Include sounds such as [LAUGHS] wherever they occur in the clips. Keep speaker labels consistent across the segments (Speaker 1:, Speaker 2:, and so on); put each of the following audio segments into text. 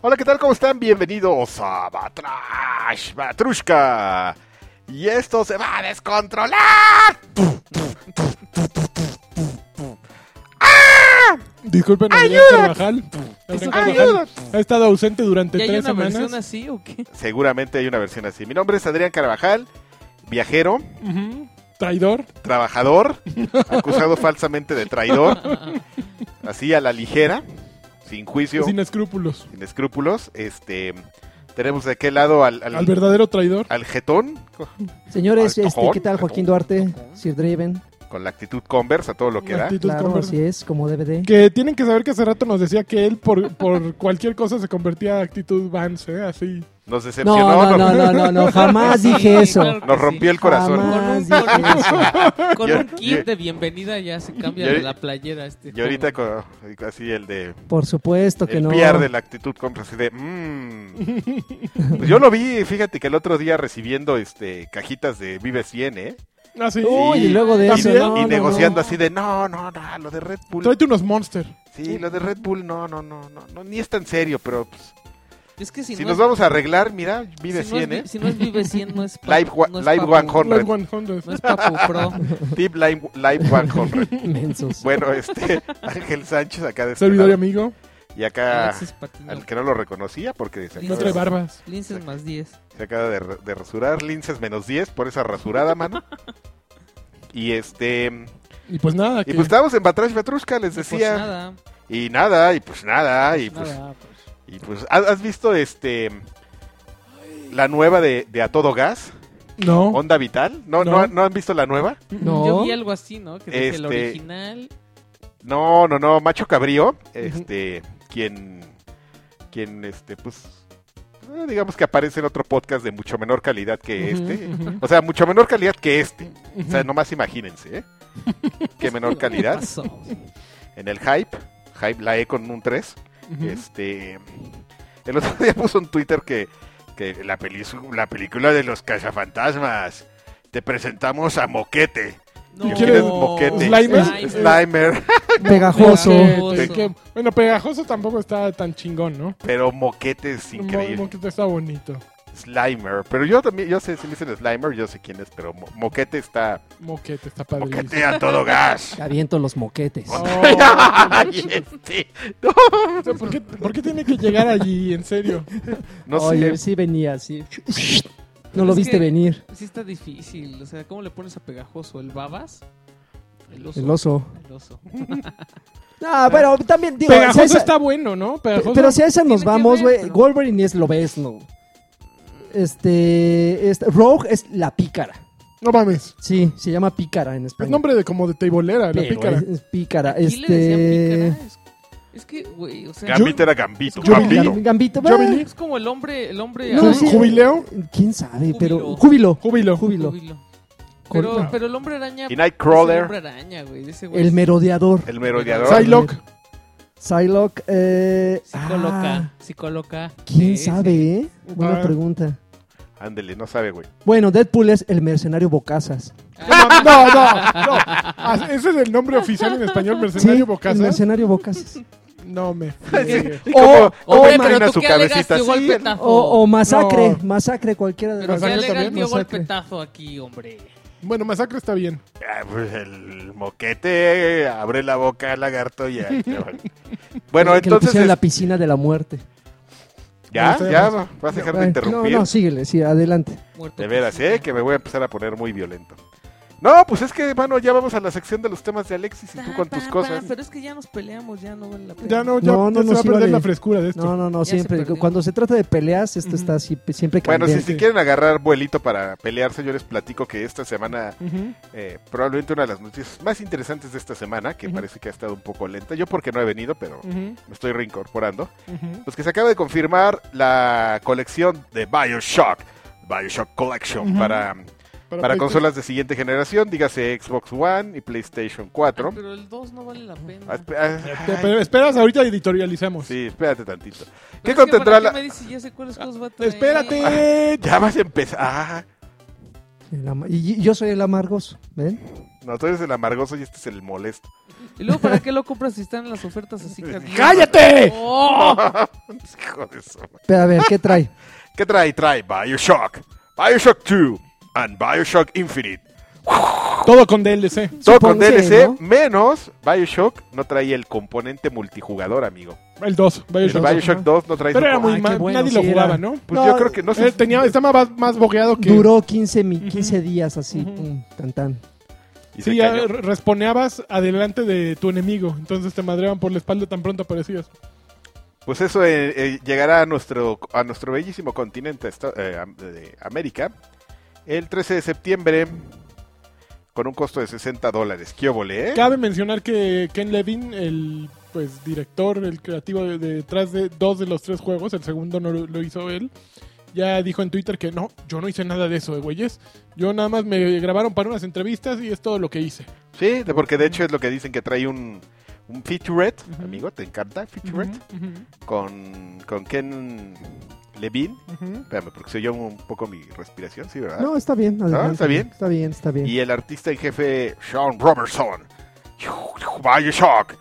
Speaker 1: Hola, ¿qué tal? ¿Cómo están? Bienvenidos a Batrash, Batrushka. Y esto se va a descontrolar.
Speaker 2: Disculpen, Adrián
Speaker 1: ¡Ayuda!
Speaker 2: Carvajal. Adrián
Speaker 1: ¡Ayuda!
Speaker 2: Carvajal ha estado ausente durante
Speaker 3: ¿Y hay una
Speaker 2: tres semanas.
Speaker 3: versión así o qué?
Speaker 1: Seguramente hay una versión así. Mi nombre es Adrián Carvajal, viajero,
Speaker 2: Ujú. Traidor.
Speaker 1: trabajador, acusado falsamente de traidor, así a la ligera, sin juicio,
Speaker 2: Sin
Speaker 1: sin,
Speaker 2: escrúpulos. escrúpulos.
Speaker 1: escrúpulos. Este, tenemos de aquel lado al, al,
Speaker 2: Al verdadero traidor.
Speaker 1: al jetón,
Speaker 4: Señores,
Speaker 1: Al
Speaker 4: este,
Speaker 1: cojón,
Speaker 4: ¿qué tal?
Speaker 1: al
Speaker 4: Joaquín
Speaker 1: cojón,
Speaker 4: Duarte,
Speaker 1: al cojón.
Speaker 4: Sir Draven.
Speaker 1: con la actitud converse a todo lo que
Speaker 2: La
Speaker 1: da.
Speaker 2: actitud
Speaker 4: Claro,
Speaker 2: conversa.
Speaker 4: así es, como DVD.
Speaker 2: Que tienen que saber que hace rato nos decía que él por, por [LAUGHS] cualquier cosa se convertía a actitud Vance, ¿eh? así.
Speaker 1: Nos
Speaker 4: No,
Speaker 1: decepcionó,
Speaker 4: no,
Speaker 1: nos,
Speaker 4: no, no, no, no, [LAUGHS] jamás
Speaker 3: Sí,
Speaker 4: dije eso.
Speaker 3: claro que
Speaker 1: nos
Speaker 3: sí.
Speaker 1: rompió el corazón.
Speaker 3: Con un,
Speaker 4: Jamás
Speaker 3: con
Speaker 4: dije
Speaker 3: un-
Speaker 4: eso.
Speaker 3: con
Speaker 1: Y
Speaker 3: un
Speaker 1: ahor-
Speaker 3: kit
Speaker 1: y-
Speaker 3: de bienvenida ya se cambia
Speaker 1: y ahor-
Speaker 3: de la playera este.
Speaker 1: Y ahorita
Speaker 3: joven.
Speaker 1: co- así el de
Speaker 4: Por supuesto que
Speaker 1: el
Speaker 4: no.
Speaker 1: PR de la actitud compra así de
Speaker 4: [LAUGHS]
Speaker 1: "Mm". Pues yo lo vi, fíjate que el otro día recibiendo este cajitas de Vive 100, ¿eh?
Speaker 2: Así.
Speaker 4: Uy, y luego de
Speaker 1: Y,
Speaker 4: eso,
Speaker 1: y-
Speaker 4: no,
Speaker 1: y
Speaker 4: no,
Speaker 1: negociando
Speaker 4: no.
Speaker 1: así de no, no, no, lo de Red Bull.
Speaker 2: Tráete unos monster.
Speaker 1: Sí, lo de Red Bull, no, no, no, no, no, ni es tan serio, pero pues,
Speaker 3: Es que si,
Speaker 1: si
Speaker 3: no
Speaker 1: nos
Speaker 3: es-
Speaker 1: vamos a arreglar, mira, Vive
Speaker 3: si no es
Speaker 1: 100,
Speaker 3: vi-
Speaker 1: ¿eh?
Speaker 3: Si no es Vive
Speaker 1: [LAUGHS]
Speaker 3: 100, no es pa-
Speaker 1: Live wa-
Speaker 3: no es
Speaker 1: Live
Speaker 3: Papu-
Speaker 1: 100.
Speaker 2: Los 100.
Speaker 3: No es Papu
Speaker 1: [LAUGHS]
Speaker 3: Pro.
Speaker 1: ¿eh? Tip Live,
Speaker 4: [LAUGHS]
Speaker 1: live 100.
Speaker 4: [LAUGHS] Mensos.
Speaker 1: Bueno, este [LAUGHS] Ángel Sánchez acá de este
Speaker 2: Servidor y
Speaker 1: lado.
Speaker 2: amigo.
Speaker 1: y acá
Speaker 3: Alexis Patiño.
Speaker 1: Ah, al que no lo reconocía porque se
Speaker 2: No
Speaker 3: Dice-
Speaker 1: acaba
Speaker 2: trae
Speaker 1: de-
Speaker 2: barbas.
Speaker 3: Linces más 10.
Speaker 1: Se acaba de, re- de rasurar, linces menos 10 por esa rasurada, mano. Y este.
Speaker 2: Y pues nada.
Speaker 1: Y
Speaker 2: que-
Speaker 1: pues estábamos en Batrash Petrushka, les
Speaker 3: Y pues
Speaker 1: decía.
Speaker 3: nada,
Speaker 1: Y nada, y pues nada, y pues.
Speaker 3: nada, pues.
Speaker 1: Y pues ¿has, has visto este. La nueva de, de A Todo Gas?
Speaker 2: no.
Speaker 1: ¿Onda Vital? ¿No, no.
Speaker 2: No.
Speaker 1: han- no han visto la nueva?
Speaker 4: No.
Speaker 3: Yo vi algo así, ¿no? Que dice el
Speaker 1: Este-
Speaker 3: original.
Speaker 1: No, no, no. Macho Cabrío, este. Quien. Quien, este, pues. eh, Digamos que aparece en otro podcast de mucho menor calidad que este. O sea, mucho menor calidad que este. O sea, nomás imagínense,
Speaker 2: [LAUGHS]
Speaker 1: ¿eh? Qué menor
Speaker 3: ¿Qué
Speaker 1: calidad. [LAUGHS]
Speaker 3: pasó?
Speaker 1: En el hype, hype la E con un 3.
Speaker 2: Ujú.
Speaker 1: Este. El otro día puso en Twitter que, que la, pelisu- la película de los cazafantasmas. Te presentamos a Moquete.
Speaker 3: No.
Speaker 1: ¿Y quién es Moquete?
Speaker 2: Slimer?
Speaker 1: Slimer.
Speaker 4: Pegajoso.
Speaker 2: Que- que- bueno, pegajoso tampoco está tan chingón, ¿no?
Speaker 1: Pero Moquete es
Speaker 2: Mo-
Speaker 1: increíble.
Speaker 2: Moquete está bonito.
Speaker 1: Slimer. Pero yo también, yo sé si me dicen Slimer, yo sé quién es, pero Mo- Moquete está.
Speaker 2: Moquete está padrísimo.
Speaker 1: Moquete a todo gas.
Speaker 4: [LAUGHS] Te aviento los moquetes. Oh.
Speaker 1: Ay, este, No,
Speaker 2: O sea, ¿por, qué, por qué tiene que llegar allí? En serio.
Speaker 1: no
Speaker 4: Oye,
Speaker 1: sé.
Speaker 4: sí venía así. No lo
Speaker 3: Es
Speaker 4: viste
Speaker 3: que-
Speaker 4: venir.
Speaker 3: Sí está difícil. O sea, ¿cómo le pones a pegajoso? ¿El babas? El oso.
Speaker 4: El oso.
Speaker 3: El oso.
Speaker 4: Ah, bueno, también digo.
Speaker 2: Pegajoso
Speaker 4: si a esa-
Speaker 2: está bueno, ¿no? Pegajoso.
Speaker 4: Pero si a esa
Speaker 3: Tiene
Speaker 4: nos
Speaker 3: que ver,
Speaker 4: vamos, güey.
Speaker 3: pero-
Speaker 4: Wolverine es lobesno. Este, este. Rogue es la pícara.
Speaker 2: No mames.
Speaker 4: Sí, se llama pícara en
Speaker 2: Es
Speaker 4: español.
Speaker 2: nombre de como de teibolera, la
Speaker 4: Pero
Speaker 2: pícara.
Speaker 4: Es,
Speaker 1: eh,
Speaker 4: es pícara.
Speaker 3: ¿Aquí
Speaker 4: Este...
Speaker 3: le decían pícara? Es, es que, güey, o sea...
Speaker 1: Gambito era Gambito.
Speaker 2: Yo-
Speaker 4: Gam-
Speaker 1: Gambito.
Speaker 4: Gam- Gambito.
Speaker 2: Yo
Speaker 4: bah,
Speaker 2: vi-
Speaker 3: Es como el hombre... El hombre
Speaker 4: No,
Speaker 2: Ju-
Speaker 4: sí.
Speaker 2: ¿Jubileo?
Speaker 4: ¿Quién sabe?
Speaker 3: Júbilo.
Speaker 4: Pero júbilo.
Speaker 2: Júbilo.
Speaker 4: Júbilo.
Speaker 3: Júbilo. Pero,
Speaker 2: Júbilo.
Speaker 3: pero el hombre araña... pues,
Speaker 1: Y
Speaker 3: es El
Speaker 1: Nightcrawler,
Speaker 3: hombre araña, güey. Ese güey
Speaker 4: El
Speaker 3: es
Speaker 4: merodeador.
Speaker 1: el merodeador.
Speaker 4: Psy-
Speaker 2: Psylocke.
Speaker 4: Psylocke. Eh...
Speaker 3: Psicóloca.
Speaker 4: ah,
Speaker 3: Psicóloca.
Speaker 4: ¿Quién
Speaker 3: Sí,
Speaker 4: sabe?
Speaker 3: sí.
Speaker 4: eh? Buena
Speaker 2: Ah.
Speaker 4: pregunta.
Speaker 1: Ándele, no sabe, güey.
Speaker 4: Bueno, Deadpool es el mercenario Bocazas.
Speaker 2: No, no, no. Ah, Ese es el nombre oficial en español,
Speaker 4: Sí,
Speaker 2: mercenario
Speaker 4: el
Speaker 2: Bocazas.
Speaker 3: [LAUGHS]
Speaker 4: mercenario Bocazas.
Speaker 2: No
Speaker 4: [LAUGHS]
Speaker 2: me. friegues.
Speaker 1: [LAUGHS] ¿Y cómo-
Speaker 4: Oh,
Speaker 1: cómo
Speaker 4: hombre,
Speaker 1: inclina
Speaker 3: pero tú
Speaker 1: su
Speaker 3: qué
Speaker 1: cabecita
Speaker 3: alegaste,
Speaker 1: así?
Speaker 3: golpe
Speaker 1: el-
Speaker 3: tan-
Speaker 4: O, o masacre,
Speaker 2: No.
Speaker 4: masacre cualquiera de
Speaker 3: Pero
Speaker 4: los
Speaker 3: se
Speaker 2: Masacre
Speaker 3: alega el
Speaker 2: también,
Speaker 3: tío
Speaker 4: masacre.
Speaker 3: golpetazo aquí, hombre.
Speaker 2: Bueno, Masacre está bien.
Speaker 1: Ah, pues el moquete abre la boca lagarto y ya. bueno,
Speaker 4: que lo
Speaker 1: entonces
Speaker 4: pusieron en la
Speaker 1: es-
Speaker 4: piscina de la muerte.
Speaker 1: ya,
Speaker 2: No,
Speaker 1: ya
Speaker 2: no.
Speaker 1: vas a dejar de
Speaker 4: Ay,
Speaker 1: interrumpir.
Speaker 4: No, no, síguele, sí, adelante.
Speaker 3: Muerto.
Speaker 1: de veras,
Speaker 3: piscina.
Speaker 1: eh, que me voy a empezar a poner muy violento. No, pues es que, mano, ya vamos a la sección de los temas de Alexis y tú con
Speaker 3: Pa,
Speaker 1: tus
Speaker 3: pa,
Speaker 1: cosas.
Speaker 3: pa, Pero es que ya nos peleamos, ya no vale la pena.
Speaker 2: Ya no, ya,
Speaker 4: No,
Speaker 2: ya
Speaker 4: no,
Speaker 2: se
Speaker 4: no,
Speaker 2: va a
Speaker 4: sí
Speaker 2: perder
Speaker 4: vale.
Speaker 2: la frescura de esto.
Speaker 4: No, no, no,
Speaker 3: Ya se
Speaker 4: siempre.
Speaker 3: perdió.
Speaker 4: cuando se trata de peleas, esto
Speaker 2: Ujú.
Speaker 4: está siempre, siempre
Speaker 1: Bueno, si,
Speaker 4: caliente.
Speaker 1: si quieren agarrar vuelito para pelearse, yo les platico que esta semana,
Speaker 2: Ujú.
Speaker 1: eh, probablemente una de las noticias más interesantes de esta semana, que
Speaker 2: Ujú.
Speaker 1: parece que ha estado un poco lenta, yo porque no he venido, pero
Speaker 2: Ujú.
Speaker 1: me estoy reincorporando.
Speaker 2: Ujú.
Speaker 1: Pues que se acaba de confirmar la colección de Bioshock, Bioshock Collection,
Speaker 2: Ujú.
Speaker 1: para, para consolas de siguiente generación, dígase Xbox One y PlayStation
Speaker 3: Ah,
Speaker 1: 4.
Speaker 3: Pero el 2 no vale la pena.
Speaker 1: Ah, espe- ah,
Speaker 2: Te- Pero esperas, ahorita editorializamos.
Speaker 1: Sí, espérate tantito.
Speaker 3: Pero
Speaker 1: ¿Qué
Speaker 3: es que
Speaker 1: contendrá
Speaker 3: ¿para
Speaker 1: la...? [LAUGHS]
Speaker 3: qué me dices? Ya sé cuáles cosas va a traer.
Speaker 2: Espérate.
Speaker 1: Ya vas a empezar. Ah,
Speaker 4: El ama- Y y yo soy el amargoso, ¿ven?
Speaker 1: No, tú eres el amargoso y este es el molesto. [LAUGHS]
Speaker 3: Y luego, ¿para qué lo compras si están las ofertas así? casi?
Speaker 2: ¡Cállate!
Speaker 1: [LAUGHS]
Speaker 3: ¡Oh!
Speaker 1: Hijo de su madre.
Speaker 4: Pero a ver, ¿qué trae?
Speaker 1: ¿Qué trae? Trae Bioshock, Bioshock 2 and Bioshock Infinite.
Speaker 4: Oh.
Speaker 2: Todo con DLC.
Speaker 1: Todo
Speaker 4: Supongo
Speaker 1: con
Speaker 4: que,
Speaker 1: DLC,
Speaker 4: ¿no?
Speaker 1: menos Bioshock no traía el componente multijugador, amigo.
Speaker 2: El 2, Bioshock.
Speaker 1: el Bioshock 2 no trae
Speaker 2: Pero
Speaker 1: su
Speaker 2: era
Speaker 1: componente.
Speaker 2: muy
Speaker 4: Ay,
Speaker 2: mal,
Speaker 4: qué bueno,
Speaker 2: nadie
Speaker 4: sí
Speaker 2: lo
Speaker 4: era.
Speaker 2: jugaba, ¿no?
Speaker 1: Pues
Speaker 4: No,
Speaker 1: yo creo que no sé.
Speaker 2: Eh, tenía, estaba más, más bogueado que...
Speaker 4: Duró 15, mi- 15
Speaker 2: Ujú.
Speaker 4: días así,
Speaker 2: Ujú.
Speaker 4: mm, tan tan.
Speaker 1: y se
Speaker 2: Sí, ya
Speaker 1: cayó.
Speaker 2: re- responeabas adelante de tu enemigo, entonces te madreaban por la espalda tan pronto aparecías.
Speaker 1: Pues eso eh, eh, llegará a nuestro, a nuestro bellísimo continente, esta- eh, am- de América, el 13 de septiembre, con un costo de 60 dólares. ¿Qué óvole, eh?
Speaker 2: Cabe mencionar que Ken Levin, el pues director, el creativo de- de- detrás de dos de los tres juegos, el segundo no lo, lo hizo él, ya dijo en Twitter que no, yo no hice nada de eso, eh, güeyes. Yo nada más me grabaron para unas entrevistas y es todo lo que hice. [LAUGHS]
Speaker 1: Sí, de- porque de hecho es lo que dicen que trae un, un featurette,
Speaker 2: Ujú.
Speaker 1: amigo, ¿te encanta? Featurette.
Speaker 2: Ujú,
Speaker 1: con, con Ken Levine.
Speaker 2: ujú, ujú.
Speaker 1: Espérame, porque se oyó un poco mi respiración, ¿sí, verdad?
Speaker 4: No, está bien, adelante.
Speaker 1: Ah. ¿está bien?
Speaker 4: Está bien, está bien.
Speaker 1: Y el artista en jefe, Sean Robertson. Bioshock.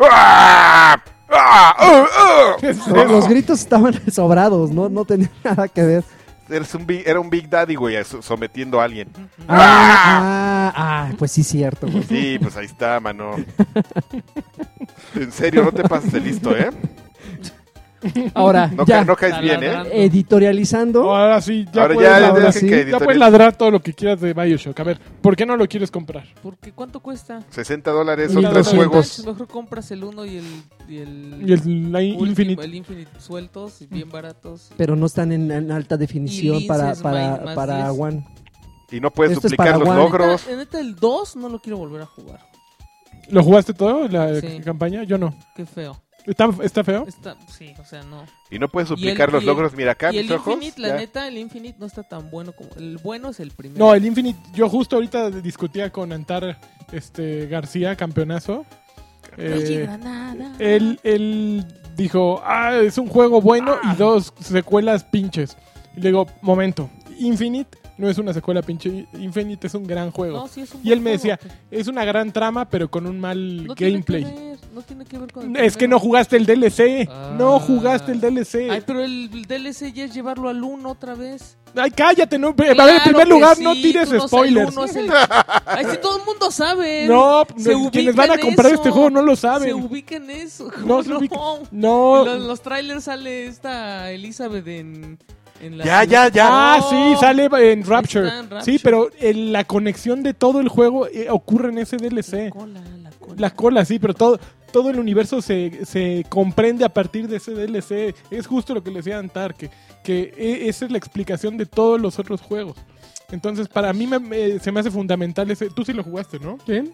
Speaker 1: ¡Ah! ¡Ah! ¡Ah! ¡Ah!
Speaker 4: Pero Los gritos estaban [LAUGHS] sobrados, no, no tenía [LAUGHS] nada que ver.
Speaker 1: Eres un big- era un Big Daddy, güey, so- sometiendo a alguien.
Speaker 4: Ah, ah, ah, pues sí,
Speaker 1: [LAUGHS]
Speaker 4: cierto. güey. [LAUGHS]
Speaker 1: Sí, pues ahí está, mano. En serio, no te pases de listo, ¿eh?
Speaker 4: Ahora,
Speaker 1: No,
Speaker 4: ya,
Speaker 1: ca- no caes bien, ¿eh?
Speaker 3: Taladrán.
Speaker 4: editorializando.
Speaker 2: Ahora sí, ya,
Speaker 1: Ahora
Speaker 2: puedes,
Speaker 1: ya,
Speaker 4: ahora
Speaker 1: dejen
Speaker 4: sí.
Speaker 1: que
Speaker 4: Ya
Speaker 2: ya
Speaker 1: editorial-
Speaker 2: puedes ladrar todo lo que quieras de Bioshock. A ver, ¿por qué no lo quieres comprar?
Speaker 3: ¿Por qué? ¿Cuánto cuesta?
Speaker 1: 60 dólares,
Speaker 4: Y
Speaker 1: son
Speaker 2: los
Speaker 1: tres
Speaker 2: dos.
Speaker 1: juegos.
Speaker 3: Mejor compras el 1 y el... Y el,
Speaker 2: Y el la-
Speaker 3: último,
Speaker 2: Infinite.
Speaker 3: el Infinite sueltos y bien baratos.
Speaker 4: Pero no están en, en alta definición
Speaker 3: Y
Speaker 4: para,
Speaker 3: linces más-
Speaker 4: para,
Speaker 3: más
Speaker 4: para
Speaker 3: diez.
Speaker 4: One.
Speaker 1: Y no puedes
Speaker 4: Esto es
Speaker 1: duplicar
Speaker 4: para
Speaker 1: los
Speaker 4: Juan.
Speaker 1: logros.
Speaker 3: Ah, Neta, neta, el 2 no lo quiero volver a jugar.
Speaker 2: ¿Lo jugaste todo, la
Speaker 3: Sí.
Speaker 2: campaña? Yo no.
Speaker 3: Qué feo.
Speaker 2: ¿Está, está feo?
Speaker 3: Está, sí, o sea, no.
Speaker 1: Y no puedes
Speaker 3: Y el-
Speaker 1: duplicar los
Speaker 3: y el-
Speaker 1: logros. Mira acá,
Speaker 3: y el
Speaker 1: mis ojos.
Speaker 3: Infinite, la
Speaker 1: ya.
Speaker 3: neta, el Infinite no está tan bueno como... El bueno es el primero.
Speaker 2: No, el Infinite, yo justo ahorita discutía con Antar este, García, campeonazo. Eh, él, él dijo, ah, es un juego bueno
Speaker 3: Ah.
Speaker 2: y dos secuelas pinches. Y le digo, momento, Infinite no es una secuela pinche, Infinite es un gran juego.
Speaker 3: No, sí es un
Speaker 2: y él
Speaker 3: buen
Speaker 2: me
Speaker 3: juego.
Speaker 2: decía, es una gran trama, pero con un mal
Speaker 3: No tiene que
Speaker 2: gameplay.
Speaker 3: ver, no tiene que ver con el
Speaker 2: Es que
Speaker 3: primero.
Speaker 2: no jugaste el DLC,
Speaker 3: Ah.
Speaker 2: no jugaste el DLC.
Speaker 3: Ay, pero el, el DLC ya es llevarlo al 1 otra vez.
Speaker 2: Ay, cállate, no, pe- Eh, a ver,
Speaker 3: Claro
Speaker 2: en primer
Speaker 3: que
Speaker 2: lugar,
Speaker 3: sí,
Speaker 2: no tires
Speaker 3: tú sabes, el
Speaker 2: spoilers.
Speaker 3: uno es el-
Speaker 2: [LAUGHS]
Speaker 3: Ay, sí, todo el mundo sabe.
Speaker 2: No,
Speaker 3: Se
Speaker 2: no, quienes
Speaker 3: ubican
Speaker 2: van a comprar
Speaker 3: eso.
Speaker 2: este juego no lo
Speaker 3: Se
Speaker 2: saben.
Speaker 3: ubica en eso. [LAUGHS]
Speaker 2: No,
Speaker 3: ¿Cómo
Speaker 2: se
Speaker 3: no?
Speaker 2: ubica-
Speaker 3: En
Speaker 2: no.
Speaker 3: los, en los trailers sale esta Elizabeth en, en la
Speaker 1: Ya, ya,
Speaker 3: ciudad.
Speaker 1: ya.
Speaker 2: Ah,
Speaker 3: No.
Speaker 2: sí, sale en Rapture.
Speaker 3: Está en Rapture.
Speaker 2: Sí, pero el- la conexión de todo el juego eh, ocurre en ese
Speaker 3: La
Speaker 2: DLC.
Speaker 3: cola, la cola.
Speaker 2: La cola, sí, pero todo, todo el universo se, se comprende a partir de ese DLC. Es justo lo que le decía Antar, que, que e- esa es la explicación de todos los otros juegos. Entonces, para mí me- me- se me hace fundamental ese... Tú sí lo jugaste, ¿no? ¿Quién?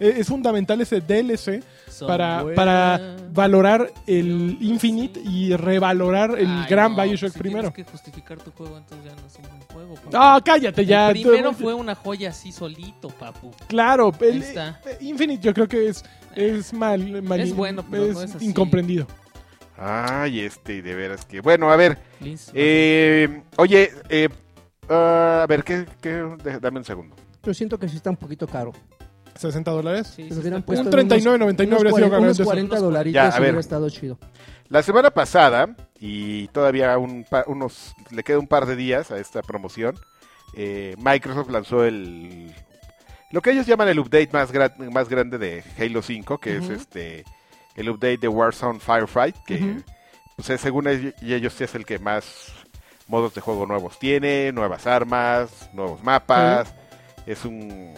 Speaker 2: Es fundamental ese DLC para,
Speaker 3: Somewhere.
Speaker 2: para valorar el Infinite y revalorar el
Speaker 3: Ay,
Speaker 2: gran
Speaker 3: no,
Speaker 2: Bioshock
Speaker 3: si
Speaker 2: primero.
Speaker 3: Tienes que justificar tu juego, entonces ya no es un buen juego. papu.
Speaker 2: Ah, cállate ya.
Speaker 3: El primero
Speaker 2: Tú-
Speaker 3: fue una joya así solito, papu.
Speaker 2: Claro, el-
Speaker 3: está.
Speaker 2: eh, Infinite yo creo que es es mal, mal-
Speaker 3: Es bueno, pero no es así.
Speaker 2: incomprendido.
Speaker 1: Ay, este, de veras que. Bueno, a ver.
Speaker 3: Liz,
Speaker 1: eh, oye, eh, ah, a ver, ¿qué, qué? De- dame un segundo.
Speaker 4: Yo siento que sí está un poquito caro.
Speaker 2: 60 dólares.
Speaker 3: sí,
Speaker 4: Se
Speaker 3: sí
Speaker 4: hubieran
Speaker 3: está-
Speaker 4: puesto
Speaker 2: un
Speaker 4: pues, unos-
Speaker 2: 39.99 habría
Speaker 4: unos,
Speaker 2: sido
Speaker 4: cuare- unos
Speaker 2: ganancia.
Speaker 4: 40 dolaritos
Speaker 1: Ya, a ver.
Speaker 4: hubiera estado chido.
Speaker 1: La semana pasada, y todavía un pa- unos, le queda un par de días a esta promoción, eh, Microsoft lanzó el. Lo que ellos llaman el update más, gra- más grande de Halo 5, que
Speaker 2: Ujú.
Speaker 1: es este el update de Warzone Firefight, que
Speaker 2: Ujú.
Speaker 1: pues, es- según ell- y ellos sí es el que más modos de juego nuevos tiene, nuevas armas, nuevos mapas. Es un,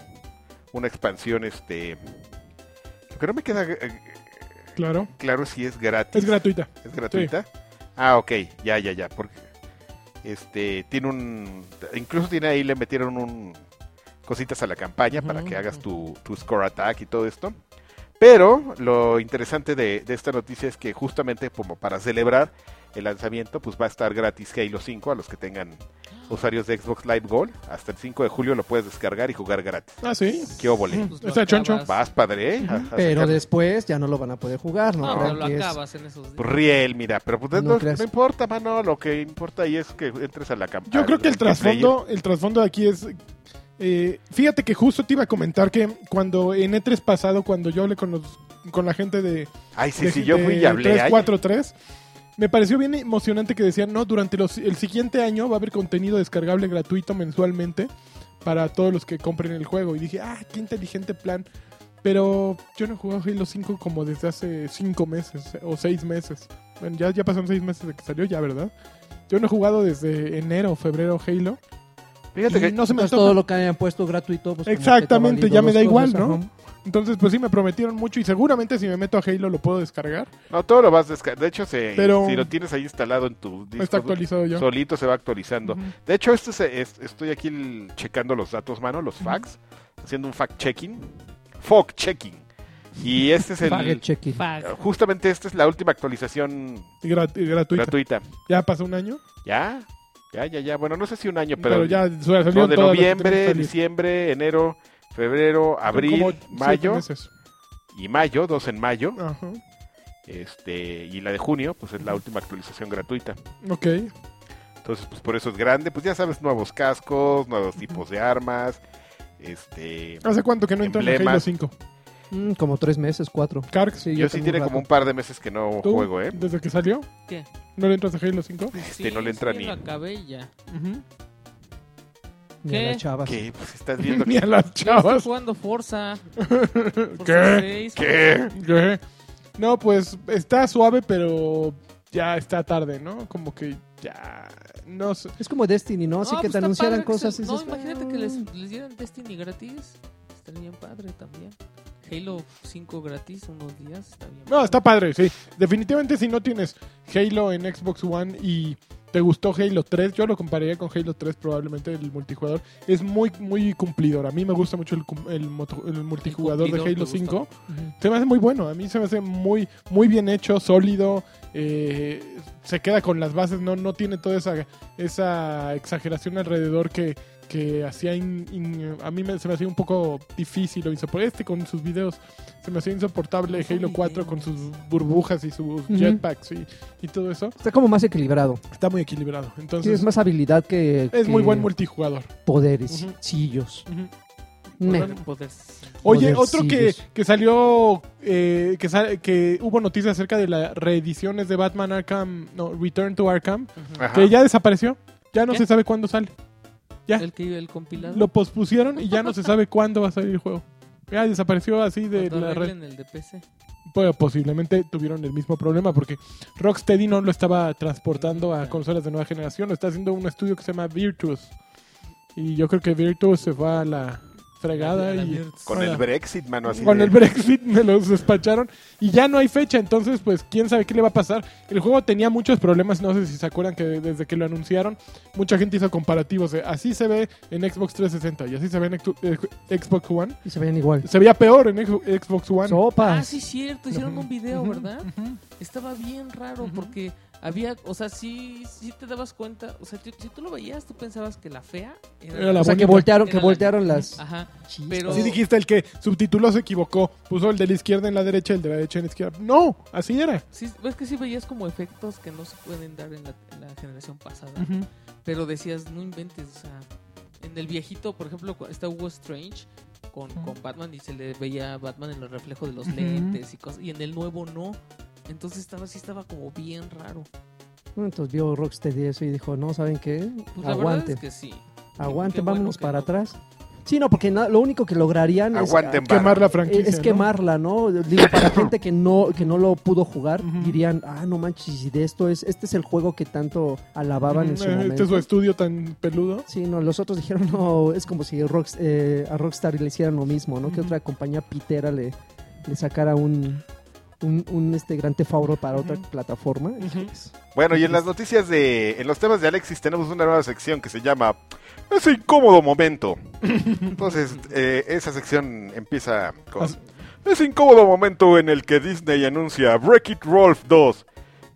Speaker 1: una expansión, este... Lo que no me queda eh,
Speaker 2: Claro.
Speaker 1: claro es si es gratis.
Speaker 2: Es gratuita.
Speaker 1: ¿Es gratuita? Ah, ok, ya, ya, ya. Porque este tiene un. Incluso tiene ahí, le metieron un. Cositas a la campaña para
Speaker 3: Ujú,
Speaker 1: que hagas
Speaker 3: ujú.
Speaker 1: tu, tu score attack y todo esto. Pero lo interesante de, de esta noticia es que justamente como para celebrar el lanzamiento, pues va a estar gratis Halo 5 a los que tengan usuarios de Xbox Live Gold. Hasta el 5 de julio lo puedes descargar y jugar gratis.
Speaker 2: Ah, sí.
Speaker 1: ¡Qué óvole!
Speaker 3: pues lo
Speaker 2: Está choncho.
Speaker 3: acabas.
Speaker 1: Vas, padre, ¿eh? A- a
Speaker 4: Pero
Speaker 1: sacar-
Speaker 4: después ya no lo van a poder jugar, ¿no?
Speaker 3: No,
Speaker 4: Crean
Speaker 3: Ah, pero lo
Speaker 4: que es-
Speaker 3: acabas en esos días.
Speaker 1: Pues Riel, mira, pero pues,
Speaker 4: No
Speaker 1: no,
Speaker 4: creas.
Speaker 1: no importa, mano, lo que importa ahí es que entres a la campaña.
Speaker 2: Yo creo que el trasfondo, el trasfondo de aquí es Eh, fíjate que justo te iba a comentar que cuando en E3 pasado, cuando yo hablé con, los, con la gente de,
Speaker 1: Ay, sí,
Speaker 2: de-
Speaker 1: sí, yo
Speaker 2: de
Speaker 1: fui y hablé. ay.
Speaker 2: 343. Me pareció bien emocionante que decían, no, durante los- el siguiente año va a haber contenido descargable gratuito mensualmente para todos los que compren el juego. Y dije, ah, qué inteligente plan. Pero yo no he jugado Halo 5 como desde hace 5 meses o 6 meses. Bueno, ya, ya pasaron 6 meses de que salió ya, ¿verdad? Yo no he jugado desde enero o febrero Halo.
Speaker 1: Fíjate
Speaker 2: y
Speaker 1: que
Speaker 2: no se me
Speaker 4: Entonces,
Speaker 2: antoja.
Speaker 4: todo lo que hayan puesto gratuito. pues, como que te va
Speaker 2: Exactamente,
Speaker 4: valiendo
Speaker 2: ya me
Speaker 4: dos
Speaker 2: da igual,
Speaker 4: cosas,
Speaker 2: ¿no?
Speaker 4: ajá.
Speaker 2: Entonces, pues sí, me prometieron mucho y seguramente si me meto a Halo lo puedo descargar.
Speaker 1: No, todo lo vas descargando. De hecho, se-
Speaker 2: Pero-
Speaker 1: si lo tienes ahí instalado en tu disco,
Speaker 2: Está actualizado ya.
Speaker 1: solito se va actualizando.
Speaker 2: Ujú.
Speaker 1: De hecho, este se- es- estoy aquí el- checando los datos, mano, los facts, haciendo un fact-checking. Fact-checking. Y este es
Speaker 4: Pague
Speaker 1: el...
Speaker 4: check-in.
Speaker 3: Fuck.
Speaker 1: Justamente esta es la última actualización
Speaker 2: Y grat- y gratuito.
Speaker 1: gratuita.
Speaker 2: Ya pasó un año.
Speaker 1: Ya, ya, ya, ya. Bueno, no sé si un año, pero,
Speaker 2: Pero, ya su- salieron
Speaker 1: no, de
Speaker 2: todas las que
Speaker 1: noviembre,
Speaker 2: tenían que salir.
Speaker 1: diciembre, enero, febrero, abril,
Speaker 2: Como siete
Speaker 1: mayo
Speaker 2: meses.
Speaker 1: y mayo, dos en mayo.
Speaker 2: Ajá.
Speaker 1: Este, y la de junio, pues es la última actualización gratuita.
Speaker 2: Ok.
Speaker 1: Entonces, pues por eso es grande. Pues ya sabes, nuevos cascos, nuevos tipos de armas. Este,
Speaker 2: ¿Hace cuánto que no entran en Halo
Speaker 1: Emblemas.
Speaker 2: 5?
Speaker 4: Mm, como tres meses, cuatro.
Speaker 2: Carx,
Speaker 4: Sí,
Speaker 1: yo sí
Speaker 4: tengo
Speaker 1: tiene
Speaker 4: un rato.
Speaker 1: como un par de meses que no
Speaker 2: ¿tú,
Speaker 1: juego, ¿eh?
Speaker 2: ¿Desde que salió?
Speaker 3: ¿Qué?
Speaker 2: ¿No le entras a Halo 5?
Speaker 1: Este, no le entra
Speaker 3: sí,
Speaker 1: ni-
Speaker 3: lo acabé y ya.
Speaker 4: Ni a
Speaker 3: ¿Qué?
Speaker 4: las chavas.
Speaker 1: Que pues estás viendo
Speaker 2: [LAUGHS] [LAUGHS]
Speaker 1: que...
Speaker 2: Ni a las
Speaker 3: Yo estoy
Speaker 2: chavas. [LAUGHS]
Speaker 3: jugando Forza. Forza
Speaker 2: Ah, ¿Qué?
Speaker 3: 6,
Speaker 1: ¿Qué?
Speaker 2: ¿Qué? eh. No, pues está suave, pero ya está tarde, ¿no? Como que ya. No sé.
Speaker 4: Es como Destiny, ¿no? Así
Speaker 3: No,
Speaker 4: que
Speaker 3: pues
Speaker 4: te
Speaker 3: está
Speaker 4: anunciaran
Speaker 3: padre que
Speaker 4: cosas
Speaker 3: se-
Speaker 4: y
Speaker 3: No,
Speaker 4: dices,
Speaker 3: imagínate que
Speaker 4: "Ah,
Speaker 3: les, les dieran Destiny gratis. Estaría bien padre también. Halo 5 gratis unos días. Está bien.
Speaker 2: No, está padre, sí. Definitivamente si no tienes Halo en Xbox One y te gustó Halo 3, yo lo compararía con Halo 3 probablemente el multijugador. Es muy, muy cumplidor. A mí me gusta mucho el, cum- el moto- el multijugador de
Speaker 3: cumplidor te
Speaker 2: Halo
Speaker 3: gusta.
Speaker 2: 5.
Speaker 3: Ujú.
Speaker 2: Se me hace muy bueno. A mí se me hace muy, muy bien hecho, sólido. eh, se queda con las bases, no, no tiene toda esa, esa exageración alrededor que, que hacía. in- in- a mí me- se me hacía un poco difícil o insoportable. Este con sus videos se me hacía insoportable.
Speaker 3: Son
Speaker 2: Halo 4 con sus
Speaker 3: videos.
Speaker 2: burbujas y sus jetpacks y, y todo eso.
Speaker 4: Está como más equilibrado.
Speaker 2: Está muy equilibrado. Entonces,
Speaker 4: Tienes más habilidad que.
Speaker 2: es muy
Speaker 4: que
Speaker 2: buen multijugador.
Speaker 4: Poderes,
Speaker 2: Ujú.
Speaker 4: sillos.
Speaker 2: Ujú.
Speaker 4: Meh.
Speaker 3: Poder- poder-
Speaker 2: Oye,
Speaker 4: Podercillos.
Speaker 2: otro que, que salió, eh, que, sa- que hubo noticias acerca de las reediciones de Batman Arkham, no, Return to Arkham,
Speaker 3: Ujú.
Speaker 1: Ajá.
Speaker 2: que ya desapareció. Ya no
Speaker 3: Ah. ¿Qué?
Speaker 2: se sabe cuándo sale. ya.
Speaker 3: El, que, el compilado.
Speaker 2: Ah. Lo pospusieron y ya no se sabe cuándo va a salir el juego. Ya desapareció así de
Speaker 3: Cuando
Speaker 2: la red.
Speaker 3: arreglen el de PC.
Speaker 2: Bueno, posiblemente tuvieron el mismo problema porque Rocksteady no lo estaba transportando a consolas de nueva generación. Lo está haciendo un estudio que se llama Virtuos. Y yo creo que Virtuos se va a la fregada
Speaker 3: A la
Speaker 2: y...
Speaker 3: mierda.
Speaker 1: Con el Brexit, mano, así
Speaker 2: Con
Speaker 1: de-
Speaker 2: el Brexit me los despacharon y ya no hay fecha, entonces pues quién sabe qué le va a pasar. El juego tenía muchos problemas, no sé si se acuerdan que desde que lo anunciaron, mucha gente hizo comparativos de así se ve en Xbox 360 y así se ve en Extu- eh, Xbox One.
Speaker 4: Y se ven igual.
Speaker 2: Se veía peor en Exu- Xbox One.
Speaker 4: Sopas.
Speaker 3: Ah, sí, cierto. Hicieron un video,
Speaker 2: Ujú,
Speaker 3: ¿verdad?
Speaker 2: ujú.
Speaker 3: Estaba bien raro
Speaker 2: Ujú.
Speaker 3: porque había, o sea, sí, sí te dabas cuenta, o sea, tú- si tú lo veías, tú pensabas que la fea era,
Speaker 2: Era la
Speaker 4: O sea, que
Speaker 2: bonita.
Speaker 4: voltearon,
Speaker 3: Era
Speaker 4: que
Speaker 3: la- Ah.
Speaker 4: voltearon las.
Speaker 3: Ajá.
Speaker 4: chispas.
Speaker 3: pero-
Speaker 2: Sí dijiste el que subtituló se equivocó, puso el de la izquierda en la derecha y el de la derecha en la izquierda. No, así era.
Speaker 3: Sí, ves que sí veías como efectos que no se pueden dar en la, en la generación pasada. Pero decías, no inventes, o sea, en el viejito, por ejemplo, cu- está Hugo Strange con,
Speaker 2: Ujú.
Speaker 3: con Batman y se le veía a Batman en el reflejo de los
Speaker 2: Ujú.
Speaker 3: lentes y cosas, y en el nuevo no. Entonces estaba sí estaba como bien raro.
Speaker 4: Mm, Entonces vio Rocksteady eso y dijo, no, ¿saben qué?
Speaker 3: Pues la verdad
Speaker 4: Aguanten,
Speaker 3: es que sí.
Speaker 4: aguanten,
Speaker 3: qué bueno
Speaker 4: vámonos
Speaker 3: que no.
Speaker 4: para atrás. Sí, no, porque na- lo único que lograrían es-
Speaker 1: Aguanten, vara.
Speaker 2: Quemar la
Speaker 4: eh,
Speaker 2: franquicia.
Speaker 4: es,
Speaker 2: ¿no?
Speaker 4: quemarla, ¿no? Digo,
Speaker 2: [CLEARS THROAT]
Speaker 4: para gente que no, que no lo pudo jugar,
Speaker 2: Ujú.
Speaker 4: dirían, ah, no manches, y de esto es, este es el juego que tanto alababan en su
Speaker 2: Eh, Este
Speaker 4: momento.
Speaker 2: es su estudio tan peludo.
Speaker 4: Sí, no, los otros dijeron, no, es como si Rocks- eh, a Rockstar le hicieran lo mismo, ¿no? Que
Speaker 2: Ujú.
Speaker 4: otra compañía pitera le, le sacara un, un, un, este gran tefauro para otra
Speaker 2: Ujú.
Speaker 4: plataforma.
Speaker 2: Ujú.
Speaker 1: Bueno, y en las noticias de. En los temas de Alexis tenemos una nueva sección que se llama Ese incómodo momento. Entonces, eh, esa sección empieza con.
Speaker 2: As-
Speaker 1: Ese incómodo momento en el que Disney anuncia Wreck It Rolf 2.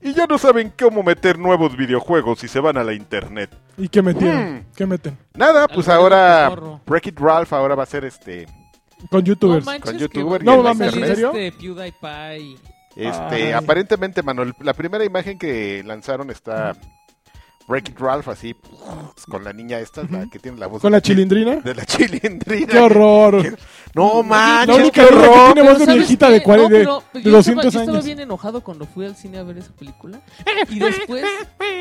Speaker 1: Y ya no saben cómo meter nuevos videojuegos si se van a la internet.
Speaker 2: ¿Y qué metieron?
Speaker 1: Mm.
Speaker 2: ¿Qué meten?
Speaker 1: Nada, pues
Speaker 3: Algo de
Speaker 1: ahora.
Speaker 3: cotorro.
Speaker 1: Wreck It Ralph ahora va a ser este.
Speaker 2: Con youtubers.
Speaker 1: Con
Speaker 3: que
Speaker 1: youtuber
Speaker 2: y
Speaker 3: va
Speaker 2: en
Speaker 3: a
Speaker 2: la
Speaker 3: salir
Speaker 2: internet.
Speaker 3: este PewDiePie. y-
Speaker 1: Este,
Speaker 2: Ay.
Speaker 1: aparentemente, Manuel, la primera imagen que lanzaron está Wreck-It Ralph así, pues, con la niña esta, la que tiene la voz.
Speaker 2: ¿Con
Speaker 1: de
Speaker 2: la chilindrina?
Speaker 1: De la [LAUGHS] chilindrina.
Speaker 2: ¡Qué horror!
Speaker 1: Qué- No manches,
Speaker 2: La única
Speaker 1: qué
Speaker 2: niña que
Speaker 1: horror.
Speaker 2: tiene voz de
Speaker 3: ¿sabes
Speaker 2: viejita
Speaker 3: qué?
Speaker 2: de, cuare- de-
Speaker 3: pero
Speaker 2: de
Speaker 3: yo estaba-
Speaker 2: 200
Speaker 3: Yo estaba
Speaker 2: años.
Speaker 3: bien enojado cuando fui al cine a ver esa
Speaker 2: [LAUGHS]
Speaker 3: película. Y después,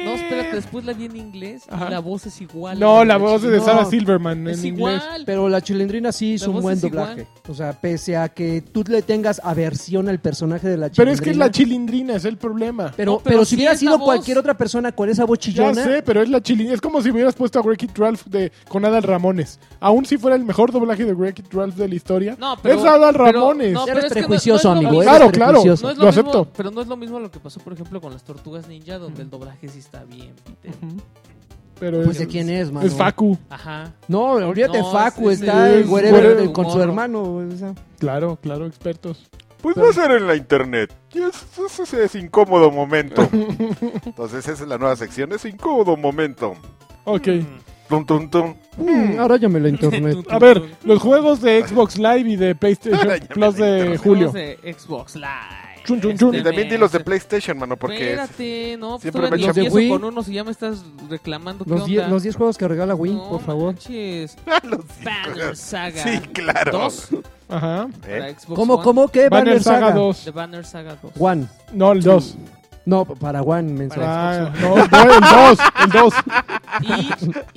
Speaker 3: no, espérate, después la vi en inglés y
Speaker 2: Ajá.
Speaker 3: la voz es igual.
Speaker 2: No,
Speaker 3: a
Speaker 2: la voz es de
Speaker 4: No.
Speaker 2: Sarah Silverman en
Speaker 3: Es
Speaker 2: inglés.
Speaker 3: igual.
Speaker 4: Pues, Pero la chilindrina sí hizo
Speaker 3: La
Speaker 4: un
Speaker 3: voz
Speaker 4: buen
Speaker 3: es
Speaker 4: doblaje.
Speaker 3: igual.
Speaker 4: O sea, pese a que tú le tengas aversión al personaje de la
Speaker 2: Pero
Speaker 4: chilindrina.
Speaker 2: es que es la chilindrina, es el problema.
Speaker 4: Pero,
Speaker 3: No,
Speaker 4: pero,
Speaker 3: pero
Speaker 4: si
Speaker 3: sí
Speaker 4: hubiera
Speaker 3: es la
Speaker 4: sido
Speaker 3: voz.
Speaker 4: cualquier otra persona con esa voz
Speaker 2: Ya
Speaker 4: chillona,
Speaker 2: sé, pero es la chilindrina. Es como si hubieras puesto a Wreck It Ralph de, con Adal Ramones. Aún si fuera el mejor doblaje de Wreck It Ralph de la historia.
Speaker 3: No, pero-
Speaker 2: es Adal
Speaker 3: pero-
Speaker 2: Ramones.
Speaker 3: no,
Speaker 4: eres
Speaker 3: pero es que no-
Speaker 4: prejuicioso,
Speaker 3: no es lo
Speaker 4: amigo.
Speaker 2: mismo.
Speaker 4: eres
Speaker 2: Claro, claro.
Speaker 4: prejuicioso.
Speaker 3: No es
Speaker 2: Lo
Speaker 3: lo, mismo,
Speaker 2: acepto.
Speaker 3: pero no es lo mismo a lo que pasó, por ejemplo, con las Tortugas Ninja, donde el doblaje sí está bien, Peter.
Speaker 2: Ujú. Pero
Speaker 4: Pues
Speaker 2: es,
Speaker 4: de quién es, mano.
Speaker 2: es Facu.
Speaker 3: Ajá.
Speaker 4: No, olvídate,
Speaker 3: No,
Speaker 4: Facu
Speaker 3: es- es-
Speaker 4: está
Speaker 2: es-
Speaker 4: el güerero
Speaker 2: güerero.
Speaker 4: de- con su
Speaker 3: Morro.
Speaker 4: hermano. o sea.
Speaker 2: Claro, claro, expertos.
Speaker 1: Pues va a ser en la internet. Y es- es- es- es incómodo
Speaker 2: [LAUGHS]
Speaker 1: momento. Entonces, esa es la nueva sección. Es incómodo momento.
Speaker 2: Ok.
Speaker 1: Tum, tum, tum.
Speaker 4: Mm, ahora
Speaker 3: [LAUGHS]
Speaker 4: yo me lo internet.
Speaker 2: A ver, los juegos de Xbox Live
Speaker 1: [LAUGHS]
Speaker 2: y de
Speaker 1: Ya
Speaker 2: PlayStation
Speaker 1: me
Speaker 2: Plus de
Speaker 1: interesa.
Speaker 2: julio.
Speaker 3: Juegos de Xbox Live.
Speaker 2: Chun, chun, chun.
Speaker 1: Este, Y también di los de PlayStation, mano, porque es- [LAUGHS]
Speaker 3: Espérate, no, pues
Speaker 1: siempre
Speaker 3: todavía
Speaker 1: me
Speaker 3: ni
Speaker 1: echan-
Speaker 4: Los de
Speaker 3: empiezo
Speaker 4: Wii.
Speaker 3: con unos y ya me estás reclamando. ¿Qué
Speaker 4: Los
Speaker 3: onda?
Speaker 4: 10 los 10 juegos que regala Wii,
Speaker 3: No
Speaker 4: por favor.
Speaker 3: manches.
Speaker 1: Los cinco.
Speaker 3: Banner Saga.
Speaker 1: Sí, claro.
Speaker 3: Dos.
Speaker 2: Ajá.
Speaker 1: ¿Eh?
Speaker 3: para Xbox
Speaker 4: ¿Cómo,
Speaker 3: One.
Speaker 4: cómo? ¿Qué?
Speaker 2: Banner Saga 2.
Speaker 3: The Banner Saga 2.
Speaker 4: One.
Speaker 2: No, el 2.
Speaker 4: No, para One, mensaje.
Speaker 2: Ah, no, el 2. El 2.
Speaker 3: Y,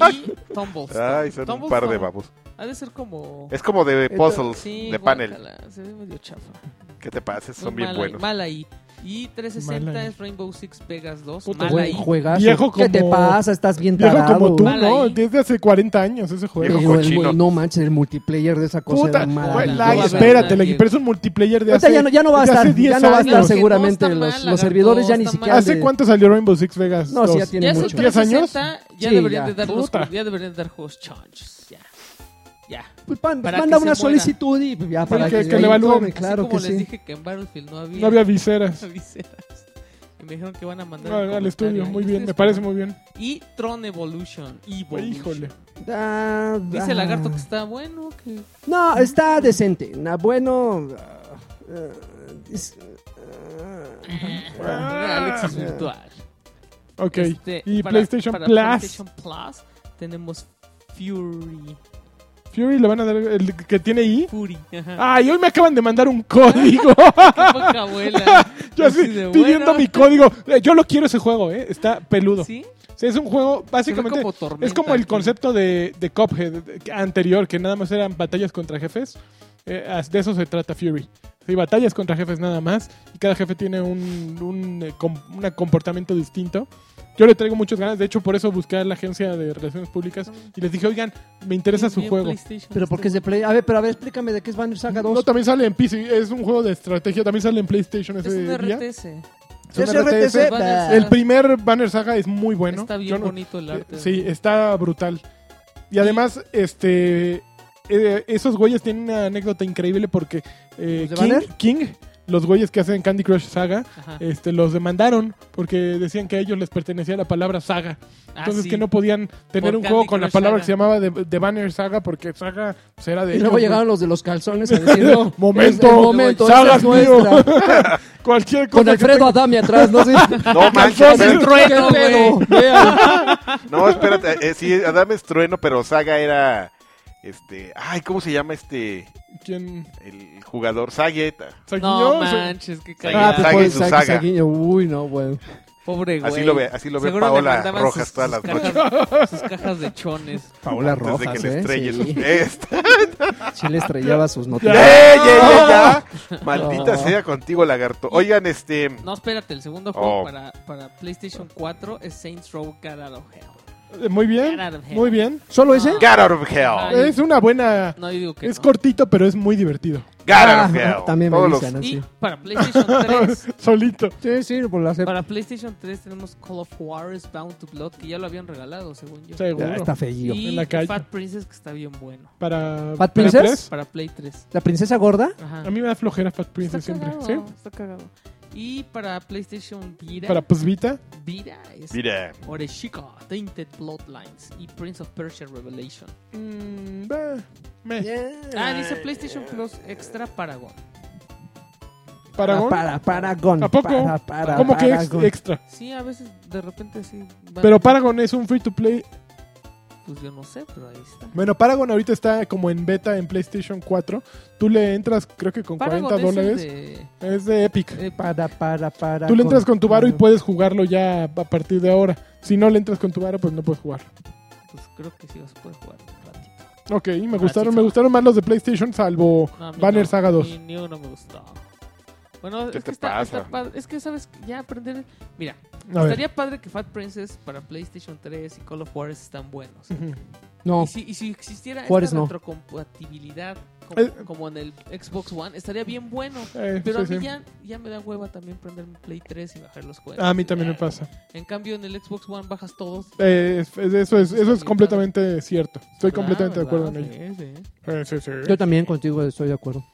Speaker 3: y Tumblestone.
Speaker 1: Ay, son un par de babos.
Speaker 3: Ha de ser como...
Speaker 1: Es como de puzzles,
Speaker 3: Sí,
Speaker 1: de panel.
Speaker 3: guácala, Se ve medio chafa.
Speaker 1: ¿Qué te pasa? Son
Speaker 3: Muy
Speaker 1: bien
Speaker 3: mala-
Speaker 1: buenos.
Speaker 3: Mala ahí. Y 360
Speaker 2: Mala ahí.
Speaker 3: es Rainbow Six Vegas 2.
Speaker 2: Puta,
Speaker 3: mala
Speaker 4: Buen
Speaker 3: ahí.
Speaker 4: juegazo.
Speaker 2: Viejo
Speaker 4: ¿Qué te
Speaker 2: como-
Speaker 4: pasa? Estás
Speaker 2: [LAUGHS]
Speaker 4: bien
Speaker 2: Viejo
Speaker 4: tarado.
Speaker 2: como tú,
Speaker 3: Mal
Speaker 2: ¿no?
Speaker 3: ahí.
Speaker 2: Desde hace 40 años ese
Speaker 1: Viejo
Speaker 2: juego.
Speaker 4: Pero el
Speaker 1: cochino.
Speaker 4: mu- no manches, el multiplayer de esa cosa
Speaker 2: Puta,
Speaker 4: era
Speaker 2: güey,
Speaker 4: maravilloso.
Speaker 2: la-
Speaker 3: maravilloso.
Speaker 2: espérate, la-
Speaker 3: Ahorita
Speaker 2: pero es un multiplayer de
Speaker 4: Ahorita
Speaker 2: hace
Speaker 4: ya no, ya no va a
Speaker 2: desde hace
Speaker 4: estar,
Speaker 2: 10
Speaker 4: ya no va a estar
Speaker 2: años.
Speaker 4: seguramente.
Speaker 3: No, está
Speaker 4: los,
Speaker 3: mal,
Speaker 4: los
Speaker 3: lagarto,
Speaker 4: servidores ya ni
Speaker 3: está
Speaker 4: siquiera.
Speaker 3: mal.
Speaker 2: ¿Hace
Speaker 4: de-
Speaker 2: cuánto salió Rainbow Six Vegas?
Speaker 4: No, sí,
Speaker 2: 2?
Speaker 4: ya tiene
Speaker 3: Ya es el
Speaker 4: mucho.
Speaker 2: ¿Diez años?
Speaker 3: 360,
Speaker 4: Sí,
Speaker 3: Ya, deberían,
Speaker 4: ya.
Speaker 3: De dar los,
Speaker 2: Puta.
Speaker 3: ya deberían de dar juegos chonchos. Ya. Ya.
Speaker 4: Pues pan-
Speaker 3: Para
Speaker 4: manda
Speaker 3: que se
Speaker 4: una
Speaker 3: muera.
Speaker 4: solicitud y ya para
Speaker 2: que-
Speaker 4: que,
Speaker 2: que le evalúen.
Speaker 4: tome,
Speaker 3: Así como
Speaker 4: Claro que
Speaker 3: les
Speaker 4: sí.
Speaker 3: dije que en Battlefield no había,
Speaker 2: No había viseras.
Speaker 3: [LAUGHS] viseras. Y me dijeron que van a mandar.
Speaker 2: No,
Speaker 3: el
Speaker 2: al estudio,
Speaker 3: comentario.
Speaker 2: muy
Speaker 3: Ahí
Speaker 2: bien,
Speaker 3: ustedes
Speaker 2: me parece
Speaker 3: pongan.
Speaker 2: muy bien.
Speaker 3: Y Tron Evolution. Evolution.
Speaker 2: Híjole.
Speaker 4: Ah,
Speaker 3: Dice
Speaker 4: ah.
Speaker 3: el lagarto que está bueno. Que...
Speaker 4: No, está decente. Na- bueno. ah, ah, es- ah,
Speaker 3: Alex es virtual.
Speaker 2: Ok.
Speaker 3: Este,
Speaker 2: y
Speaker 3: para-
Speaker 2: PlayStation
Speaker 3: para
Speaker 2: Plus.
Speaker 3: PlayStation Plus tenemos Fury.
Speaker 2: Fury le van a dar el que tiene I.
Speaker 3: Fury. [LAUGHS] Ajá.
Speaker 2: Ay, hoy me acaban de mandar un código. [LAUGHS]
Speaker 3: Qué poca abuela.
Speaker 2: Yo así,
Speaker 3: Así de,
Speaker 2: pidiendo
Speaker 3: bueno.
Speaker 2: mi código. Eh, Yo lo quiero ese juego, ¿eh? Está peludo.
Speaker 3: ¿Sí?
Speaker 2: O sea, es un juego,
Speaker 3: Se ve
Speaker 2: básicamente.
Speaker 3: como tormenta
Speaker 2: Es como el
Speaker 3: aquí.
Speaker 2: concepto de, de Cuphead de- que- anterior, que nada más eran batallas contra jefes. Eh, as- de eso se trata Fury. Sí, batallas contra jefes nada más. Y cada jefe tiene un, un, eh, com- una comportamiento distinto. Yo le traigo muchas ganas. De hecho, por eso busqué a la agencia de relaciones públicas. Y les dije, oigan, me interesa
Speaker 3: Bien,
Speaker 2: su
Speaker 3: bien
Speaker 2: juego.
Speaker 3: PlayStation
Speaker 4: Pero
Speaker 3: este
Speaker 4: porque es de Play. A ver, pero a ver, explícame de qué es Banner Saga 2.
Speaker 2: No, también sale en PC. Es un juego de estrategia. También sale en PlayStation
Speaker 3: Es
Speaker 2: ese
Speaker 3: un
Speaker 2: día.
Speaker 3: RTS.
Speaker 2: Es un
Speaker 4: Es
Speaker 2: RTS.
Speaker 4: RTS,
Speaker 3: RTS.
Speaker 4: bah.
Speaker 2: El primer Banner Saga es muy bueno.
Speaker 3: Está
Speaker 2: Yo
Speaker 3: bien
Speaker 2: no-
Speaker 3: bonito el arte.
Speaker 2: Eh, Sí, está brutal. Y además, este. eh, esos güeyes tienen una anécdota increíble porque eh,
Speaker 4: ¿Los de
Speaker 2: King,
Speaker 4: Banner?
Speaker 2: King, los güeyes que hacen Candy Crush Saga,
Speaker 3: Ajá.
Speaker 2: este, los demandaron porque decían que a ellos les pertenecía la palabra saga.
Speaker 3: Ah,
Speaker 2: Entonces
Speaker 3: sí.
Speaker 2: que no podían tener
Speaker 3: Por
Speaker 2: un juego
Speaker 3: Candy
Speaker 2: con la
Speaker 3: Crush
Speaker 2: palabra
Speaker 3: Saga.
Speaker 2: que se llamaba The, The Banner Saga porque saga pues, era de
Speaker 4: Y luego
Speaker 2: ellos,
Speaker 4: llegaron
Speaker 2: güey.
Speaker 4: los de los calzones [LAUGHS] a
Speaker 2: [LAUGHS]
Speaker 4: decir, no,
Speaker 2: Momento,
Speaker 4: es el momento, esa
Speaker 2: sagas
Speaker 4: es nuestra. [LAUGHS]
Speaker 2: [LAUGHS] Cualquier cosa
Speaker 4: Con
Speaker 2: que
Speaker 4: Alfredo
Speaker 2: tenga-
Speaker 4: Adame atrás, no sé.
Speaker 1: No manches,
Speaker 2: Calzones.
Speaker 1: espérate.
Speaker 3: trueno,
Speaker 4: ¿Qué pedo?
Speaker 1: No, espérate. eh, sí, Adam es trueno, pero Saga era. Este. Ay, ¿cómo se llama este.
Speaker 2: ¿Quién?
Speaker 1: El jugador? Sagueta.
Speaker 2: ¿Saguiño?
Speaker 3: No
Speaker 2: O sea,
Speaker 3: manches, qué
Speaker 1: Ah,
Speaker 3: cagada.
Speaker 1: pues, Saga y su
Speaker 4: Saga,
Speaker 1: saga.
Speaker 4: Saguiño. Uy, no, bueno.
Speaker 3: Pobre güey.
Speaker 1: Así lo ve, así lo ve
Speaker 3: Seguro le
Speaker 1: Paola
Speaker 3: mandaban
Speaker 1: Rojas
Speaker 3: sus-
Speaker 1: todas las
Speaker 3: sus
Speaker 1: noches.
Speaker 3: cajas- Sus cajas de chones.
Speaker 4: Paola
Speaker 1: Antes de que
Speaker 4: Rojas,
Speaker 1: le
Speaker 4: ¿eh?
Speaker 1: estrelle [LAUGHS]
Speaker 4: Sí.
Speaker 1: sus- Esta.
Speaker 4: Sí le estrellaba sus
Speaker 1: ¡Ey,
Speaker 4: noticias.
Speaker 1: ey, ey, ¡Eh, ya! Maldita
Speaker 4: Ah.
Speaker 1: sea contigo, lagarto. Oigan, este.
Speaker 3: No, espérate, el segundo juego
Speaker 1: Oh.
Speaker 3: para, para PlayStation 4 es Saints Row Get Out of Hell.
Speaker 2: eh, Muy bien,
Speaker 3: Get out of hell.
Speaker 2: muy bien.
Speaker 4: ¿Solo ese?
Speaker 1: Get out of hell.
Speaker 4: Ah,
Speaker 3: Ay.
Speaker 2: Es una buena...
Speaker 3: No, yo digo que
Speaker 2: Es
Speaker 3: no.
Speaker 2: cortito, pero es muy divertido. [LAUGHS]
Speaker 1: Get out of
Speaker 4: Ah,
Speaker 1: hell.
Speaker 4: También me
Speaker 1: Todos los-
Speaker 4: dicen
Speaker 3: Y
Speaker 4: así.
Speaker 3: para PlayStation 3,
Speaker 2: Solito.
Speaker 4: Sí, sí, por la
Speaker 3: para PlayStation 3 tenemos Call of War is Bound to Blood, que ya lo habían regalado, según yo.
Speaker 2: Seguro.
Speaker 4: Ah, Está feío.
Speaker 3: y
Speaker 2: en la calle.
Speaker 3: Fat Princess, que está bien bueno.
Speaker 2: Para,
Speaker 4: ¿Fat
Speaker 2: para
Speaker 4: Princess?
Speaker 2: tres.
Speaker 3: Para Play 3.
Speaker 4: ¿La princesa gorda?
Speaker 3: Ajá.
Speaker 2: A mí me da flojera Fat
Speaker 3: está
Speaker 2: Princess siempre.
Speaker 3: cagado,
Speaker 2: ¿Sí?
Speaker 3: está cagado. Y para PlayStation Vita,
Speaker 2: Para pues Vita.
Speaker 3: Vita es
Speaker 1: Mira.
Speaker 3: Oreshika, Tainted Bloodlines y Prince of Persia Revelation.
Speaker 2: mm, bah, meh.
Speaker 3: Ah, dice PlayStation Plus Extra Paragon.
Speaker 2: Paragon.
Speaker 4: Ah, para, Paragon.
Speaker 2: ¿A poco?
Speaker 4: Para, para,
Speaker 2: Como que ex-
Speaker 4: Paragon.
Speaker 2: extra.
Speaker 3: Sí, a veces de repente sí. van-
Speaker 2: Pero Paragon es un free to play.
Speaker 3: Pues yo no sé, pero ahí está.
Speaker 2: Bueno, Paragon ahorita está como en beta en PlayStation 4. Tú le entras, creo que con
Speaker 3: Paragon
Speaker 2: 40
Speaker 3: es el
Speaker 2: dólares.
Speaker 3: de-
Speaker 2: Es de Epic.
Speaker 3: eh,
Speaker 4: Para, para, para.
Speaker 2: Tú le entras con tu varo y puedes jugarlo ya a partir de ahora. Si no le entras con tu varo, pues no puedes jugarlo.
Speaker 3: pues creo que sí vas a poder jugar un ratito.
Speaker 2: Ok, me gustaron, me gustaron más los de PlayStation, salvo
Speaker 3: Ah, No, a mí
Speaker 2: Banner
Speaker 3: no,
Speaker 2: Saga 2.
Speaker 3: Ni, ni uno me gustó. Bueno,
Speaker 1: ¿Qué
Speaker 3: es
Speaker 1: te
Speaker 3: que está,
Speaker 1: pasa?
Speaker 3: está padre. Es que, ¿sabes? Ya aprender... Mira,
Speaker 2: A ver.
Speaker 3: estaría padre que Fat Princess para PlayStation 3 y Call of Juarez están buenos.
Speaker 2: Ujú.
Speaker 4: No,
Speaker 3: Y, si, y si existiera
Speaker 4: Juárez
Speaker 3: esta
Speaker 4: no.
Speaker 3: retrocompatibilidad como,
Speaker 2: Eh.
Speaker 3: como en el Xbox One, estaría bien bueno.
Speaker 2: Eh,
Speaker 3: Pero
Speaker 2: sí,
Speaker 3: a mí
Speaker 2: sí.
Speaker 3: Ya, ya me da hueva también prender mi Play 3 y bajar los juegos.
Speaker 2: A mí también me
Speaker 3: Eh,
Speaker 2: pasa.
Speaker 3: En cambio, en el Xbox One bajas todos.
Speaker 2: Eh, es- es- eso es, eso es completamente cierto. Estoy
Speaker 3: Ah,
Speaker 2: completamente de acuerdo en
Speaker 3: ¿verdad?
Speaker 2: ello.
Speaker 3: Sí, sí.
Speaker 2: Eh, sí, sí.
Speaker 4: yo también contigo estoy de acuerdo.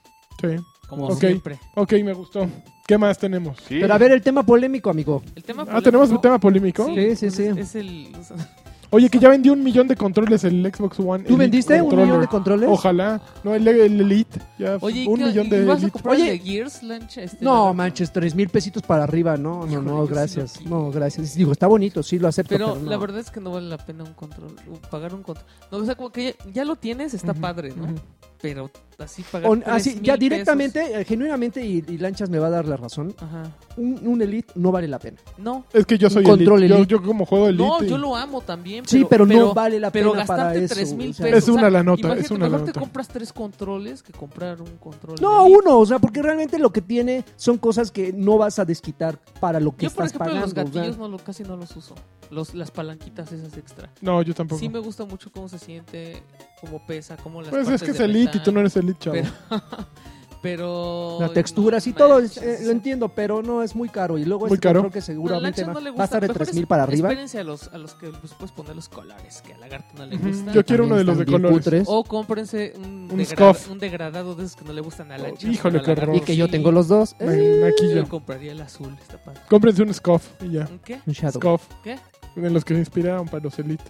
Speaker 2: Sí.
Speaker 3: Como
Speaker 2: Ok.
Speaker 3: siempre.
Speaker 2: Ok, me gustó. ¿Qué más tenemos?
Speaker 1: Sí.
Speaker 4: Pero a ver, el tema polémico, amigo.
Speaker 3: El tema
Speaker 2: Ah, ¿tenemos un
Speaker 3: polémico-
Speaker 2: tema polémico?
Speaker 4: Sí, sí,
Speaker 3: pues
Speaker 4: sí.
Speaker 3: Es, es el. o sea,
Speaker 2: [LAUGHS] Oye, que ya vendió un millón de controles el Xbox One.
Speaker 4: ¿Tú
Speaker 2: Elite
Speaker 4: vendiste un
Speaker 2: Controller.
Speaker 4: millón de controles?
Speaker 2: Ojalá. No, el, el Elite. Ya
Speaker 3: Oye, ¿y
Speaker 2: un
Speaker 3: qué-
Speaker 2: millón
Speaker 3: y
Speaker 2: de
Speaker 3: vas a
Speaker 2: Elite.
Speaker 3: comprar el
Speaker 4: Oye.
Speaker 3: de Gears, Lancha? Este,
Speaker 4: No,
Speaker 3: ¿verdad?
Speaker 4: manches, tres mil pesitos para arriba. No, no,
Speaker 3: Híjole, yo
Speaker 4: no,
Speaker 3: sí lo
Speaker 4: gracias.
Speaker 3: quiero.
Speaker 4: No, gracias. Digo, está bonito, sí, lo acepto.
Speaker 3: Pero
Speaker 4: Pero, no.
Speaker 3: la verdad es que no vale la pena un control, un- pagar un control. No, o sea, como que ya, ya lo tienes, está
Speaker 2: Ujú,
Speaker 3: padre, ¿no?
Speaker 2: ujú.
Speaker 3: Pero así pagar.
Speaker 4: O-
Speaker 3: tres
Speaker 4: así,
Speaker 3: mil
Speaker 4: ah, ya
Speaker 3: pesos-
Speaker 4: directamente, eh, genuinamente, y, y Lanchas me va a dar la razón.
Speaker 3: Ajá.
Speaker 4: Un, un Elite no vale la pena.
Speaker 3: No,
Speaker 2: Es que yo soy
Speaker 4: Un control
Speaker 2: Elite. Yo-
Speaker 4: Elite.
Speaker 2: Yo, como juego Elite.
Speaker 3: no,
Speaker 2: y-
Speaker 3: yo lo amo también.
Speaker 4: sí, pero, no
Speaker 3: pero
Speaker 4: vale la
Speaker 3: pero
Speaker 4: pena para
Speaker 3: gastarte
Speaker 4: eso.
Speaker 3: 3 mil
Speaker 4: o sea.
Speaker 3: pesos.
Speaker 2: Es una la nota,
Speaker 3: imagínate,
Speaker 2: es una la
Speaker 3: mejor
Speaker 2: nota.
Speaker 3: te compras tres controles que comprar un control.
Speaker 4: No,
Speaker 3: de mil.
Speaker 4: uno, o sea, porque realmente lo que tiene son cosas que no vas a desquitar para lo que
Speaker 3: Yo, por
Speaker 4: estás
Speaker 3: ejemplo, los
Speaker 4: pagando. o sea.
Speaker 3: gatillos no, lo- casi no los uso. Los, las palanquitas esas extra.
Speaker 2: No, yo tampoco.
Speaker 3: Sí me gusta mucho cómo se siente, cómo pesa, cómo las
Speaker 2: pues es
Speaker 3: partes
Speaker 2: que es
Speaker 3: de
Speaker 2: Elite y
Speaker 3: metal,
Speaker 2: tú no eres Elite, chavo.
Speaker 3: Pero, [LAUGHS] pero
Speaker 4: Las texturas y
Speaker 3: no
Speaker 4: todo,
Speaker 3: manches,
Speaker 4: es- eh,
Speaker 3: sí.
Speaker 4: lo entiendo, pero no es muy caro. Y luego
Speaker 2: Muy
Speaker 4: este
Speaker 2: caro.
Speaker 4: control que
Speaker 3: Pero a Lanchas
Speaker 4: seguramente va,
Speaker 3: no le
Speaker 4: va a
Speaker 3: gusta.
Speaker 4: estar de
Speaker 3: Mejor
Speaker 4: 3 mil para arriba.
Speaker 3: Espérense a los, a los que les puedes poner los colares, que a Lagarto no le
Speaker 2: Ujú.
Speaker 3: gustan.
Speaker 2: Yo quiero uno de los de
Speaker 4: También
Speaker 2: colores.
Speaker 4: cutres.
Speaker 3: O cómprense un,
Speaker 2: Un
Speaker 3: degrada-
Speaker 2: scuff.
Speaker 3: un degradado de esos que no le gustan a la
Speaker 2: Oh, híjole, qué horror.
Speaker 4: Y que yo tengo los dos.
Speaker 3: Oh,
Speaker 2: Ma-
Speaker 4: Eh,
Speaker 2: Maquillo.
Speaker 3: Yo compraría el azul, está padre.
Speaker 2: Cómprense un Scoff y ya.
Speaker 3: ¿Un
Speaker 4: [LAUGHS]
Speaker 3: ¿Qué?
Speaker 4: un Shadow.
Speaker 2: Scoff.
Speaker 3: ¿Qué?
Speaker 2: De los que se inspiraron para los Elite.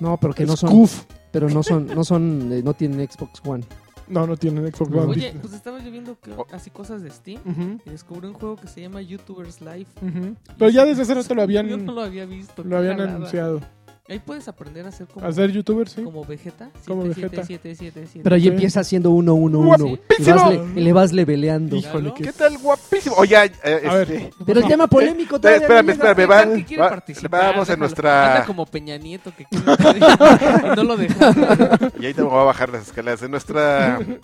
Speaker 4: No, pero que no son,
Speaker 2: Scoof.
Speaker 4: pero no son, no son, eh, no tienen Xbox One.
Speaker 2: No, no tienen Xbox
Speaker 4: No.
Speaker 2: One.
Speaker 3: Oye,
Speaker 2: Ujú,
Speaker 3: pues estaba yo viendo que-
Speaker 4: Oh.
Speaker 3: así cosas de Steam
Speaker 2: ujú.
Speaker 3: y descubrí un juego que se llama YouTubers Live.
Speaker 2: Pero ya desde hace rato lo
Speaker 3: Yo no
Speaker 2: habían,
Speaker 3: lo había visto.
Speaker 2: lo
Speaker 3: qué
Speaker 2: habían
Speaker 3: jalada.
Speaker 2: anunciado.
Speaker 3: Ahí puedes aprender a hacer como,
Speaker 2: ¿A ser youtuber, sí?
Speaker 3: como Vegeta.
Speaker 2: Como
Speaker 3: siete, siete,
Speaker 2: Vegeta.
Speaker 3: siete, siete, siete.
Speaker 4: Pero ahí
Speaker 2: Sí.
Speaker 4: empieza siendo 1 1
Speaker 2: Guap-
Speaker 4: 1 güey. y, vas le- y le vas leveleando.
Speaker 3: Hijo.
Speaker 2: Híjole, qué...
Speaker 1: ¿Qué tal guapísimo? Oye, eh,
Speaker 2: A ver.
Speaker 1: este,
Speaker 4: Pero el tema polémico
Speaker 1: espera,
Speaker 4: todavía
Speaker 1: espérame,
Speaker 4: no llega.
Speaker 1: espérame,
Speaker 3: Claro
Speaker 1: va-
Speaker 3: que quiere
Speaker 1: va-
Speaker 3: participar,
Speaker 1: vamos a
Speaker 3: déjalo.
Speaker 1: nuestra-
Speaker 3: Anda como Peña Nieto que quiere estar ahí, y no lo deja.
Speaker 1: Y ahí te voy a bajar las escaleras. En nuestra. [LAUGHS]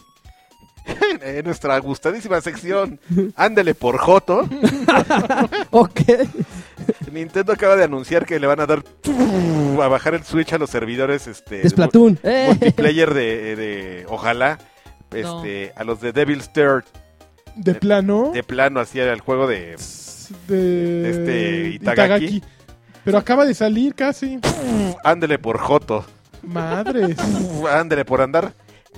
Speaker 1: En nuestra gustadísima sección, ándale por Joto.
Speaker 4: Ok.
Speaker 1: Nintendo acaba de anunciar que le van a dar a bajar el Switch a los servidores este
Speaker 4: De Splatoon. Eh.
Speaker 1: multiplayer de, de- ojalá este a los de Devil's Third
Speaker 2: De plano...
Speaker 1: de plano hacía el juego de
Speaker 2: de
Speaker 1: Este, Itagaki.
Speaker 2: Pero acaba de salir casi.
Speaker 1: ándale por Joto,
Speaker 2: Madres.
Speaker 1: ándale por andar.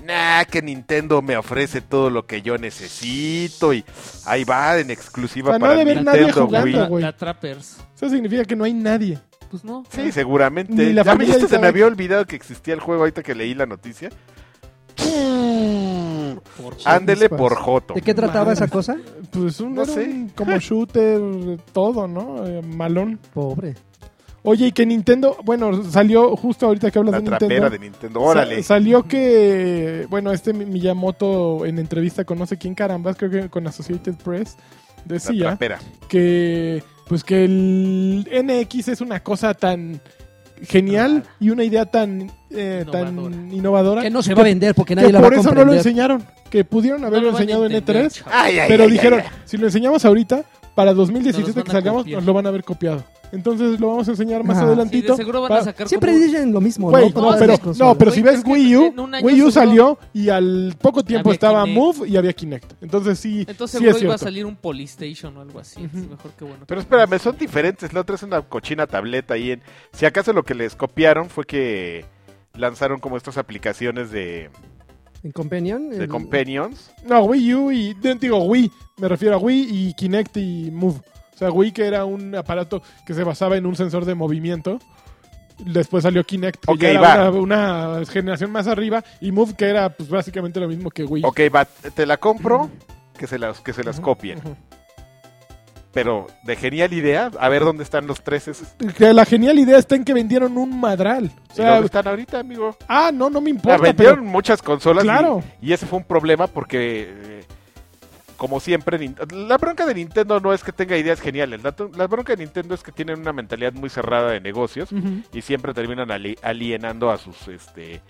Speaker 1: Nah, que Nintendo me ofrece todo lo que yo necesito y ahí va en exclusiva
Speaker 2: O sea, no ha
Speaker 1: para
Speaker 2: de haber
Speaker 1: Nintendo
Speaker 2: [LAUGHS] nadie
Speaker 1: Wii.
Speaker 2: jugando, güey.
Speaker 3: La Trappers.
Speaker 2: Eso significa que no hay nadie.
Speaker 3: Pues no.
Speaker 1: Sí, seguramente.
Speaker 2: Ni la
Speaker 1: ya me
Speaker 2: familia
Speaker 1: dijiste, se me
Speaker 2: Isabel.
Speaker 1: había olvidado que existía el juego ahorita que leí la noticia. Ándele por Joto.
Speaker 4: ¿De qué trataba
Speaker 2: Madre.
Speaker 4: esa cosa?
Speaker 2: Pues un,
Speaker 1: No
Speaker 2: era
Speaker 1: sé.
Speaker 2: un como shooter, todo, ¿no? Eh, malón.
Speaker 4: Pobre.
Speaker 2: Oye, y que Nintendo, bueno, salió justo ahorita que hablas
Speaker 1: La
Speaker 2: de Nintendo.
Speaker 1: trapera de Nintendo. Órale.
Speaker 2: Sa- salió que, bueno, este Mi- Miyamoto en entrevista con no sé quién carambas, creo que con Associated Press,
Speaker 1: La
Speaker 2: decía
Speaker 1: trapera.
Speaker 2: que pues que el NX es una cosa tan genial y una idea tan eh, tan innovadora
Speaker 4: Que no se va a vender porque nadie
Speaker 2: que
Speaker 4: la va a
Speaker 2: por eso no lo
Speaker 4: comprender.
Speaker 2: enseñaron, que pudieron haberlo
Speaker 3: lo van a
Speaker 2: enseñado en E
Speaker 3: entender,
Speaker 2: E3,
Speaker 3: chaval.
Speaker 1: Ay, ay,
Speaker 2: pero
Speaker 1: ay,
Speaker 2: dijeron,
Speaker 1: ay, ay.
Speaker 2: si lo enseñamos ahorita para 2017
Speaker 3: Nos los
Speaker 2: que
Speaker 3: van a
Speaker 2: salgamos
Speaker 3: copiar.
Speaker 2: nos lo van a haber copiado. Entonces lo vamos a enseñar más
Speaker 4: Ah.
Speaker 3: Sí,
Speaker 2: adelantito.
Speaker 3: de seguro van
Speaker 2: pa-
Speaker 3: a sacar
Speaker 4: Siempre
Speaker 3: como-
Speaker 4: dicen lo mismo,
Speaker 2: Güey,
Speaker 4: ¿no?
Speaker 2: Pues, no,
Speaker 4: Todas
Speaker 2: pero,
Speaker 4: las consolas.
Speaker 2: no, pero si
Speaker 3: Güey,
Speaker 2: ves
Speaker 3: es que
Speaker 2: Wii U,
Speaker 3: en un año
Speaker 2: Wii U
Speaker 3: seguro-
Speaker 2: salió y al poco tiempo
Speaker 3: Había
Speaker 2: estaba
Speaker 3: Kinect.
Speaker 2: Move y había Kinect. Entonces sí,
Speaker 3: Entonces
Speaker 2: sí
Speaker 3: seguro
Speaker 2: es
Speaker 3: iba a
Speaker 2: cierto.
Speaker 3: salir un Polystation o algo así. entonces
Speaker 2: Ujú.
Speaker 3: Mejor que bueno.
Speaker 1: Pero espérame, son diferentes. La otra es una cochina tableta ahí en. Si acaso lo que les copiaron fue que lanzaron como estas aplicaciones de,
Speaker 4: ¿En Companion?
Speaker 1: de
Speaker 4: El-
Speaker 1: Companions.
Speaker 2: No, Wii U y. de- Digo, Wii. Me refiero a Wii y Kinect y Move. O sea, Wii que era un aparato que se basaba en un sensor de movimiento. Después salió Kinect, que
Speaker 1: Ok,
Speaker 2: ya
Speaker 1: va.
Speaker 2: era una, una generación más arriba. Y Move, que era pues básicamente lo mismo que Wii.
Speaker 1: Ok, va, te la compro. que se las, que se las
Speaker 2: Ujú,
Speaker 1: copien.
Speaker 2: ujú.
Speaker 1: Pero de genial idea, a ver dónde están los tres esos.
Speaker 2: Que la genial idea está en que vendieron un madral. O
Speaker 1: ¿Y
Speaker 2: sea,
Speaker 1: dónde están ahorita, amigo?
Speaker 2: ah, no, no me
Speaker 1: Ah,
Speaker 2: importa.
Speaker 1: vendieron
Speaker 2: pero-
Speaker 1: muchas consolas. y-
Speaker 2: Claro.
Speaker 1: Y, ese fue un problema porque, eh, como siempre, Nin- la bronca de Nintendo no es que tenga ideas geniales. La, to- la bronca de Nintendo es que tienen una mentalidad muy cerrada de negocios
Speaker 2: Ujú.
Speaker 1: y siempre terminan ali- alienando a sus este,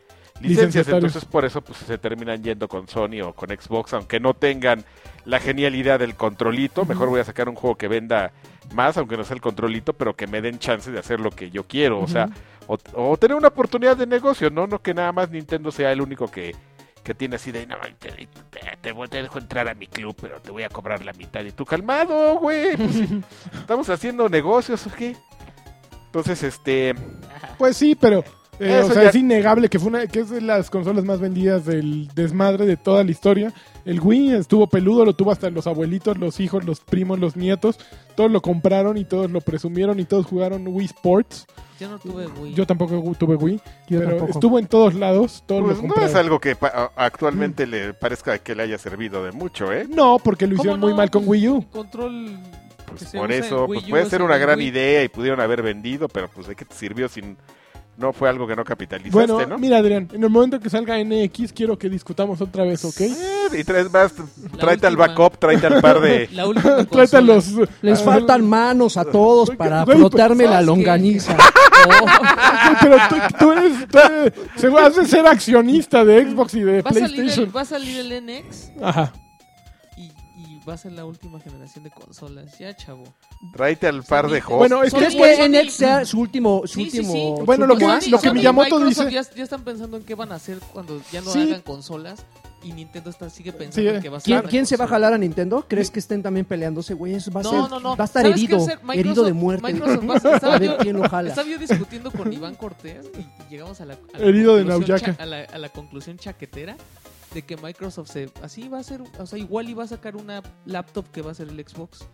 Speaker 1: licencias.
Speaker 2: Licenciatarios.
Speaker 1: Entonces, por eso pues, se terminan yendo con Sony o con Xbox, aunque no tengan la genialidad del controlito. Mejor voy a sacar un juego que venda más, aunque no sea el controlito, pero que me den chance de hacer lo que yo quiero. O sea, o, o tener una oportunidad de negocio, ¿no? No que nada más Nintendo sea el único que, que tiene así de, no, te, te, te voy- te dejo entrar a mi club, pero te voy a cobrar la mitad. Y tú, calmado, güey.
Speaker 2: [LAUGHS]
Speaker 1: pues, sí, estamos haciendo negocios, ¿o qué? Entonces, este...
Speaker 2: Pues sí, pero eh,
Speaker 1: Eso
Speaker 2: o sea,
Speaker 1: ya-
Speaker 2: es innegable que fue una, que es de las consolas más vendidas del desmadre de toda la historia. El Wii estuvo peludo, lo tuvo hasta los abuelitos, los hijos, los primos, los nietos. Todos lo compraron y todos lo presumieron y todos jugaron Wii Sports.
Speaker 3: Yo no tuve Wii.
Speaker 2: Yo tampoco tuve Wii,
Speaker 4: Yo
Speaker 2: pero
Speaker 4: tampoco.
Speaker 2: estuvo en todos lados. Todos
Speaker 1: Pues
Speaker 2: lo
Speaker 1: no es
Speaker 2: compraron.
Speaker 1: algo que pa- a- actualmente le parezca que le haya servido de mucho, ¿eh?
Speaker 2: No, porque lo
Speaker 3: ¿Cómo
Speaker 2: hicieron
Speaker 3: no?
Speaker 2: muy mal con
Speaker 3: Pues,
Speaker 2: Wii U.
Speaker 3: el Control. que se
Speaker 1: Por
Speaker 3: usa en
Speaker 1: eso,
Speaker 3: Wii
Speaker 1: pues
Speaker 3: U
Speaker 1: puede
Speaker 3: es
Speaker 1: ser
Speaker 3: el
Speaker 1: una gran
Speaker 3: Wii.
Speaker 1: idea y pudieron haber vendido, pero pues de qué te sirvió si no fue algo que no capitalizaste,
Speaker 2: Bueno,
Speaker 1: ¿no?
Speaker 2: mira Adrián, en el momento que salga NX quiero que discutamos otra vez, ¿ok?
Speaker 1: Eh, y traes más, tráete al
Speaker 3: última.
Speaker 1: backup, tráete al par
Speaker 3: [LAUGHS]
Speaker 1: de...
Speaker 3: La
Speaker 2: [LAUGHS]
Speaker 3: última
Speaker 2: Tráete a
Speaker 3: consola.
Speaker 2: los...
Speaker 4: Les
Speaker 2: a-
Speaker 4: faltan manos a todos para
Speaker 2: Güey,
Speaker 4: frotarme la
Speaker 3: ¿sabes qué?
Speaker 4: longaniza. [LAUGHS]
Speaker 3: No,
Speaker 4: Oh.
Speaker 2: Güey, pero tú, tú eres, tú eres- se va a hacer ser accionista de Xbox y de
Speaker 3: va, a salir el,
Speaker 2: PlayStation.
Speaker 3: va a salir el NX
Speaker 2: Ajá.
Speaker 3: y, y va a ser la última generación de consolas. Ya, chavo.
Speaker 1: Tráete al par de hosts.
Speaker 2: Bueno, es que
Speaker 4: ¿Crees
Speaker 3: Sony,
Speaker 4: que
Speaker 3: Sony.
Speaker 4: NX sea su último, su
Speaker 3: Sí, sí,
Speaker 4: último?
Speaker 3: sí.
Speaker 4: su
Speaker 2: Bueno, lo
Speaker 4: último
Speaker 2: que-
Speaker 4: acto?
Speaker 2: lo que
Speaker 3: Sony y
Speaker 2: Miyamoto
Speaker 3: Microsoft
Speaker 2: dice-
Speaker 3: Ya, ya están pensando en qué van a hacer cuando ya no
Speaker 2: Sí.
Speaker 3: hagan consolas y Nintendo está, sigue pensando
Speaker 2: Sí, eh.
Speaker 3: en que va a ser.
Speaker 4: ¿Quién,
Speaker 3: una
Speaker 4: quién se va a
Speaker 3: consola.
Speaker 4: jalar a Nintendo? ¿Crees que estén también peleándose, güey? Eso Va a,
Speaker 3: No,
Speaker 4: ser-
Speaker 3: no, no.
Speaker 4: Va a estar
Speaker 3: ¿Sabes qué
Speaker 4: herido,
Speaker 3: va a ser? Microsoft-
Speaker 4: herido de muerte.
Speaker 3: Microsoft va a ser- estaba
Speaker 4: [LAUGHS] a ver
Speaker 3: yo-
Speaker 4: quién lo jala.
Speaker 3: Estaba yo discutiendo con Iván Cortés y- y llegamos a la, a la
Speaker 2: [LAUGHS] Herido de
Speaker 3: conclusión
Speaker 2: Nauyaca.
Speaker 3: cha- a, la, a la conclusión chaquetera de que Microsoft se así va a ser, o sea, igual iba a sacar una laptop que va a ser el Xbox.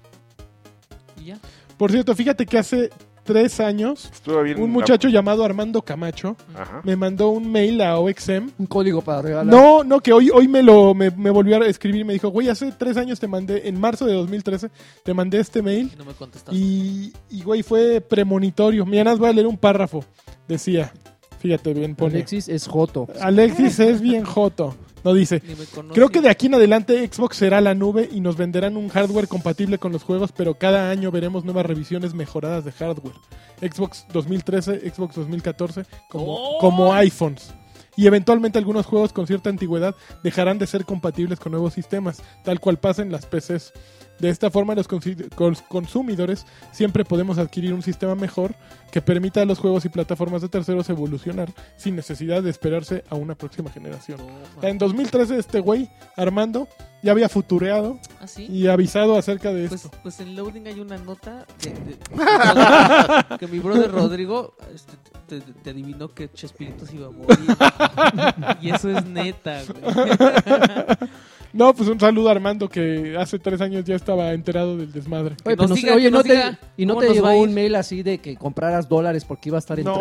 Speaker 3: Y ya.
Speaker 2: Por cierto, fíjate que hace tres años
Speaker 1: Estuvo bien
Speaker 2: un
Speaker 1: la-
Speaker 2: muchacho llamado Armando Camacho
Speaker 1: Ajá.
Speaker 2: me mandó un mail a OXM.
Speaker 4: Un código para regalar.
Speaker 2: No, no, que hoy, hoy me lo me, me volvió a escribir y me dijo, güey, hace tres años te mandé, en marzo de 2013, te mandé este mail
Speaker 3: Y no me contestaste.
Speaker 2: Y, y, güey, fue premonitorio. Mira, nada más voy a leer un párrafo. Decía, fíjate bien, pone. Alexis,
Speaker 4: Alexis es Joto.
Speaker 2: es bien joto. No dice.
Speaker 3: Ni me conoce.
Speaker 2: Creo que de aquí en adelante Xbox será la nube y nos venderán un hardware compatible con los juegos, pero cada año veremos nuevas revisiones mejoradas de hardware. Xbox 2013, Xbox 2014, como,
Speaker 3: ¡Oh!
Speaker 2: como iPhones. Y eventualmente algunos juegos con cierta antigüedad dejarán de ser compatibles con nuevos sistemas, tal cual pasa en las PCs. De esta forma los consi- cons- consumidores siempre podemos adquirir un sistema mejor que permita a los juegos y plataformas de terceros evolucionar sin necesidad de esperarse a una próxima generación.
Speaker 3: No,
Speaker 2: O sea,
Speaker 3: man.
Speaker 2: En 2013 este güey, Armando, ya había futureado
Speaker 3: ¿Ah, sí?
Speaker 2: y avisado acerca de
Speaker 3: Pues,
Speaker 2: esto.
Speaker 3: pues en Loading hay una nota de-
Speaker 2: [LAUGHS]
Speaker 3: de- que mi brother Rodrigo este, te, te- te adivinó que Chespirito se iba a morir. Y eso es neta,
Speaker 2: [LAUGHS]
Speaker 3: güey.
Speaker 2: No, pues un saludo a Armando que hace tres años ya estaba enterado del desmadre.
Speaker 4: Oye,
Speaker 3: Que
Speaker 4: pues
Speaker 3: nos
Speaker 4: no sé,
Speaker 3: diga,
Speaker 4: oye,
Speaker 3: que
Speaker 4: no
Speaker 3: nos
Speaker 4: te,
Speaker 3: diga
Speaker 4: y no
Speaker 3: cómo
Speaker 4: te
Speaker 3: nos va a
Speaker 4: llegó
Speaker 3: ir.
Speaker 4: un mail así de que compraras dólares porque iba a estar en
Speaker 2: No,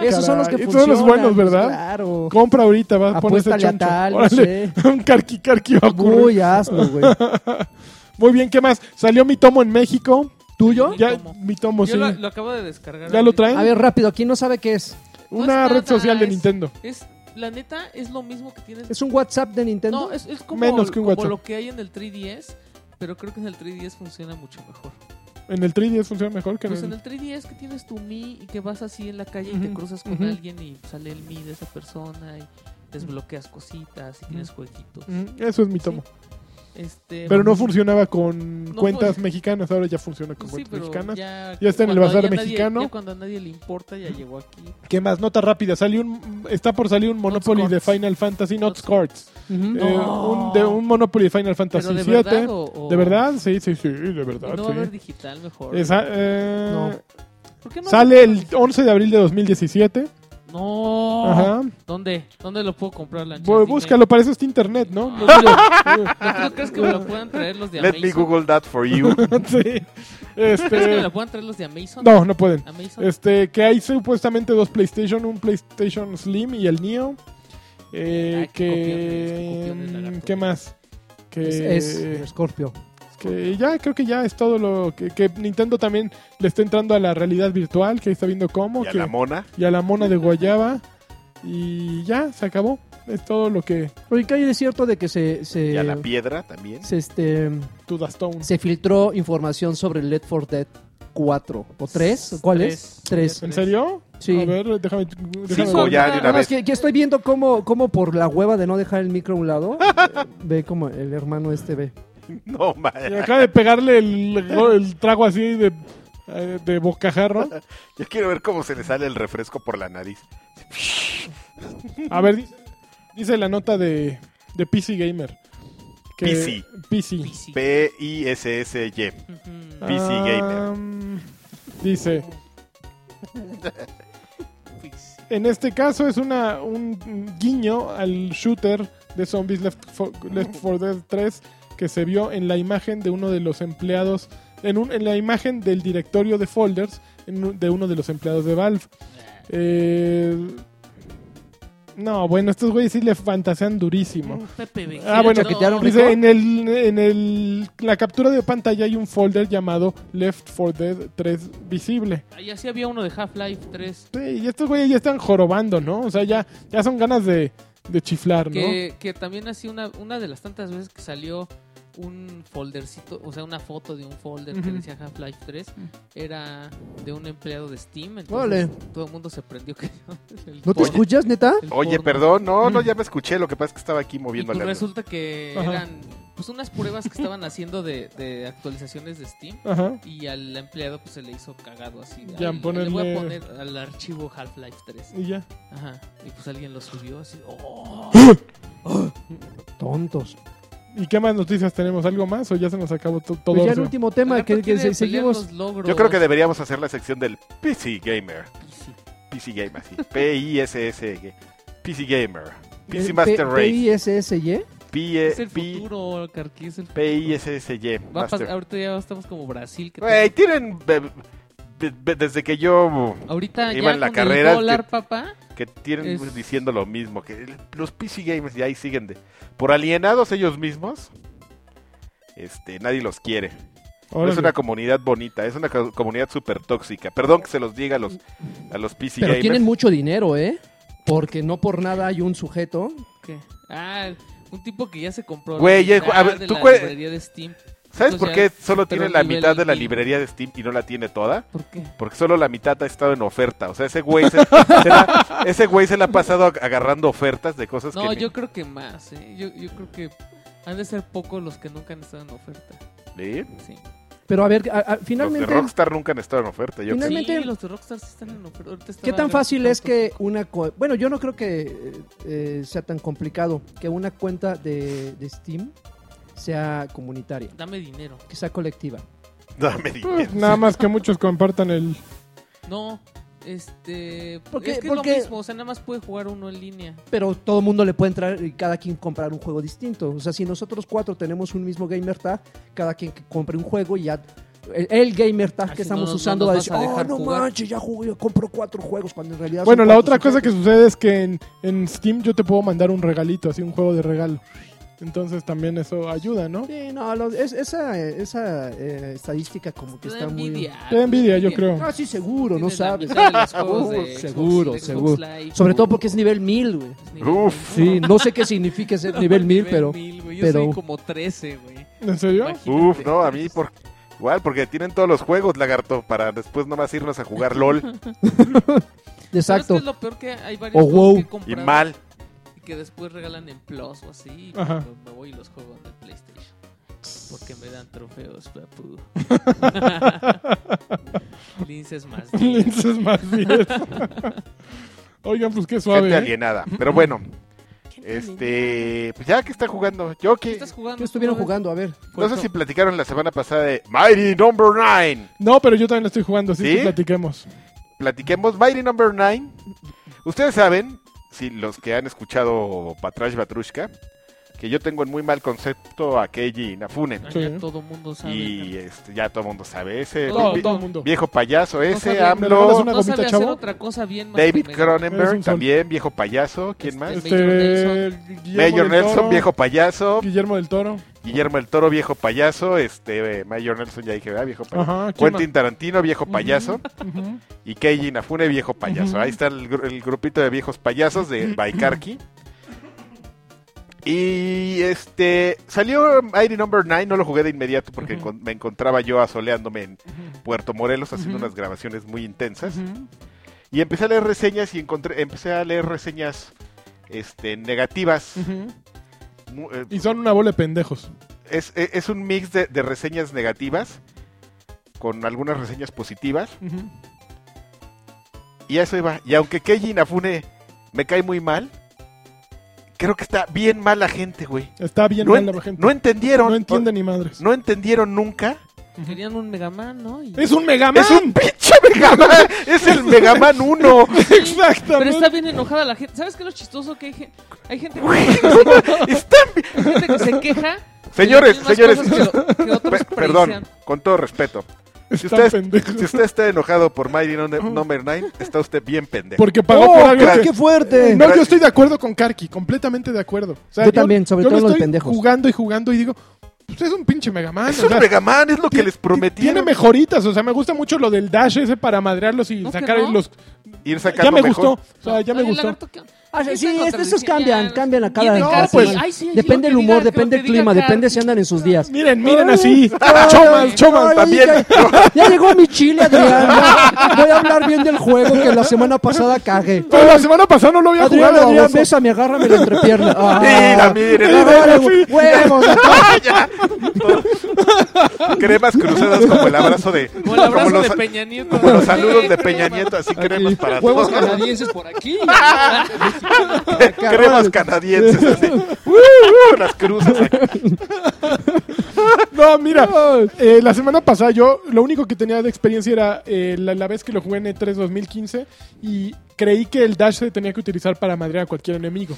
Speaker 4: 30. Esos son los que
Speaker 2: caray, esos son
Speaker 4: funcionan.
Speaker 2: los buenos, ¿verdad?
Speaker 4: Claro.
Speaker 2: Compra ahorita, va a ponerse
Speaker 4: Apuéstale a
Speaker 2: choncho.
Speaker 4: tal, no
Speaker 2: Órale, [LAUGHS]
Speaker 4: sé.
Speaker 2: un carqui carqui va a ocurrir.
Speaker 4: Uy, hazlo, güey.
Speaker 2: Muy bien, ¿qué más? Salió mi tomo en México.
Speaker 3: ¿Tuyo?
Speaker 2: Ya,
Speaker 3: Mi tomo.
Speaker 2: mi tomo,
Speaker 3: Yo
Speaker 2: Pues sí.
Speaker 3: lo, lo acabo de descargar.
Speaker 2: ¿Ya lo
Speaker 3: ahorita.
Speaker 2: traen?
Speaker 4: A ver, rápido, ¿quién no sabe qué es?
Speaker 3: No
Speaker 2: Una
Speaker 3: es
Speaker 2: red
Speaker 3: nada,
Speaker 2: social de
Speaker 3: es-
Speaker 2: Nintendo.
Speaker 3: Es, la neta es lo mismo que tienes.
Speaker 4: ¿Es un WhatsApp de Nintendo?
Speaker 3: no, es, es como,
Speaker 2: Menos que un
Speaker 3: como
Speaker 2: WhatsApp.
Speaker 3: lo que hay en el 3DS, pero creo que en el 3DS funciona mucho mejor.
Speaker 2: En el 3DS funciona mejor que en
Speaker 3: Pues en
Speaker 2: el...
Speaker 3: el 3DS que tienes tu Mi y que vas así en la calle y te
Speaker 2: Ujú,
Speaker 3: cruzas con
Speaker 2: ujú.
Speaker 3: alguien y sale el Mi de esa persona y desbloqueas cositas y tienes jueguitos.
Speaker 2: Mm, Eso es mi tomo.
Speaker 3: Este,
Speaker 2: Pero no funcionaba con
Speaker 3: No,
Speaker 2: cuentas
Speaker 3: pues-
Speaker 2: mexicanas, ahora ya funciona con
Speaker 3: pues sí,
Speaker 2: cuentas
Speaker 3: pero
Speaker 2: mexicanas.
Speaker 3: Ya,
Speaker 2: Ya está en el
Speaker 3: cuando
Speaker 2: bazar
Speaker 3: ya nadie-
Speaker 2: mexicano.
Speaker 3: ya cuando a nadie le importa ya llegó aquí.
Speaker 2: ¿Qué más? Nota rápida. Salió un, está por salir un Monopoly
Speaker 3: Not
Speaker 2: de
Speaker 3: Scots.
Speaker 2: Final Fantasy, not
Speaker 3: Not
Speaker 2: Scots.
Speaker 4: Ujú.
Speaker 2: Eh, un, de, un Monopoly de Final Fantasy
Speaker 3: Pero de
Speaker 2: 7.
Speaker 3: verdad o, o-
Speaker 2: ¿eh? ¿De verdad? Sí, sí, sí, de
Speaker 3: y
Speaker 2: verdad.
Speaker 3: no va a
Speaker 2: sí.
Speaker 3: haber digital mejor.
Speaker 2: Esa- eh,
Speaker 4: No.
Speaker 3: ¿Por qué no
Speaker 2: Sale
Speaker 3: habrá
Speaker 2: el
Speaker 3: digital?
Speaker 2: 11 de abril de 2017.
Speaker 3: No.
Speaker 2: Ajá.
Speaker 3: ¿Dónde? ¿Dónde lo puedo comprar la
Speaker 2: Bu- búscalo, para eso está internet, ¿no? No quiero-
Speaker 3: ¿No crees que me lo puedan traer los de
Speaker 1: Let
Speaker 3: Amazon?
Speaker 1: me Google that for
Speaker 2: [LAUGHS]
Speaker 1: you.
Speaker 2: Sí.
Speaker 3: ¿Crees que me
Speaker 2: Este,
Speaker 3: lo puedan traer los de Amazon?
Speaker 2: no, no pueden.
Speaker 3: Amazon.
Speaker 2: Este, que hay supuestamente dos PlayStation, un PlayStation Slim y el Neo. Eh,
Speaker 3: Ay, qué
Speaker 2: que,
Speaker 3: copiones, qué copiones,
Speaker 2: mm,
Speaker 3: lagarto.
Speaker 2: ¿Qué más? Que,
Speaker 4: Es, es Scorpio.
Speaker 2: que ya creo que ya es todo lo que, que Nintendo también le está entrando a la realidad virtual, que ahí está viendo cómo.
Speaker 1: Y a
Speaker 2: que-
Speaker 1: la mona.
Speaker 2: y a la mona de Guayaba. Y ya, se acabó. Es todo lo que
Speaker 4: Oye, que hay de cierto de que se, se,
Speaker 1: Y a la piedra también.
Speaker 4: se, este,
Speaker 2: tú das Stone.
Speaker 4: se filtró información sobre Left 4 Dead 4 o 3. ¿Cuál es? 3.
Speaker 2: ¿En serio?
Speaker 4: Sí.
Speaker 2: A ver, déjame. déjame
Speaker 1: Cinco
Speaker 2: ver.
Speaker 1: ya de una
Speaker 4: Nada más
Speaker 1: vez.
Speaker 4: que, que estoy viendo cómo, cómo por la hueva de no dejar el micro a
Speaker 1: [LAUGHS]
Speaker 4: un lado, eh, ve como el hermano este ve.
Speaker 1: No, ma-
Speaker 2: Y acaba de pegarle el, el trago así de, eh, de bocajarro.
Speaker 1: Yo quiero ver cómo se le sale el refresco por la nariz.
Speaker 2: A ver, dice, dice la nota de, de PC Gamer. que-
Speaker 1: PC.
Speaker 2: PC.
Speaker 3: PC.
Speaker 1: P-I-S-S-Y.
Speaker 3: Ujú.
Speaker 1: PC Gamer.
Speaker 2: Am, dice,
Speaker 3: PC.
Speaker 2: en este caso es una un guiño al shooter de zombies Left 4 Left 4 Dead 3 que se vio en la imagen de uno de los empleados, en, un- en la imagen del directorio de folders en un- de uno de los empleados de Valve. Eh, no, bueno, estos güeyes sí le fantasean durísimo.
Speaker 3: Pepe Vegeta.
Speaker 2: Ah, bueno,
Speaker 4: chaquetearon rico.
Speaker 2: Dice, en, el, en el, la captura de pantalla hay un folder llamado Left 4 Dead 3 visible.
Speaker 3: Y así había uno de Half-Life 3.
Speaker 2: Sí, y estos güeyes ya están jorobando, ¿no? O sea, ya, ya son ganas de, de chiflar, ¿no?
Speaker 3: Que, que también así una, una de las tantas veces que salió un foldercito, o sea, una foto de un folder que
Speaker 2: Ujú. Mm.
Speaker 3: decía Half-Life 3, era de un empleado de Steam. Entonces
Speaker 4: Órale.
Speaker 3: todo el mundo se prendió que... [LAUGHS] el
Speaker 4: ¿No te
Speaker 3: porno-
Speaker 4: escuchas, neta?
Speaker 3: el
Speaker 1: Oye,
Speaker 3: porno.
Speaker 1: perdón, no, no, ya me escuché. Lo que pasa es que estaba aquí
Speaker 3: Mm. Y
Speaker 1: moviendo
Speaker 3: pues
Speaker 1: algo.
Speaker 3: resulta que
Speaker 2: Ajá.
Speaker 3: eran pues unas pruebas que estaban haciendo de, de actualizaciones de Steam.
Speaker 2: Ajá.
Speaker 3: Y al empleado pues se le hizo cagado así.
Speaker 2: Ya,
Speaker 3: Ay, Le voy
Speaker 2: ponerle-
Speaker 3: a poner al archivo Half-Life 3.
Speaker 2: Y ya.
Speaker 3: Ajá. Y pues alguien lo subió así. ¡Oh!
Speaker 4: Tontos.
Speaker 2: ¿Y qué más noticias tenemos? ¿Algo más o ya se nos acabó to- todo?
Speaker 4: Pues ya el
Speaker 2: eso?
Speaker 4: último tema
Speaker 3: Alberto
Speaker 4: que, que
Speaker 3: quiere
Speaker 4: se-
Speaker 3: pelear
Speaker 4: seguimos.
Speaker 3: los logros.
Speaker 1: Yo creo que deberíamos hacer la sección del PC Gamer.
Speaker 3: Sí.
Speaker 1: PC Gamer, sí. P-I-S-S. PC Gamer.
Speaker 4: eh,
Speaker 1: PC Master
Speaker 4: P-
Speaker 1: Race.
Speaker 4: PISSY.
Speaker 1: P- E-
Speaker 3: Es el
Speaker 1: P-
Speaker 3: futuro, Carqui, es el futuro.
Speaker 1: P-I-S-S-Y.
Speaker 3: Va a pas-
Speaker 1: Master.
Speaker 3: ahorita ya estamos como Brasil. Que
Speaker 1: Güey, tienen. be- be- be- Desde que yo.
Speaker 3: Ahorita
Speaker 1: iba
Speaker 3: ya
Speaker 1: en la
Speaker 3: con
Speaker 1: carrera,
Speaker 3: el dólar, papá.
Speaker 1: Que tienen
Speaker 3: Es-
Speaker 1: diciendo lo mismo. Que el- los PC Gamers ya ahí siguen de. Por alienados ellos mismos. Este, nadie los quiere. No
Speaker 2: Órale.
Speaker 1: es una comunidad bonita, es una co- comunidad súper tóxica. Perdón que se los diga a los, a los PC
Speaker 4: Pero
Speaker 1: gamers.
Speaker 4: tienen mucho dinero, ¿eh? Porque no por nada hay un sujeto.
Speaker 3: ¿Qué? Ah, un tipo que ya se compró.
Speaker 1: Güey,
Speaker 3: la
Speaker 1: ya-
Speaker 3: mitad
Speaker 1: a ver,
Speaker 3: de
Speaker 1: ¿tú
Speaker 3: la
Speaker 1: cuál-
Speaker 3: librería de Steam.
Speaker 1: ¿Sabes
Speaker 3: o
Speaker 1: por
Speaker 3: sea,
Speaker 1: qué solo
Speaker 3: pero
Speaker 1: tiene la
Speaker 3: nivel
Speaker 1: mitad de la
Speaker 3: mínimo.
Speaker 1: librería de Steam y no la tiene toda?
Speaker 3: ¿Por qué?
Speaker 1: Porque solo la mitad ha estado en oferta. O sea, ese güey se, [LAUGHS] se la, ese güey se la ha pasado ag- agarrando ofertas de cosas
Speaker 3: No,
Speaker 1: que... ni-
Speaker 3: yo creo que más, ¿eh? Yo, yo creo que han de ser pocos los que nunca han estado en oferta.
Speaker 1: ¿Sí?
Speaker 3: Sí.
Speaker 4: Pero a ver, a- a-
Speaker 1: Los de
Speaker 4: finalmente,
Speaker 1: Rockstar nunca han estado en oferta. Yo creo.
Speaker 4: Finalmente-
Speaker 3: Sí, los de Rockstar sí están en oferta. Ahorita
Speaker 4: ¿qué
Speaker 3: estaba
Speaker 4: tan
Speaker 3: Grand
Speaker 4: fácil
Speaker 3: Theft
Speaker 4: es que una... co- Bueno, yo no creo que eh, eh, sea tan complicado que una cuenta de, de Steam sea comunitaria,
Speaker 3: Auto. Dame dinero.
Speaker 4: que sea colectiva.
Speaker 1: Dame dinero.
Speaker 2: Pues nada más que muchos compartan
Speaker 4: [LAUGHS]
Speaker 2: el...
Speaker 3: No, este.
Speaker 4: Porque-
Speaker 3: es que
Speaker 4: porque-
Speaker 3: es lo mismo, o sea, nada más puede jugar uno en línea.
Speaker 4: Pero todo el mundo le puede entrar y cada quien comprar un juego distinto. O sea, si nosotros cuatro tenemos un mismo gamer tag, cada quien que compre un juego y ya... El, el gamer tag
Speaker 3: Así
Speaker 4: que estamos
Speaker 3: no nos-
Speaker 4: usando
Speaker 3: no
Speaker 4: va a
Speaker 3: nos
Speaker 4: decir,
Speaker 3: vas a
Speaker 4: oh,
Speaker 3: dejar
Speaker 4: no
Speaker 3: jugar".
Speaker 4: manches, ya jugué, compro cuatro juegos cuando en realidad... son
Speaker 2: Bueno, la
Speaker 4: cuatro
Speaker 2: otra cosa que
Speaker 4: sujetos.
Speaker 2: sucede es que en, en Steam yo te puedo mandar un regalito, así un juego de regalo. Entonces también eso ayuda, ¿no?
Speaker 4: Sí, no, lo- es- esa, esa eh, estadística como que
Speaker 3: Te da
Speaker 4: está muy...
Speaker 3: envidia.
Speaker 2: Te da envidia, yo creo.
Speaker 4: Ah, sí, seguro, no
Speaker 3: Tienes la
Speaker 4: sabes.
Speaker 3: mitad de [LAUGHS] los juegos de
Speaker 4: Uh,
Speaker 3: Xbox,
Speaker 4: seguro,
Speaker 3: de Xbox
Speaker 4: seguro.
Speaker 3: Live,
Speaker 4: Sobre todo
Speaker 3: güey.
Speaker 4: porque es nivel 1000, güey.
Speaker 3: Es nivel
Speaker 1: Uf.
Speaker 4: Sí, no sé qué significa [LAUGHS] ser nivel 1000, pero...
Speaker 3: mil, güey, Yo
Speaker 4: pero-
Speaker 3: soy como 13, güey.
Speaker 2: ¿En serio?
Speaker 3: Imagínate.
Speaker 1: Uf, no, a mí por... Igual, porque tienen todos los juegos, lagarto, para después nomás irnos a jugar
Speaker 3: [LAUGHS]
Speaker 1: LOL
Speaker 3: ¿Sabes qué
Speaker 4: Exacto.
Speaker 3: es lo peor que hay varios
Speaker 4: O
Speaker 3: juegos
Speaker 4: WoW.
Speaker 3: que he
Speaker 1: y
Speaker 3: comprado
Speaker 1: mal.
Speaker 3: y que después regalan en Plus o así. y
Speaker 2: Ajá.
Speaker 3: pues me voy y los juego en el PlayStation. Porque me dan trofeos,
Speaker 4: [LAUGHS]
Speaker 3: papu. [LAUGHS]
Speaker 2: [LAUGHS]
Speaker 3: Linces
Speaker 4: [LAUGHS]
Speaker 3: más. diez.
Speaker 2: Linces más 10. [LAUGHS] Oigan, pues qué suave.
Speaker 1: Gente
Speaker 2: ¿eh?
Speaker 1: alienada. Pero bueno,
Speaker 3: ¿Qué
Speaker 1: este... Pues ya que están jugando, yo que...
Speaker 3: estás jugando?
Speaker 4: ¿Qué estuvieron
Speaker 3: ¿Cómo ves?
Speaker 4: jugando? A ver.
Speaker 1: No sé si platicaron la semana pasada de Mighty Number 9.
Speaker 2: No, pero yo también lo estoy jugando, así
Speaker 1: ¿Sí?
Speaker 2: que platiquemos.
Speaker 1: Platiquemos Mighty Number 9. Ustedes saben, si los que han escuchado Patrash Batrushka, que yo tengo en muy mal concepto a Keiji Inafune.
Speaker 3: Ah,
Speaker 2: Sí.
Speaker 3: ya todo mundo sabe.
Speaker 1: Y
Speaker 3: cabrón.
Speaker 1: este, ya todo el mundo sabe. Ese
Speaker 3: Todo-
Speaker 1: vi-
Speaker 2: Todo, todo el mundo.
Speaker 1: viejo payaso, ese
Speaker 2: ¿me
Speaker 3: sabe,
Speaker 2: regalas
Speaker 1: AMLO,
Speaker 2: una
Speaker 3: Pues, no sabe
Speaker 2: gomita,
Speaker 3: hacer
Speaker 2: chavo?
Speaker 3: otra cosa bien más
Speaker 1: David
Speaker 3: que me-
Speaker 2: Eres un
Speaker 1: Cronenberg,
Speaker 2: sol.
Speaker 1: también viejo payaso. ¿Quién
Speaker 3: Este,
Speaker 1: más?
Speaker 3: Mayor
Speaker 2: Este,
Speaker 3: Nelson.
Speaker 2: Guillermo
Speaker 1: Mayor
Speaker 2: del Toro,
Speaker 1: Nelson, viejo payaso.
Speaker 2: Guillermo del Toro.
Speaker 1: Guillermo el Toro, viejo payaso. Este, eh, Mayor Nelson, ya dije, ¿verdad? Viejo payaso.
Speaker 2: Ajá, ¿quién
Speaker 1: Quentin Tarantino, viejo payaso.
Speaker 2: Ujú.
Speaker 1: Y Keiji Inafune, viejo payaso.
Speaker 2: Ujú.
Speaker 1: Ahí está el, gru- el grupito de viejos payasos de Baikarki. Y este salió Iron Number 9, no lo jugué de inmediato porque
Speaker 2: Ujú.
Speaker 1: encon- me encontraba yo asoleándome en Puerto Morelos haciendo unas grabaciones muy intensas.
Speaker 2: Ujú.
Speaker 1: Y empecé a leer reseñas y encontré, empecé a leer reseñas este, negativas.
Speaker 2: Ujú.
Speaker 1: Mu- eh,
Speaker 2: Y son una bola de pendejos.
Speaker 1: es, e- es un mix de, de reseñas negativas con algunas reseñas positivas.
Speaker 2: Ujú.
Speaker 1: Y a eso iba. Y aunque Keiji Inafune me cae muy mal, creo que está bien mal la gente, güey.
Speaker 2: Está bien
Speaker 1: No,
Speaker 2: mal
Speaker 1: en-
Speaker 2: la gente.
Speaker 1: no entendieron.
Speaker 2: No entiende ni madres.
Speaker 1: No entendieron nunca.
Speaker 3: Querían un Megaman, ¿no? Y-
Speaker 2: ¡Es un Megaman!
Speaker 1: ¡Es un pinche Megaman! ¡Es el Megaman 1!
Speaker 3: Pero
Speaker 2: [LAUGHS] Exactamente.
Speaker 3: está bien enojada la gente. ¿Sabes qué es lo chistoso? Que hay, gen- hay gente, [LAUGHS]
Speaker 1: Güey,
Speaker 3: que,
Speaker 1: están bien-
Speaker 3: gente que se queja.
Speaker 1: Señores,
Speaker 3: de las mismas
Speaker 1: señores.
Speaker 3: cosas Que, lo- que otros
Speaker 1: Pe- perdón,
Speaker 3: precian.
Speaker 1: con todo respeto. Si
Speaker 2: Están
Speaker 1: usted,
Speaker 2: pendejos.
Speaker 1: si usted está enojado por Mighty No- Number 9, está usted bien pendejo.
Speaker 2: Porque pagó
Speaker 4: ¡Oh,
Speaker 2: por algo
Speaker 1: crack!
Speaker 2: que-
Speaker 4: ¡Qué fuerte!
Speaker 2: No, yo estoy de acuerdo con Karki, completamente de acuerdo. O sea,
Speaker 4: Yo también, sobre
Speaker 2: yo
Speaker 4: todo
Speaker 2: lo
Speaker 4: los
Speaker 2: estoy
Speaker 4: pendejos.
Speaker 2: Jugando y jugando y digo, pues es un pinche Megaman.
Speaker 1: Es un Megaman, es lo que les prometí.
Speaker 2: Tiene mejoritas, o sea, me gusta mucho lo del dash ese para madrearlos y
Speaker 3: ¿No que
Speaker 2: sacar
Speaker 3: no?
Speaker 2: los.
Speaker 1: Ir
Speaker 2: Ya
Speaker 1: sacando
Speaker 2: me
Speaker 1: mejor.
Speaker 2: gustó, o sea, ya me
Speaker 3: Ay, el
Speaker 2: gustó.
Speaker 3: lagarto, ¿qué onda?
Speaker 4: Ah, sí,
Speaker 3: Ahí
Speaker 4: sí,
Speaker 3: está
Speaker 4: estos- estos
Speaker 3: contradicción,
Speaker 4: cambian,
Speaker 3: ya.
Speaker 4: cambian a cada,
Speaker 3: Viene
Speaker 4: cada
Speaker 2: Karki,
Speaker 4: semana.
Speaker 3: ay, sí,
Speaker 4: Depende
Speaker 3: lo
Speaker 4: el
Speaker 3: que
Speaker 4: humor,
Speaker 3: diga,
Speaker 4: depende
Speaker 3: lo
Speaker 4: el
Speaker 3: que diga
Speaker 4: clima, depende
Speaker 3: Karki.
Speaker 4: si andan en sus días.
Speaker 2: Miren, miren
Speaker 4: Ay,
Speaker 2: así.
Speaker 4: ay,
Speaker 2: Chomas, chomas.
Speaker 4: ay,
Speaker 1: también.
Speaker 4: Ya, ya llegó mi chile, Adrián. ya. Voy a hablar bien del juego que la semana pasada cagué.
Speaker 2: Pero la semana pasada no lo había
Speaker 4: Adrián,
Speaker 2: jugado.
Speaker 4: Adrián,
Speaker 2: baboso.
Speaker 4: bésame, agárrame la entrepierna. Ah,
Speaker 1: Mira, miren.
Speaker 4: Agárrale, huevos.
Speaker 1: ¡Ah, [LAUGHS] ya! cremas cruzadas como el abrazo de.
Speaker 3: Como el abrazo
Speaker 1: como los,
Speaker 3: de Peña Nieto.
Speaker 1: como los saludos
Speaker 3: Sí,
Speaker 1: de
Speaker 3: crema. [LAUGHS]
Speaker 1: Peña Nieto, así cremas para
Speaker 5: Huevos
Speaker 1: todos.
Speaker 5: canadienses por aquí.
Speaker 1: [LAUGHS] cremas canadienses,
Speaker 2: [LAUGHS]
Speaker 1: así. Uh, uh, las cruces aquí.
Speaker 2: [LAUGHS] No, mira, eh, la semana pasada yo lo único que tenía de experiencia era eh, la, la vez que lo jugué en E3 2015 y creí que el dash se tenía que utilizar para madrear a cualquier enemigo.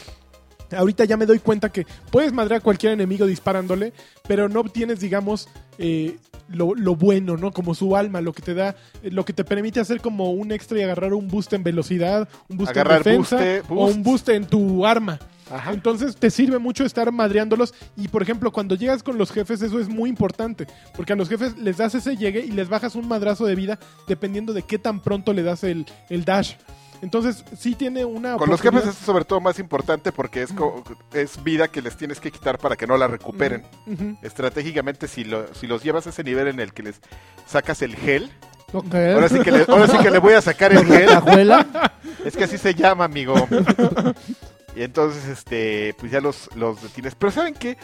Speaker 2: Ahorita ya me doy cuenta que puedes madrear a cualquier enemigo disparándole, pero no obtienes, digamos, eh, lo, lo bueno, ¿no? Como su alma, lo que te da, eh, lo que te permite hacer como un extra y agarrar un boost en velocidad, un boost
Speaker 1: Agarrar
Speaker 2: en defensa
Speaker 1: booste,
Speaker 2: o un
Speaker 1: boosts.
Speaker 2: boost en tu arma.
Speaker 1: Ajá.
Speaker 2: Entonces te sirve mucho estar madreándolos y por ejemplo cuando llegas con los jefes eso es muy importante porque a los jefes les das ese llegue y les bajas un madrazo de vida dependiendo de qué tan pronto le das el, el dash. Entonces sí tiene una...
Speaker 1: Con los
Speaker 2: oportunidad-
Speaker 1: jefes es sobre todo más importante porque es, co- es vida que les tienes que quitar para que no la recuperen.
Speaker 2: Ujú.
Speaker 1: Estratégicamente, si, lo- si los llevas a ese nivel en el que les sacas el gel,
Speaker 2: Ok.
Speaker 1: ahora sí que le, ahora sí que le voy a sacar el
Speaker 2: [LAUGHS]
Speaker 1: gel.
Speaker 4: Cajuela.
Speaker 1: Es que así se llama, amigo. y entonces, este, pues ya los, los detienes. Pero ¿saben qué?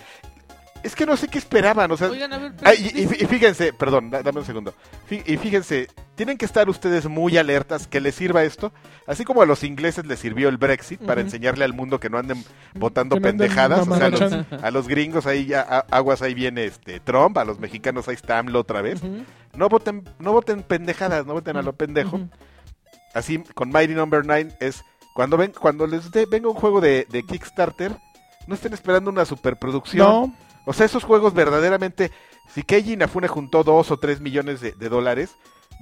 Speaker 1: Es que no sé qué esperaban, o sea...
Speaker 3: Oigan, a ver, pero
Speaker 2: Pues,
Speaker 1: ay, Ah, y, y
Speaker 3: dicen-
Speaker 1: fí- y fíjense, perdón, da- dame un segundo. Fí- Y fíjense, tienen que estar ustedes muy alertas que les sirva esto, así como a los ingleses les sirvió el Brexit para
Speaker 3: Ujú.
Speaker 1: enseñarle al mundo que no anden votando
Speaker 2: Que no anden
Speaker 1: pendejadas. o sea, a los,
Speaker 2: mamarrachando.
Speaker 1: a los gringos ahí ya, a- aguas ahí viene este Trump, a los mexicanos ahí está AMLO otra vez.
Speaker 3: Ujú.
Speaker 1: No voten, no voten pendejadas, no voten a lo pendejo
Speaker 3: Ujú.
Speaker 1: así con Mighty Number 9 es cuando ven cuando les dé- venga un juego de, de Kickstarter no estén esperando una superproducción
Speaker 2: No,
Speaker 1: o sea esos juegos verdaderamente si Keiji Inafune juntó dos o tres millones de, de dólares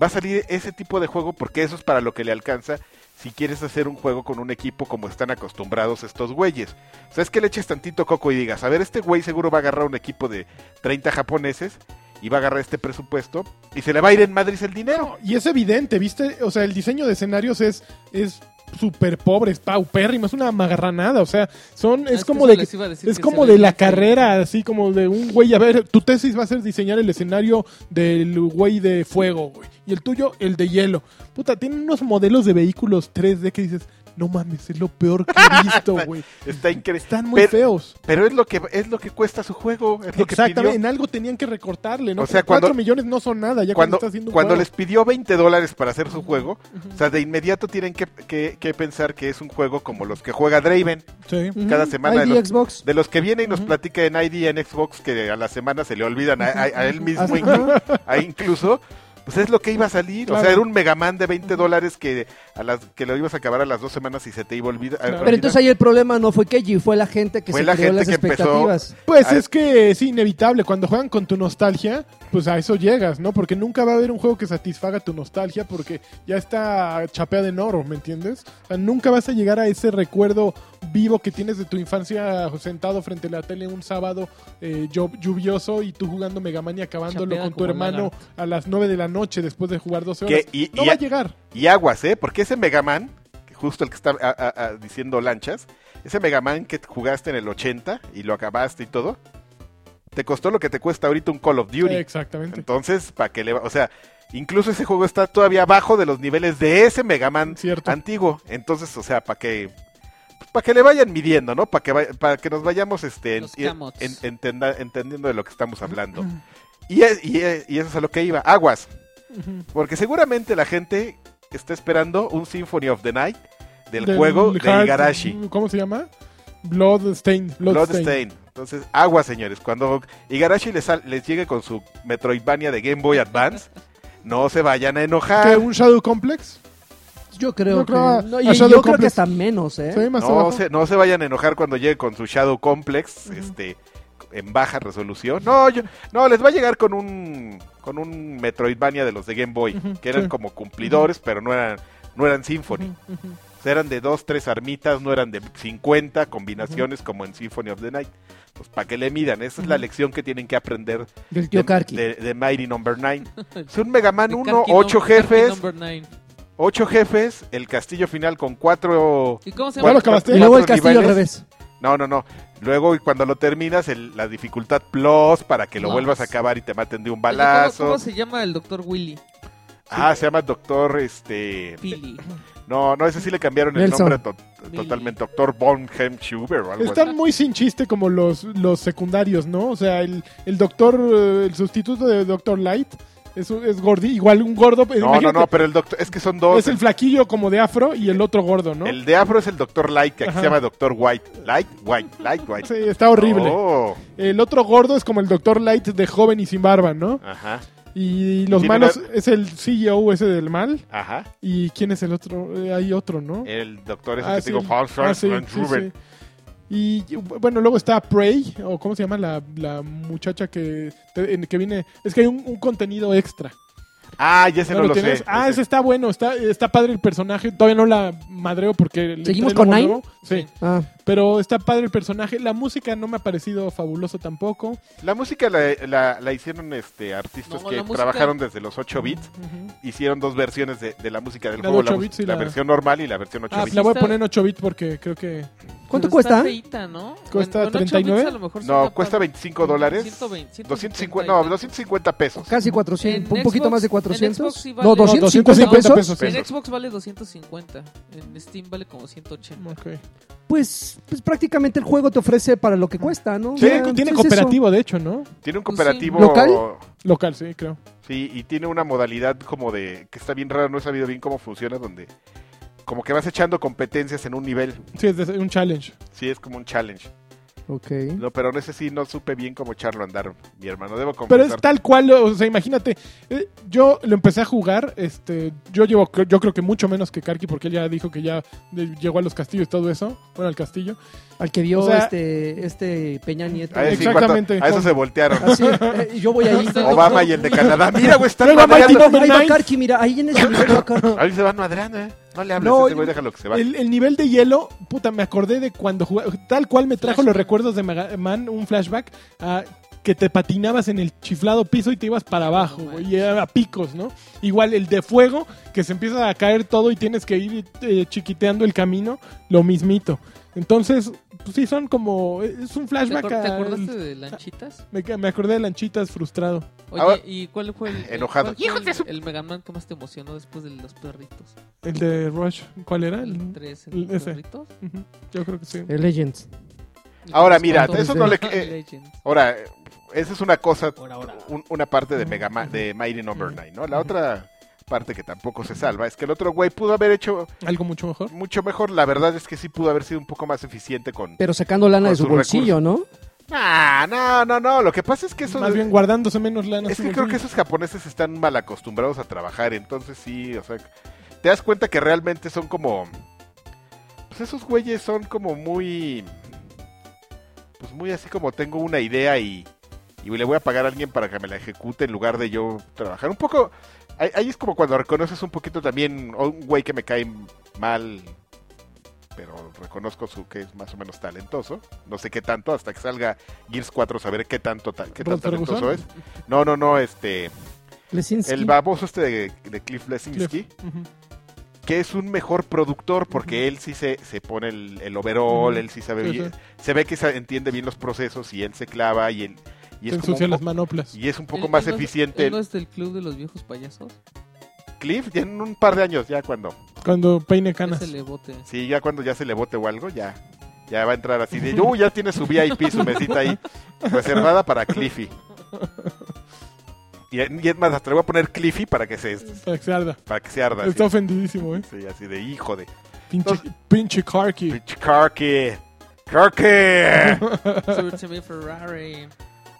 Speaker 1: va a salir ese tipo de juego porque eso es para lo que le alcanza si quieres hacer un juego con un equipo como están acostumbrados estos güeyes o sea es que le eches tantito coco y digas a ver este güey seguro va a agarrar un equipo de 30 japoneses y va a agarrar este presupuesto y se le va a ir en Madrid el dinero
Speaker 2: no, y es evidente, ¿viste? O sea, el diseño de escenarios es... es súper pobre, es paupérrimo, es una magarranada, o sea, son, es
Speaker 3: Ah, que
Speaker 2: como
Speaker 3: eso
Speaker 2: de...
Speaker 3: les iba a decir
Speaker 2: Es
Speaker 3: que
Speaker 2: como
Speaker 3: se
Speaker 2: de
Speaker 3: ve
Speaker 2: la
Speaker 3: bien feo.
Speaker 2: carrera, así como de un güey. A ver, tu tesis va a ser diseñar el escenario del güey de fuego, güey. Y el tuyo, el de hielo. Puta, tienen unos modelos de vehículos 3D que dices, no mames, es lo peor que
Speaker 1: [LAUGHS]
Speaker 2: he visto, güey.
Speaker 1: está increíble
Speaker 2: Están muy
Speaker 1: Pero-
Speaker 2: feos.
Speaker 1: Pero es lo que es lo que cuesta su juego, es lo que
Speaker 2: Exactamente,
Speaker 1: pidió.
Speaker 2: en algo tenían que recortarle, ¿no?
Speaker 1: O sea,
Speaker 2: Cuatro
Speaker 1: cuando-
Speaker 2: millones no son nada, ya cuando,
Speaker 1: Cuando,
Speaker 2: estás haciendo un
Speaker 1: cuando
Speaker 2: juego.
Speaker 1: les pidió 20 dólares para hacer su juego, o sea, de inmediato tienen que, que- que pensar que es un juego como los que juega Draven
Speaker 2: Sí.
Speaker 1: cada semana. De
Speaker 4: ID
Speaker 1: los,
Speaker 4: Xbox.
Speaker 1: de los que viene y nos platica en ID en Xbox que a la semana se le olvidan a, a- a él mismo inclu- a incluso. pues es lo que iba a salir. O
Speaker 2: Claro.
Speaker 1: sea, era un Mega Man de 20 dólares que, a las, que lo ibas a acabar a las dos semanas y se te iba a olvidar.
Speaker 2: Claro.
Speaker 4: Pero entonces ahí el problema no fue Keiji, fue la gente que
Speaker 1: Fue
Speaker 4: se
Speaker 1: la
Speaker 4: creó
Speaker 1: gente
Speaker 4: las
Speaker 1: que empezó-
Speaker 4: expectativas.
Speaker 2: Pues
Speaker 1: Ah.
Speaker 2: es que es inevitable, cuando juegan con tu nostalgia, pues a eso llegas, ¿no? Porque nunca va a haber un juego que satisfaga tu nostalgia porque ya está chapeada en oro, ¿me entiendes? O sea, nunca vas a llegar a ese recuerdo vivo que tienes de tu infancia sentado frente a la tele un sábado eh, llo- lluvioso y tú jugando Mega Man y acabándolo
Speaker 3: Chapeada
Speaker 2: con tu
Speaker 3: como
Speaker 2: hermano
Speaker 3: lagarto.
Speaker 2: a las 9 de la noche después de jugar 12
Speaker 1: Que-
Speaker 2: horas.
Speaker 1: y-
Speaker 2: no
Speaker 1: y-
Speaker 2: va a llegar.
Speaker 1: Y aguas, ¿eh? Porque ese Mega Man, que justo el que está ah, ah, ah, diciendo lanchas, ese Mega Man que jugaste en el 80 y lo acabaste y todo, te costó lo que te cuesta ahorita un Call of Duty.
Speaker 2: Exactamente.
Speaker 1: Entonces, ¿para qué le va? O sea, incluso ese juego está todavía abajo de los niveles de ese Mega Man
Speaker 2: Cierto.
Speaker 1: antiguo. Entonces, o sea, para que para que le vayan midiendo, ¿no? Para que vaya- para que nos vayamos este en-
Speaker 3: Los camots.
Speaker 1: en- entenda- entendiendo de lo que estamos hablando. Y, es- y es- y eso es a lo que iba. Aguas,
Speaker 2: Ujú.
Speaker 1: porque seguramente la gente está esperando un Symphony of the Night del,
Speaker 2: Del
Speaker 1: juego de
Speaker 2: Heart-
Speaker 1: Igarashi.
Speaker 2: ¿Cómo se llama? Bloodstained. Bloodstained.
Speaker 1: Bloodstain. Entonces, agua, señores. Cuando Igarashi les, sal- les llegue con su Metroidvania de Game Boy Advance, no se vayan a
Speaker 2: ¿Qué,
Speaker 1: enojar.
Speaker 2: ¿Un Shadow Complex?
Speaker 4: Yo creo
Speaker 2: Yo
Speaker 4: que.
Speaker 2: creo a-
Speaker 4: no,
Speaker 2: a
Speaker 4: y- y yo
Speaker 2: Shadow
Speaker 4: creo que
Speaker 2: Complex.
Speaker 4: hasta menos, ¿eh?
Speaker 2: Sí, más
Speaker 1: No
Speaker 2: abajo.
Speaker 1: se, no se vayan a enojar cuando llegue con su Shadow Complex, este, en baja resolución. No, yo, no, les va a llegar con un con un Metroidvania de los de Game Boy,
Speaker 2: Ujú,
Speaker 1: que eran
Speaker 2: sí.
Speaker 1: como cumplidores, pero no eran, no eran Symphony. O sea, eran de dos, tres armitas, no eran de 50 combinaciones como en Symphony of the Night. Pues para que le midan, esa es la lección que tienen que aprender
Speaker 4: Del tío
Speaker 1: de-
Speaker 4: Karki.
Speaker 1: De, de Mighty Number
Speaker 3: [LAUGHS]
Speaker 1: 9. Es un Mega Man
Speaker 3: De
Speaker 1: 1,
Speaker 3: Karki Num-
Speaker 1: 8
Speaker 3: Karki
Speaker 1: jefes,
Speaker 3: Number Nine.
Speaker 1: 8 jefes, el castillo final con 4...
Speaker 3: ¿Y cómo se
Speaker 2: Ya lo
Speaker 3: llama?
Speaker 2: acabaste.
Speaker 4: y luego el
Speaker 1: cuatro
Speaker 4: castillo al
Speaker 1: niveles.
Speaker 4: revés.
Speaker 1: No, no, no. Luego y cuando lo terminas, el- la dificultad plus para que lo
Speaker 3: Plus.
Speaker 1: vuelvas a acabar y te maten de un
Speaker 3: ¿Cómo-
Speaker 1: balazo.
Speaker 3: ¿Cómo se llama el doctor Willy?
Speaker 1: ah, se llama Doctor, este...
Speaker 3: Philly.
Speaker 1: No, no, ese sí le cambiaron el
Speaker 4: Nelson.
Speaker 1: nombre to- totalmente. Doctor Bonham Schuber o algo así.
Speaker 2: Están muy sin chiste como los, los secundarios, ¿no? O sea, el, el doctor, eh, el sustituto de Doctor Light es, un- es gordi, igual un gordo. eh,
Speaker 1: No, no,
Speaker 2: imagínate,
Speaker 1: no, pero el doctor... Es que son dos.
Speaker 2: Es el flaquillo como de afro y el otro gordo, ¿no?
Speaker 1: El de afro es el Doctor Light, que aquí
Speaker 2: Ajá.
Speaker 1: se llama Doctor White. Light, White, Light, White.
Speaker 2: Sí, está horrible.
Speaker 1: Oh,
Speaker 2: El otro gordo es como el Doctor Light de joven y sin barba, ¿no?
Speaker 1: ajá,
Speaker 2: Y los
Speaker 1: Tiene
Speaker 2: malos
Speaker 1: una-
Speaker 2: es el CEO ese del mal.
Speaker 1: ajá.
Speaker 2: ¿Y quién es el otro? Eh, hay otro, ¿no?
Speaker 1: El doctor es
Speaker 2: Ah,
Speaker 1: que
Speaker 2: sí.
Speaker 1: te digo, Hans
Speaker 2: Ah,
Speaker 1: Franz
Speaker 2: sí,
Speaker 1: Franz
Speaker 2: sí,
Speaker 1: Ruben.
Speaker 2: sí. Y bueno, luego está Prey, o cómo se llama la, la muchacha que, te- en- que viene. Es que hay un, un contenido extra.
Speaker 1: Ah, ya se
Speaker 2: ¿No
Speaker 1: no,
Speaker 2: lo
Speaker 1: lo
Speaker 2: tienes?
Speaker 1: sé.
Speaker 2: Ah, ese está bueno, está, está padre el personaje. Todavía no la madreo porque. le
Speaker 4: ¿Seguimos
Speaker 2: entreno
Speaker 4: con
Speaker 2: muy
Speaker 4: Nine?
Speaker 2: nuevo. Sí,
Speaker 4: Ah,
Speaker 2: pero está padre el personaje. La música no me ha parecido fabuloso tampoco.
Speaker 1: La música la, la- la hicieron este artistas
Speaker 3: No,
Speaker 1: que
Speaker 3: la música-
Speaker 1: trabajaron desde los 8 bits. Hicieron dos versiones de, de la música del
Speaker 2: La de
Speaker 1: juego. La,
Speaker 2: 8
Speaker 1: mus-
Speaker 2: bits y
Speaker 1: la
Speaker 2: la-
Speaker 1: versión normal y la versión 8
Speaker 2: Ah,
Speaker 1: bits.
Speaker 2: la voy a
Speaker 3: Está-
Speaker 2: poner en 8 bit porque creo que.
Speaker 4: ¿Cuánto
Speaker 3: Pero está
Speaker 4: cuesta?
Speaker 3: feíta, ¿no?
Speaker 2: Cuesta
Speaker 3: Bueno, en ocho
Speaker 2: 39.
Speaker 3: bits a lo mejor suena
Speaker 1: No, cuesta
Speaker 3: para-
Speaker 1: 25 dólares.
Speaker 3: 120,
Speaker 1: 250, no, 250 pesos.
Speaker 4: casi 400.
Speaker 3: En
Speaker 4: un poquito
Speaker 3: Xbox-
Speaker 4: más de
Speaker 3: en
Speaker 4: 400.
Speaker 3: Xbox sí
Speaker 4: no,
Speaker 3: vale-
Speaker 4: 250
Speaker 3: 250
Speaker 4: pesos.
Speaker 2: pesos.
Speaker 3: En Xbox vale 250. En Steam vale como 180.
Speaker 2: Ok.
Speaker 4: Pues, pues prácticamente el juego te ofrece para lo que cuesta, ¿no?
Speaker 1: Sí,
Speaker 4: Ya,
Speaker 2: Tiene, tiene
Speaker 4: pues, es
Speaker 2: cooperativo, de hecho, ¿no?
Speaker 1: Tiene un
Speaker 3: Pues sí.
Speaker 1: cooperativo.
Speaker 4: ¿Local?
Speaker 2: Local, sí, creo.
Speaker 1: Sí, y tiene una modalidad como de. que está bien rara, no he sabido bien cómo funciona, donde. como que vas echando competencias en un nivel.
Speaker 2: Sí, es de- un challenge.
Speaker 1: Sí, es como un challenge.
Speaker 4: eso. Ok.
Speaker 1: No, pero en ese sí no supe bien cómo echarlo a andar, mi hermano. Debo
Speaker 2: Pero es
Speaker 1: confesar.
Speaker 2: tal cual, o sea, imagínate, eh, yo lo empecé a jugar, este, yo llevo, yo creo que mucho menos que Karki, porque él ya dijo que ya de- llegó a los castillos y todo eso, bueno, al castillo.
Speaker 4: Al que vio
Speaker 2: O sea-
Speaker 4: este, este Peña Nieto.
Speaker 1: A, ese,
Speaker 2: Exactamente.
Speaker 1: cuando- a eso se voltearon.
Speaker 4: Así, eh, y yo voy ahí.
Speaker 3: Está
Speaker 1: [LAUGHS] Obama y el de Canadá. Mira, güey, están
Speaker 2: Luego a
Speaker 1: madreando.
Speaker 2: Mighty
Speaker 4: Ahí va
Speaker 2: Nine.
Speaker 4: Karki, mira, ahí
Speaker 1: [LAUGHS]
Speaker 4: en ese nivel va Karki.
Speaker 1: Ahí se van madreando, eh. No le hables
Speaker 2: No,
Speaker 1: a ese güey, déjalo que se vaya.
Speaker 2: El, el nivel de hielo, puta, me acordé de cuando jugaba, tal cual me trajo los recuerdos de Mega Man, un flashback, a que te patinabas en el chiflado piso y te ibas para abajo, güey, y era a picos, ¿no? Igual el de fuego, que se empieza a caer todo y tienes que ir eh, chiquiteando el camino, lo mismito. Entonces, pues sí, son como, es un
Speaker 3: ¿Te,
Speaker 2: flashback.
Speaker 3: acuer- te
Speaker 2: al-
Speaker 3: acordaste de lanchitas?
Speaker 2: me, ca- me acordé de Lanchitas frustrado.
Speaker 3: Oye,
Speaker 1: Ahora-
Speaker 3: ¿y cuál fue el, el-
Speaker 1: Enojado.
Speaker 3: cuál fue
Speaker 1: ¡Hijos
Speaker 3: el,
Speaker 1: de su-
Speaker 3: el Mega Man que más te emocionó después de los perritos?
Speaker 2: El de Rush, ¿cuál era?
Speaker 3: El
Speaker 2: Ah, El-
Speaker 3: 3,
Speaker 2: el-
Speaker 3: el
Speaker 2: ese.
Speaker 3: perrito.
Speaker 2: Ujú, Yo creo que sí.
Speaker 4: El Eh, Legends.
Speaker 1: Ahora, mira, eso
Speaker 3: [LAUGHS]
Speaker 1: no le-
Speaker 3: Legends.
Speaker 1: Ahora, eh, esa es una cosa,
Speaker 3: Ahora, ahora.
Speaker 1: un- una parte de Mega Ma- de Mighty Number 9, ¿no? La otra parte que tampoco se salva es que el otro güey pudo haber hecho
Speaker 2: Algo mucho mejor.
Speaker 1: mucho mejor. La verdad es que sí pudo haber sido un poco más eficiente con.
Speaker 4: Pero sacando lana
Speaker 1: Con
Speaker 4: de su
Speaker 1: sus
Speaker 4: bolsillo, ¿no?
Speaker 1: Ah, no, no, no. Lo que pasa es que eso.
Speaker 2: Más bien guardándose menos lana.
Speaker 1: es
Speaker 2: su
Speaker 1: que creo que
Speaker 2: bolsillo.
Speaker 1: esos japoneses están mal acostumbrados a trabajar. Entonces sí, o sea. Te das cuenta que realmente son como. Pues esos güeyes son como muy. Pues muy así como tengo una idea y. Y le voy a pagar a alguien para que me la ejecute en lugar de yo trabajar. Un poco. Ahí, ahí es como cuando reconoces un poquito también a un güey que me cae mal. Pero reconozco su que es más o menos talentoso. No sé qué tanto, hasta que salga Gears 4, saber qué tanto ta- qué tan
Speaker 2: ¿Rod Ferguson?
Speaker 1: talentoso es. No, no, no, este.
Speaker 4: Lesinski.
Speaker 1: El baboso este de, de Cliff Lesinski,
Speaker 2: Ujú.
Speaker 1: que es un mejor productor porque él sí se, se pone el, el overall,
Speaker 2: Ujú.
Speaker 1: él sí sabe
Speaker 2: Sí,
Speaker 1: bien-
Speaker 2: sí.
Speaker 1: se ve que se entiende bien los procesos y él se clava y él y
Speaker 2: Se
Speaker 1: es, como
Speaker 2: ensucia
Speaker 1: un,
Speaker 2: las
Speaker 1: po-
Speaker 2: manoplas.
Speaker 1: y es un poco
Speaker 3: Él-
Speaker 1: más
Speaker 3: él no es-
Speaker 1: eficiente
Speaker 3: él ¿No
Speaker 1: el
Speaker 3: es del club de los viejos payasos?
Speaker 1: Cliff ya en un par de años ya cuando
Speaker 2: Cuando peine
Speaker 3: Ese
Speaker 2: canas.
Speaker 3: le
Speaker 1: [LAUGHS]
Speaker 3: bote.
Speaker 1: sí ya cuando ya se le bote o algo ya ya va a entrar así de "Uh, ya tiene su VIP su mesita ahí reservada para Cliffy y, y es más hasta le voy a poner Cliffy para que se
Speaker 2: Para que se arda.
Speaker 1: para que se arda así.
Speaker 2: Está ofendidísimo, ¿eh?
Speaker 1: Sí, así de hijo de
Speaker 2: Pinche, pinche Karki.
Speaker 1: Pinche Karki. Karki.
Speaker 3: Súbete a mi Ferrari.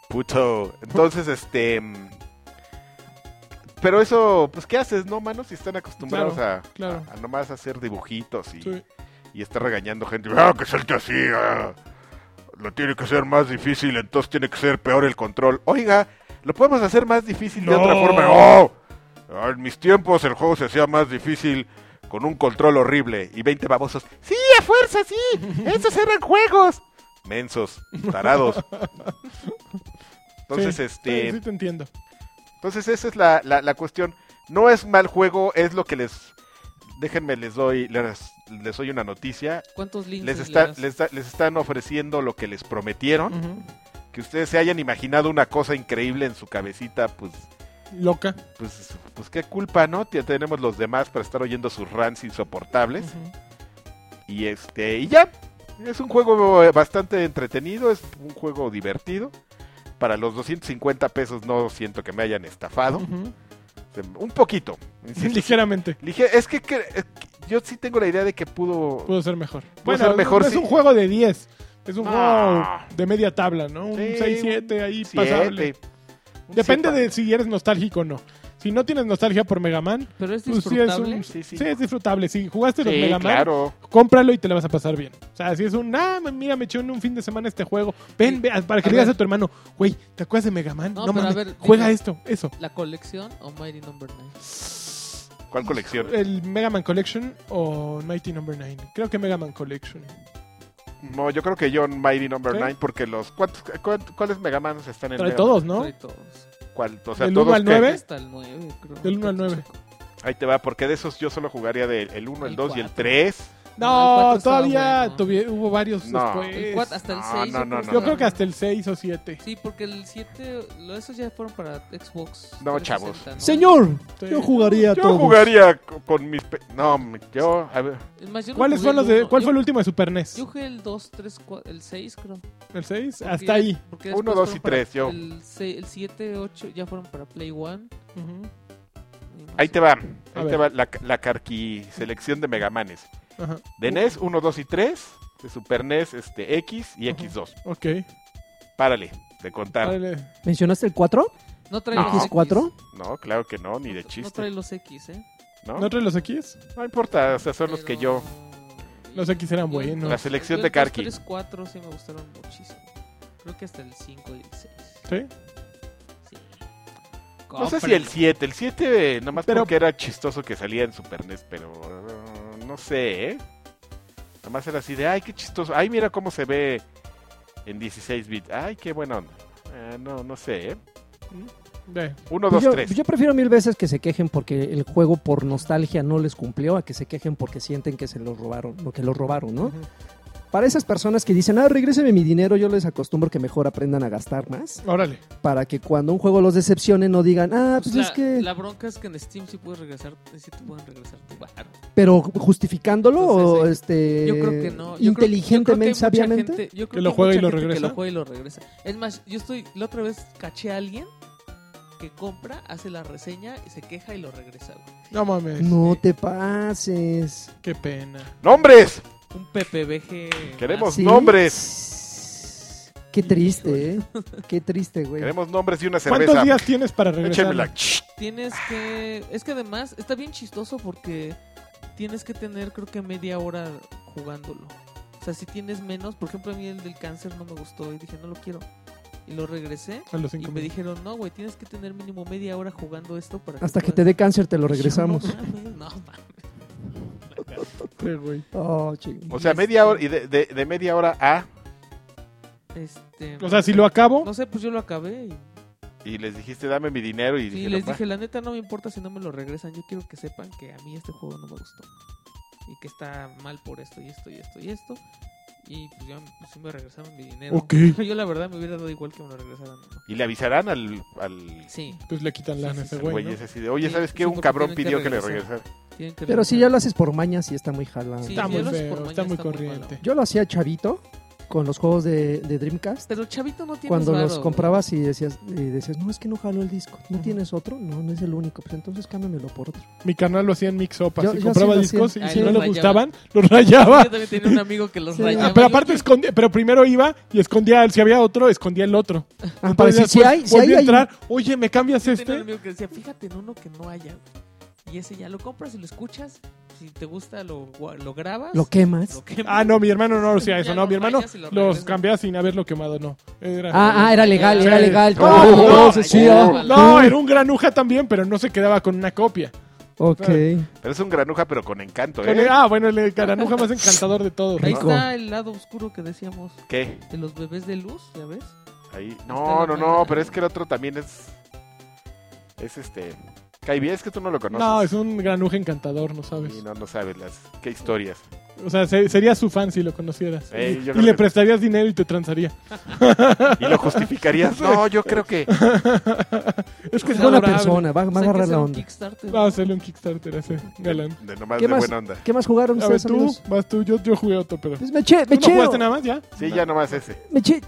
Speaker 1: Puto. Entonces, este. mm, Pero eso, pues, ¿qué haces, no, manos? Si están acostumbrados
Speaker 2: Claro,
Speaker 1: a,
Speaker 2: claro.
Speaker 1: a, a nomás hacer dibujitos y,
Speaker 2: Sí.
Speaker 1: y estar regañando gente. ¡Ah, que salte así! ah! Lo tiene que ser más difícil, entonces tiene que ser peor el control. Oiga, lo podemos hacer más difícil de
Speaker 2: No.
Speaker 1: otra forma. ¡Oh! Ah, En mis tiempos el juego se hacía más difícil con un control horrible. Y 20 babosos. ¡Sí, a fuerza, sí! ¡Esos eran juegos! Mensos, tarados. Entonces,
Speaker 2: Sí,
Speaker 1: este.
Speaker 2: Sí, sí te entiendo.
Speaker 1: Entonces esa es la, la- la cuestión. No es mal juego, es lo que les... Déjenme, les doy, les, les doy una noticia.
Speaker 3: ¿Cuántos links
Speaker 1: Les,
Speaker 3: le
Speaker 1: está-
Speaker 3: das?
Speaker 1: les, da- les están ofreciendo lo que les prometieron.
Speaker 2: Ujú.
Speaker 1: Que ustedes se hayan imaginado una cosa increíble en su cabecita, pues...
Speaker 2: Loca.
Speaker 1: Pues, pues qué culpa, ¿no? Ya tenemos los demás para estar oyendo sus rants insoportables.
Speaker 2: Ujú.
Speaker 1: Y este, y ya. Es un juego eh, bastante entretenido, es un juego divertido. Para los 250 pesos no siento que me hayan estafado.
Speaker 2: Ujú.
Speaker 1: Un poquito. insisto,
Speaker 2: Ligeramente.
Speaker 1: Lige- es que, que- es que yo sí tengo la idea de que pudo.
Speaker 2: Pudo ser mejor.
Speaker 1: Pudo ser mejor,
Speaker 2: es
Speaker 1: sí.
Speaker 2: un juego de 10. Es un
Speaker 1: Ah.
Speaker 2: juego de media tabla, ¿no? Un
Speaker 1: Sí,
Speaker 2: 6-7 ahí
Speaker 1: siete,
Speaker 2: pasable.
Speaker 1: un
Speaker 2: Depende
Speaker 1: siete.
Speaker 2: de si eres nostálgico o no. Si no tienes nostalgia por Mega Man,
Speaker 3: Pero es
Speaker 2: pues sí es
Speaker 3: disfrutable.
Speaker 2: un...
Speaker 1: Sí, sí.
Speaker 2: sí, es disfrutable. Si jugaste los
Speaker 1: Sí,
Speaker 2: Mega Man,
Speaker 1: claro.
Speaker 2: cómpralo y te la vas a pasar bien. O sea, si es un, ah, mira, me eché un, un fin de semana este juego. Ven,
Speaker 3: Sí.
Speaker 2: ve, para que
Speaker 3: A
Speaker 2: le digas
Speaker 3: ver.
Speaker 2: a tu hermano, güey, ¿te acuerdas de Mega Man? No,
Speaker 3: No, pero a
Speaker 2: mames,
Speaker 3: ver,
Speaker 2: juega
Speaker 3: dime.
Speaker 2: esto, eso.
Speaker 3: La colección o Mighty Number 9.
Speaker 1: ¿Cuál colección?
Speaker 2: ¿El Mega Man Collection o Mighty Number 9? Creo que Mega Man Collection.
Speaker 1: No, yo creo que John Mighty Number
Speaker 2: ¿Sí?
Speaker 1: 9, porque los. ¿cuántos- cuánt- ¿Cuáles Megamanos están en
Speaker 2: Trae
Speaker 1: Mega-
Speaker 2: todos, ¿no?
Speaker 3: Trae todos.
Speaker 1: cuál? O sea,
Speaker 2: ¿Del
Speaker 1: todos
Speaker 2: uno al
Speaker 1: que-
Speaker 2: nueve? ¿Ve?
Speaker 3: Hasta el 9, creo.
Speaker 2: Del uno al nueve.
Speaker 1: Ahí te va, porque de esos yo solo jugaría del el 1, el
Speaker 3: El
Speaker 1: 2 y el
Speaker 3: cuatro.
Speaker 1: 3.
Speaker 3: No, el
Speaker 2: No,
Speaker 3: cuatro estaba
Speaker 2: todavía
Speaker 3: bueno.
Speaker 2: tuvi- hubo varios
Speaker 1: No.
Speaker 3: El
Speaker 2: después.
Speaker 3: cuatro- hasta el
Speaker 1: No,
Speaker 3: 6.
Speaker 1: no, no, no,
Speaker 2: Yo creo que hasta el 6 o 7.
Speaker 3: Sí, porque el 7, lo- esos ya fueron para Xbox.
Speaker 1: No,
Speaker 3: 360,
Speaker 1: chavos.
Speaker 3: ¿no?
Speaker 4: Señor,
Speaker 2: Sí.
Speaker 4: yo jugaría a
Speaker 1: Yo
Speaker 4: todos.
Speaker 1: jugaría co- con mis. pe- No, me- yo. A ver.
Speaker 3: Es más, yo no
Speaker 2: ¿Cuáles son
Speaker 3: jugué el
Speaker 2: los de,
Speaker 3: uno.
Speaker 2: ¿Cuál
Speaker 3: Yo-
Speaker 2: fue el último de Super NES?
Speaker 3: Yo jugué el 2, 3, 4, el 6, creo.
Speaker 2: ¿El 6?
Speaker 3: Porque-
Speaker 2: Hasta ahí.
Speaker 3: porque
Speaker 1: Uno,
Speaker 3: después
Speaker 1: dos
Speaker 3: fueron
Speaker 1: y tres,
Speaker 3: para-
Speaker 1: yo.
Speaker 3: El, 6, el 7, 8 ya fueron para Play 1.
Speaker 1: Ahí te va.
Speaker 2: A
Speaker 1: Ahí te
Speaker 2: ver.
Speaker 1: va la, la carqui selección de Megamanes.
Speaker 2: Ajá,
Speaker 1: De E NES 1, 2 y 3. De Super NES este, X y X2.
Speaker 2: ok.
Speaker 1: Párale de contar.
Speaker 2: Dale.
Speaker 4: ¿Mencionaste el 4?
Speaker 3: No trae
Speaker 1: No.
Speaker 3: los X.
Speaker 4: ¿X4?
Speaker 1: No, claro que no, ni de
Speaker 3: No trae
Speaker 1: chiste.
Speaker 3: los X, ¿eh?
Speaker 1: No,
Speaker 2: ¿No trae los X?
Speaker 1: No importa, o sea, son los
Speaker 3: Pero-
Speaker 1: que yo.
Speaker 2: Los X eran
Speaker 3: Yo el
Speaker 2: buenos.
Speaker 3: dos-
Speaker 1: La selección
Speaker 3: yo
Speaker 1: de
Speaker 3: el dos,
Speaker 1: Karki.
Speaker 3: tres, cuatro sí me gustaron muchísimo. Creo que hasta el 5 y el 6.
Speaker 2: ¿Sí?
Speaker 3: Sí.
Speaker 1: No sé si el 7, el 7 nomás
Speaker 2: Pero-
Speaker 1: porque era chistoso que salía en Super NES, pero eh, no sé, ¿eh? Nomás era así de, ay, qué chistoso. Ay, mira cómo se ve en 16 bits. Ay, qué buena onda. Eh, no, no sé, ¿eh?
Speaker 2: Ve.
Speaker 1: 1, 2,
Speaker 4: Pues yo,
Speaker 1: 3.
Speaker 4: yo prefiero mil veces que se quejen porque el juego por nostalgia no les cumplió a que se quejen porque sienten que se lo robaron, lo que lo robaron, ¿no?
Speaker 2: Ujú.
Speaker 4: Para esas personas que dicen, ah, regréseme mi dinero, yo les acostumbro que mejor aprendan a gastar más.
Speaker 2: Órale.
Speaker 4: Para que cuando un juego los decepcione no digan, ah, pues
Speaker 3: la,
Speaker 4: es que.
Speaker 3: la bronca es que en Steam sí puedes regresar, sí te pueden regresar tu bar.
Speaker 4: Pero justificándolo o
Speaker 3: Entonces,
Speaker 4: este.
Speaker 3: Pues Yo creo que no. Yo creo-
Speaker 4: Inteligentemente,
Speaker 3: yo creo que hay mucha
Speaker 4: sabiamente.
Speaker 3: gente- yo creo
Speaker 2: Que lo
Speaker 3: hay
Speaker 2: juega y
Speaker 3: mucha
Speaker 2: lo
Speaker 3: gente que
Speaker 2: regresa.
Speaker 3: lo juega y lo regresa. Es más, yo estoy. La otra vez caché a alguien que compra, hace la reseña y se queja y lo regresa. güey.
Speaker 2: No mames.
Speaker 4: No
Speaker 3: este,
Speaker 4: te pases.
Speaker 2: Qué pena.
Speaker 1: ¡Nombres!
Speaker 3: Un PPBG.
Speaker 1: Queremos
Speaker 4: ¿Sí?
Speaker 1: nombres.
Speaker 4: Qué triste, ¿eh? Qué triste, güey.
Speaker 1: Queremos nombres y una cerveza.
Speaker 2: ¿Cuántos días tienes para
Speaker 1: Échamela.
Speaker 2: regresar?
Speaker 3: Tienes que. Es que además está bien chistoso porque tienes que tener, creo que media hora jugándolo. O sea, si tienes menos, por ejemplo, a mí el del cáncer no me gustó y dije, no lo quiero. Y lo regresé
Speaker 2: A los
Speaker 3: y
Speaker 2: cinco
Speaker 3: me
Speaker 2: minutos.
Speaker 3: dijeron, no, güey, tienes que tener mínimo media hora jugando esto para
Speaker 4: Hasta
Speaker 3: [LAUGHS]
Speaker 4: que te dé cáncer te lo regresamos.
Speaker 3: No, mames.
Speaker 2: Sí, güey.
Speaker 4: Oh, ching.
Speaker 1: O sea, media hora, y de, de- de media hora a,
Speaker 3: Este,
Speaker 2: O sea, si lo acabo,
Speaker 3: No sé, pues yo lo acabé. Y,
Speaker 1: y les dijiste, dame mi dinero, y
Speaker 3: y
Speaker 1: dije,
Speaker 3: les
Speaker 1: "Va".
Speaker 3: dije, la neta no me importa si no me lo regresan. Yo quiero que sepan que a mí este juego no me gustó. Y que está mal por esto y esto y esto y esto. Y pues ya pues, sí me regresaron mi dinero.
Speaker 2: Ok.
Speaker 3: [LAUGHS] Yo la verdad me hubiera dado igual que me lo regresaran. o no.
Speaker 1: y le avisarán al, al
Speaker 3: Sí,
Speaker 2: pues le quitan lana a
Speaker 3: Sí,
Speaker 2: ese
Speaker 3: sí, sí,
Speaker 2: güey.
Speaker 1: güey,
Speaker 2: ¿no?
Speaker 1: ese así de, oye,
Speaker 3: Sí,
Speaker 1: ¿sabes qué?
Speaker 3: sí,
Speaker 1: Un
Speaker 3: porque
Speaker 1: cabrón
Speaker 3: tienen que
Speaker 1: pidió que le
Speaker 3: regresar.
Speaker 1: regresara.
Speaker 3: tienen que
Speaker 4: Pero si ya
Speaker 3: regresar.
Speaker 4: lo haces por maña, sí está muy jala.
Speaker 3: Sí,
Speaker 2: Está
Speaker 3: sí,
Speaker 2: muy
Speaker 3: lo haces por
Speaker 2: feo,
Speaker 3: maña,
Speaker 2: está muy
Speaker 3: está muy malo.
Speaker 2: corriente.
Speaker 4: Yo lo hacía chavito con los juegos de, de Dreamcast.
Speaker 3: Pero Chavito no tiene
Speaker 4: Cuando los comprabas y decías, y decías, no, es que no jalo el disco. ¿No
Speaker 2: Ujú.
Speaker 4: tienes otro? No, no es el único. Pues entonces cámbiamelo por otro.
Speaker 2: Mi canal lo hacía en mix up,
Speaker 4: Yo-
Speaker 2: así
Speaker 4: yo
Speaker 2: compraba
Speaker 4: sí lo
Speaker 2: discos
Speaker 3: hacía.
Speaker 2: y
Speaker 3: Ah,
Speaker 2: si
Speaker 3: y
Speaker 2: no
Speaker 3: los
Speaker 2: le
Speaker 3: rayaba.
Speaker 2: gustaban, los rayaba.
Speaker 3: Yo también tenía un amigo que los
Speaker 4: Sí,
Speaker 2: Ah,
Speaker 3: rayaba.
Speaker 2: pero
Speaker 3: Yo-
Speaker 2: aparte escondía, pero primero iba y escondía, si había otro, escondía el otro.
Speaker 4: Ah, para
Speaker 2: Entonces
Speaker 4: decir, si
Speaker 2: después
Speaker 4: hay, si
Speaker 2: volví
Speaker 4: hay,
Speaker 2: pues a
Speaker 4: hay.
Speaker 2: entrar, oye, ¿me cambias
Speaker 3: Yo tenía un
Speaker 2: este?
Speaker 3: amigo que decía, fíjate en uno que no haya. güey". Y ese ya lo compras y lo escuchas. Si te gusta, lo, gua- lo grabas.
Speaker 4: Lo quemas.
Speaker 3: lo quemas.
Speaker 2: Ah, no, mi hermano no lo
Speaker 3: [LAUGHS]
Speaker 2: hacía eso,
Speaker 3: Ya
Speaker 2: no,
Speaker 3: lo
Speaker 2: mi hermano
Speaker 3: rayas y lo
Speaker 2: los
Speaker 3: regresas.
Speaker 2: cambiaba sin haberlo quemado, no. Era-
Speaker 4: Ah, ah, era legal,
Speaker 2: Sí.
Speaker 4: era legal.
Speaker 2: No,
Speaker 4: Todo,
Speaker 2: Ah, no,
Speaker 4: todo se- sí,
Speaker 1: no,
Speaker 4: ah,
Speaker 2: No, era un granuja también, pero no se quedaba con una copia.
Speaker 4: Ok.
Speaker 1: Pero es un granuja, pero con encanto,
Speaker 2: Con el-
Speaker 1: ¿eh?
Speaker 2: ah, bueno, el granuja más encantador de todos.
Speaker 3: Ahí
Speaker 4: rico.
Speaker 3: está el lado oscuro que decíamos
Speaker 1: ¿Qué?
Speaker 3: de los bebés de luz, ¿ya ves?
Speaker 1: Ahí.
Speaker 3: Está
Speaker 1: No, no,
Speaker 3: loca.
Speaker 1: no, pero es que el otro también es. Es este. Caibi, es que tú no lo conoces.
Speaker 2: No, es un granuja encantador, no sabes.
Speaker 1: Y no, no sabes las. ¿Qué historias?
Speaker 2: O sea, se- sería su fan si lo conocieras.
Speaker 1: Eh, yo
Speaker 2: y
Speaker 1: creo
Speaker 2: le
Speaker 1: que-
Speaker 2: prestarías dinero y te transaría.
Speaker 1: ¿Y lo
Speaker 2: [LAUGHS]
Speaker 1: justificarías? No, yo creo que.
Speaker 2: Es que
Speaker 4: Es
Speaker 2: es
Speaker 4: buena
Speaker 2: adorable.
Speaker 4: persona, va, va
Speaker 3: O sea,
Speaker 4: a
Speaker 3: hay que
Speaker 4: agarrar
Speaker 3: hacer
Speaker 4: la
Speaker 3: un
Speaker 4: onda. Ah,
Speaker 3: Kickstarter,
Speaker 2: Va a
Speaker 3: ¿no?
Speaker 2: hacerle un Kickstarter a ese galán.
Speaker 1: De, nomás
Speaker 4: ¿Qué
Speaker 1: de
Speaker 4: más?
Speaker 1: buena onda.
Speaker 4: ¿Qué más jugaron
Speaker 2: A ver,
Speaker 4: ustedes,
Speaker 2: tú,
Speaker 4: amigos?
Speaker 2: vas tú. Yo, yo jugué otro, pero... ¿Tú
Speaker 4: Pues me eché, me
Speaker 2: no
Speaker 4: eché,
Speaker 2: jugaste nada más ya?
Speaker 1: Sí, ya nomás ese.
Speaker 4: me eché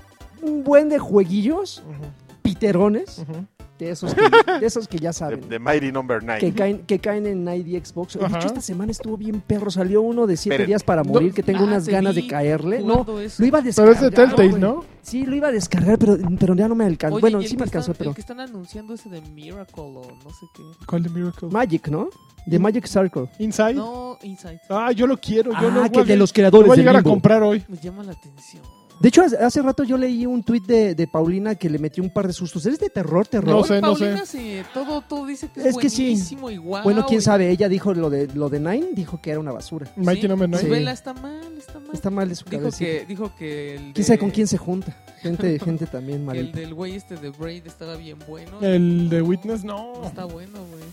Speaker 4: un buen de jueguillos,
Speaker 2: Ujú,
Speaker 4: piterones,
Speaker 2: ujú.
Speaker 4: de esos que, de esos que ya
Speaker 1: De,
Speaker 4: saben.
Speaker 1: de Mighty Number
Speaker 4: que
Speaker 1: 9.
Speaker 4: caen, que caen en ID Xbox. De
Speaker 2: Ajá.
Speaker 4: hecho, esta semana estuvo bien perro. Salió uno de 7
Speaker 1: Esperen.
Speaker 4: días para morir,
Speaker 3: No.
Speaker 4: que tengo
Speaker 3: Ah,
Speaker 4: unas
Speaker 3: te
Speaker 4: ganas
Speaker 3: vi
Speaker 4: de caerle. No,
Speaker 3: jugando eso.
Speaker 4: lo iba a
Speaker 2: Pero
Speaker 4: descargar.
Speaker 2: es de Telltale,
Speaker 4: güey.
Speaker 2: ¿no?
Speaker 4: Sí, lo iba a descargar, pero, pero ya no me alcanzó.
Speaker 3: Oye,
Speaker 4: bueno,
Speaker 3: y el
Speaker 4: sí me
Speaker 3: que
Speaker 4: alcanzó,
Speaker 3: están-
Speaker 4: pero.
Speaker 3: El que están anunciando ese de Miracle o no sé qué.
Speaker 2: Call the Miracle.
Speaker 4: Magic, ¿no? De Magic Circle.
Speaker 2: Inside.
Speaker 3: No, Inside.
Speaker 2: Ah, yo lo quiero. Yo
Speaker 4: ah,
Speaker 2: lo
Speaker 4: que
Speaker 2: voy a-
Speaker 4: de los
Speaker 2: lo
Speaker 4: creadores
Speaker 2: voy a
Speaker 4: de
Speaker 2: llegar a
Speaker 4: Limbo.
Speaker 2: comprar hoy.
Speaker 3: Me llama la atención.
Speaker 4: De hecho, hace, hace rato yo leí un tuit de, de Paulina que le metió un par de sustos. ¿Eres de terror, terror?
Speaker 2: No
Speaker 3: Ahora
Speaker 2: sé, no
Speaker 3: Paulina se- todo, todo dice que es,
Speaker 4: Es que sí.
Speaker 3: buenísimo y guau,
Speaker 4: bueno, quién
Speaker 3: y-
Speaker 4: sabe. Ella dijo lo de, lo de Nine, dijo que era una basura.
Speaker 2: Mighty
Speaker 3: Sí,
Speaker 2: Number
Speaker 3: pues
Speaker 4: Sí.
Speaker 2: 9.
Speaker 3: Vela está mal, está mal.
Speaker 4: Está mal de su
Speaker 3: dijo,
Speaker 4: cabeza.
Speaker 3: que, dijo que el
Speaker 4: ¿Quién sabe
Speaker 3: de-
Speaker 4: con quién se junta?
Speaker 3: [LAUGHS]
Speaker 4: Gente, gente también
Speaker 3: que el
Speaker 4: malita.
Speaker 3: del güey este de Braid estaba bien bueno.
Speaker 2: El de
Speaker 3: No,
Speaker 2: Witness,
Speaker 3: No
Speaker 2: no.
Speaker 3: está bueno, güey.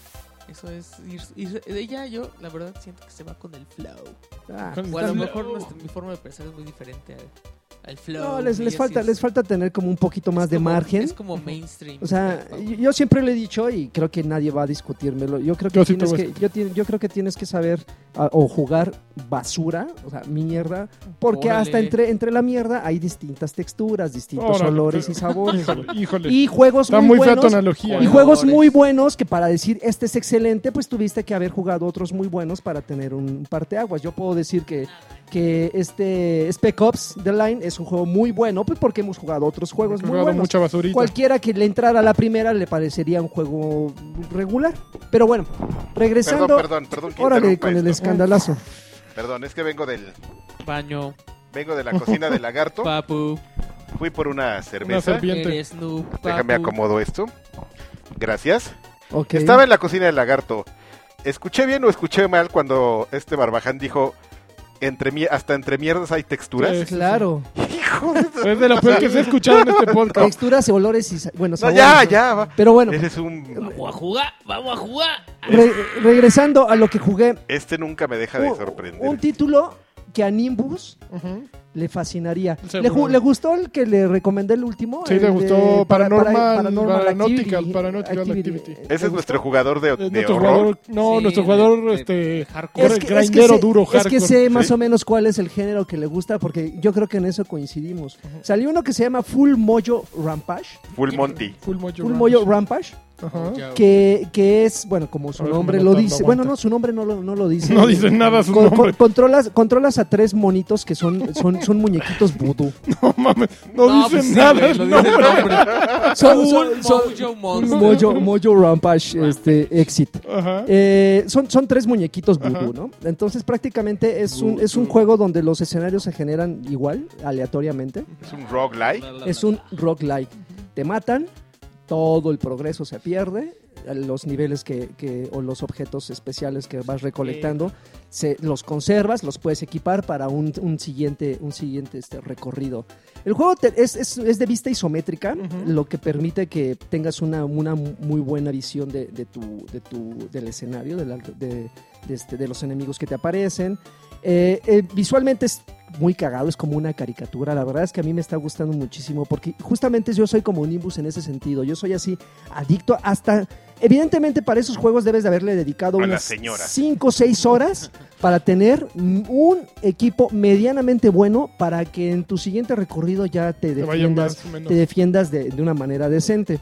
Speaker 3: Eso es ir, ir- ella yo la verdad siento que se va con el flow.
Speaker 4: Ah,
Speaker 2: Con-
Speaker 3: O a lo
Speaker 2: Está-
Speaker 3: mejor nuestra- mi forma de pensar es muy diferente al, al flow.
Speaker 4: No, les,
Speaker 3: y
Speaker 4: les
Speaker 3: así
Speaker 4: falta,
Speaker 3: es.
Speaker 4: les falta tener como un poquito
Speaker 3: Es
Speaker 4: más de
Speaker 3: como-
Speaker 4: margen.
Speaker 3: Es como mainstream.
Speaker 4: O sea,
Speaker 3: Está-
Speaker 4: yo, yo siempre lo he dicho y creo que nadie va a discutírmelo. Yo creo que
Speaker 2: Yo sí te
Speaker 4: tienes
Speaker 2: voy a
Speaker 4: que, yo, ti- yo creo que tienes que saber ah, o jugar basura, o sea, mierda, porque
Speaker 3: Órale.
Speaker 4: hasta entre, entre la mierda hay distintas texturas, distintos
Speaker 2: Órale,
Speaker 4: olores
Speaker 2: pero-
Speaker 4: y
Speaker 2: [LAUGHS]
Speaker 4: sabores.
Speaker 2: Híjole, híjole.
Speaker 4: y juegos
Speaker 2: Está
Speaker 4: muy,
Speaker 2: muy fea tu
Speaker 4: buenos.
Speaker 2: analogía. ¿eh?
Speaker 4: Y
Speaker 2: ¿no?
Speaker 4: juegos muy
Speaker 3: Colores.
Speaker 4: buenos que para decir este es excelente, pues tuviste que haber jugado otros muy buenos para tener un parteaguas. Yo puedo decir que, que este Spec Ops The Line es un juego muy bueno, pues porque hemos jugado otros
Speaker 2: He
Speaker 4: juegos muy
Speaker 2: jugado
Speaker 4: buenos.
Speaker 2: mucha basurita.
Speaker 4: Cualquiera que le entrara a la primera le parecería un juego regular. Pero bueno, regresando.
Speaker 1: Perdón, perdón, perdón. que
Speaker 4: Órale,
Speaker 1: interrumpa
Speaker 4: con el
Speaker 1: esto.
Speaker 4: escandalazo.
Speaker 1: Perdón, es que vengo del.
Speaker 3: Baño,
Speaker 1: Vengo de la cocina
Speaker 2: [LAUGHS]
Speaker 1: del lagarto.
Speaker 3: papu,
Speaker 1: Fui por una cerveza.
Speaker 2: servilleta. Viente.
Speaker 3: eres Snoop, papu.
Speaker 1: Déjame acomodo esto. Gracias.
Speaker 4: Ok.
Speaker 1: Estaba en la cocina del lagarto. ¿Escuché bien o escuché mal cuando este barbaján dijo entre mi- hasta entre mierdas hay texturas?
Speaker 2: Sí.
Speaker 4: Claro.
Speaker 1: Hijo de-
Speaker 2: Es de lo peor que se ha escuchado en este
Speaker 1: [LAUGHS]
Speaker 2: podcast.
Speaker 4: Texturas, olores y. sa- Bueno,
Speaker 1: No,
Speaker 4: sabores,
Speaker 1: ya,
Speaker 4: ¿no?
Speaker 1: ya, va. [LAUGHS]
Speaker 4: Pero bueno,
Speaker 1: Ese es un...
Speaker 3: Vamos a jugar, vamos a jugar.
Speaker 4: re- regresando a lo que jugué.
Speaker 1: Este nunca me deja de
Speaker 4: un-
Speaker 1: sorprender.
Speaker 4: Un título que a Nimbus
Speaker 2: Ujú.
Speaker 4: le fascinaría.
Speaker 2: Seguro.
Speaker 4: Le, ju- le gustó el que le recomendé el último?
Speaker 2: Sí,
Speaker 4: El
Speaker 2: le
Speaker 4: de
Speaker 2: gustó
Speaker 4: para- para-
Speaker 2: Paranormal-
Speaker 4: Activity-
Speaker 2: Paranautical- Paranautical Activity.
Speaker 4: ¿Te
Speaker 1: Ese es
Speaker 4: gustó?
Speaker 1: nuestro jugador de,
Speaker 2: Es
Speaker 1: de
Speaker 2: nuestro
Speaker 1: horror.
Speaker 2: jugador, no,
Speaker 3: Sí,
Speaker 2: nuestro
Speaker 3: de-
Speaker 2: jugador,
Speaker 3: de-
Speaker 2: este,
Speaker 3: hardcore.
Speaker 2: es
Speaker 4: que-
Speaker 2: grindero
Speaker 4: sé-
Speaker 2: duro,
Speaker 4: es que
Speaker 2: hardcore.
Speaker 4: sé más
Speaker 1: Sí.
Speaker 4: o menos cuál es el género que le gusta, porque yo creo que en eso coincidimos. Salió uno que se llama Full Mojo Rampage.
Speaker 1: Full Monty.
Speaker 2: Full Mojo
Speaker 4: Full
Speaker 2: Rampage.
Speaker 4: Mojo Rampage.
Speaker 2: Ajá.
Speaker 4: que, que es, bueno, como su
Speaker 2: A ver,
Speaker 4: nombre
Speaker 2: Minotaur,
Speaker 4: lo
Speaker 2: lo
Speaker 4: dice.
Speaker 2: aguanta.
Speaker 4: Bueno, no, su nombre no lo, no lo dice.
Speaker 2: [LAUGHS] No dice nada su
Speaker 4: Con- con-
Speaker 2: nombre.
Speaker 4: controlas, controlas a tres monitos que son, son, son muñequitos vudú.
Speaker 2: [LAUGHS] No mames, no, dice
Speaker 3: pues sí,
Speaker 2: nada.
Speaker 3: güey,
Speaker 2: el
Speaker 3: lo dice el
Speaker 2: nombre.
Speaker 3: nombre.
Speaker 4: Son,
Speaker 3: Cool
Speaker 4: son- son-
Speaker 3: Mojo Monster.
Speaker 4: Mojo, Mojo Rampage, este, Exit.
Speaker 2: [LAUGHS] Ajá.
Speaker 4: Eh, son, son tres muñequitos
Speaker 2: Ajá.
Speaker 4: vudú, ¿no? Entonces prácticamente es un, es un juego donde los escenarios se generan igual, aleatoriamente.
Speaker 1: Es un roguelike.
Speaker 3: La, la, la,
Speaker 4: Es
Speaker 3: la.
Speaker 4: un rock light. Te matan, todo el progreso se pierde, los niveles que, que- o los objetos especiales que vas recolectando, se, los conservas, los puedes equipar para un, un siguiente, un siguiente este, recorrido. El juego te- es, es- es de vista isométrica, lo que permite que tengas una, una muy buena visión de, de tu, de tu- del escenario, de, la- de- de este- de los enemigos que te aparecen. Eh, eh, visualmente es muy cagado, es como una caricatura. La verdad es que a mí me está gustando muchísimo porque justamente yo soy como Nimbus en ese sentido. Yo soy así adicto hasta... Evidentemente para esos juegos debes de haberle dedicado
Speaker 1: A la
Speaker 4: unas
Speaker 1: señora.
Speaker 4: 5 o 6 horas para tener un equipo medianamente bueno para que en tu siguiente recorrido ya te
Speaker 2: Te vayan
Speaker 4: defiendas
Speaker 2: más o menos.
Speaker 4: te defiendas de, de una manera decente.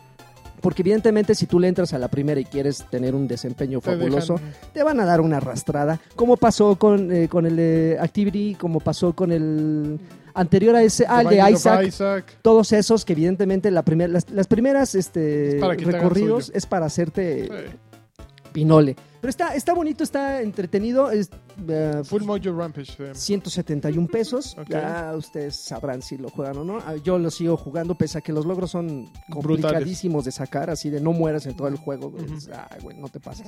Speaker 4: Porque evidentemente si tú le entras a la primera y quieres tener un desempeño
Speaker 2: Te dejan-
Speaker 4: fabuloso, te van a dar una arrastrada, como pasó con, eh, con el de Activity, como pasó con el anterior a ese, ah, el
Speaker 2: Binding
Speaker 4: de
Speaker 2: of
Speaker 4: Isaac.
Speaker 2: Isaac.
Speaker 4: Todos esos que evidentemente la primer- las, las primeras este,
Speaker 2: Es para que te hagan
Speaker 4: recorridos
Speaker 2: suyo.
Speaker 4: es para hacerte
Speaker 2: Eh,
Speaker 4: pinole. Pero está, está bonito, está entretenido, es, eh,
Speaker 2: Full Mojo Rampage. eh. se llama.
Speaker 4: 171 pesos.
Speaker 2: Ok.
Speaker 4: Ya ustedes sabrán si lo juegan o no. Ah, Yo lo sigo jugando, pese a que los logros son complicadísimos de sacar, así de no mueras en todo el juego. güey.
Speaker 2: Ujú.
Speaker 4: Es, Ay, güey, no te pases.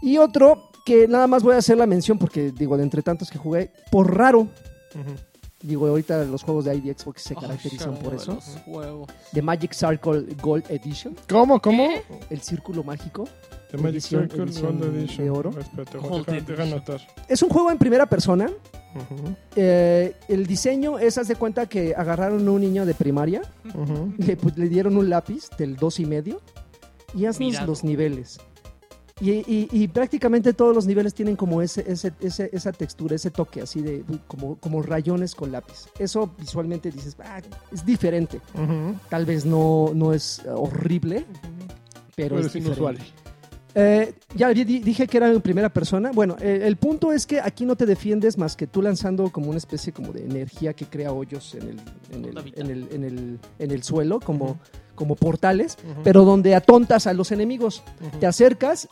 Speaker 4: Y otro que nada más voy a hacer la mención porque, digo, de entre tantos que jugué, por raro,
Speaker 2: Ujú.
Speaker 4: digo, ahorita los juegos de ID Xbox se
Speaker 2: Ah,
Speaker 3: Ay,
Speaker 4: caracterizan
Speaker 3: cabrón,
Speaker 4: por
Speaker 3: de
Speaker 4: eso.
Speaker 3: los huevos.
Speaker 4: The Magic Circle Gold Edition,
Speaker 2: ¿Cómo, cómo?
Speaker 4: el círculo mágico.
Speaker 2: The Magic
Speaker 4: Edición-
Speaker 2: Circle
Speaker 4: edición
Speaker 2: Gold Edition.
Speaker 4: de oro.
Speaker 2: Espérate,
Speaker 3: Gold
Speaker 2: deja- deja
Speaker 3: Edition.
Speaker 2: anotar.
Speaker 4: Es un juego en primera persona.
Speaker 2: Ujú,
Speaker 4: Eh, el diseño es, haz de cuenta que agarraron a un niño de primaria
Speaker 2: ujú.
Speaker 4: le, pu- le dieron un lápiz del dos y medio y haznos
Speaker 3: Mirado.
Speaker 4: los niveles. Y, y- y prácticamente todos los niveles tienen como ese, ese- ese- esa textura, ese toque así de como, como rayones con lápiz. Eso visualmente dices, "Ah, es diferente.
Speaker 2: Ujú.
Speaker 4: Tal vez no, no es eh, horrible, pero,
Speaker 2: Pero
Speaker 4: es,
Speaker 2: es
Speaker 4: diferente.
Speaker 2: inusual.
Speaker 4: Eh, ya di- dije que era en primera persona. Bueno, eh, el punto es que aquí no te defiendes más que tú lanzando como una especie como de energía que crea hoyos en el, en el,
Speaker 3: Onda vital.
Speaker 4: en el, en el- en el suelo, como, como portales,
Speaker 2: Ujú.
Speaker 4: pero donde atontas a los enemigos.
Speaker 2: Ujú.
Speaker 4: Te acercas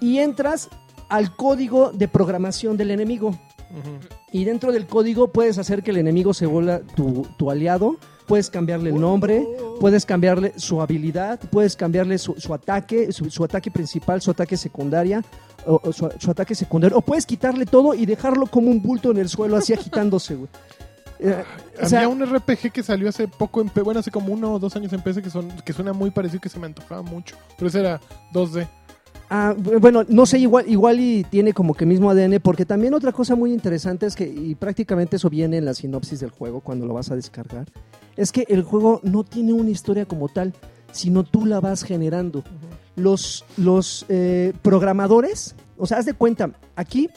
Speaker 4: y entras al código de programación del enemigo.
Speaker 2: Ujú.
Speaker 4: Y dentro del código puedes hacer que el enemigo se vuelva tu, tu aliado, puedes cambiarle el nombre, puedes cambiarle su habilidad, puedes cambiarle su, su ataque, su, su ataque principal, su ataque secundaria, o, o su, su ataque secundario, o puedes quitarle todo y dejarlo como un bulto en el suelo así agitándose,
Speaker 2: [LAUGHS]
Speaker 4: güey. Eh, o sea,
Speaker 2: Ah, Había un RPG que salió hace poco, en, P- bueno, hace como uno o dos años en PC que, son, que suena muy parecido que se me antojaba mucho. Pero ese era 2D.
Speaker 4: Ah, bu- bueno, no sé, igual, igual y tiene como que mismo ADN, porque también otra cosa muy interesante es que, y prácticamente eso viene en la sinopsis del juego cuando lo vas a descargar, es que el juego no tiene una historia como tal, sino tú la vas generando. Los, los eh, programadores, o sea, haz de cuenta, aquí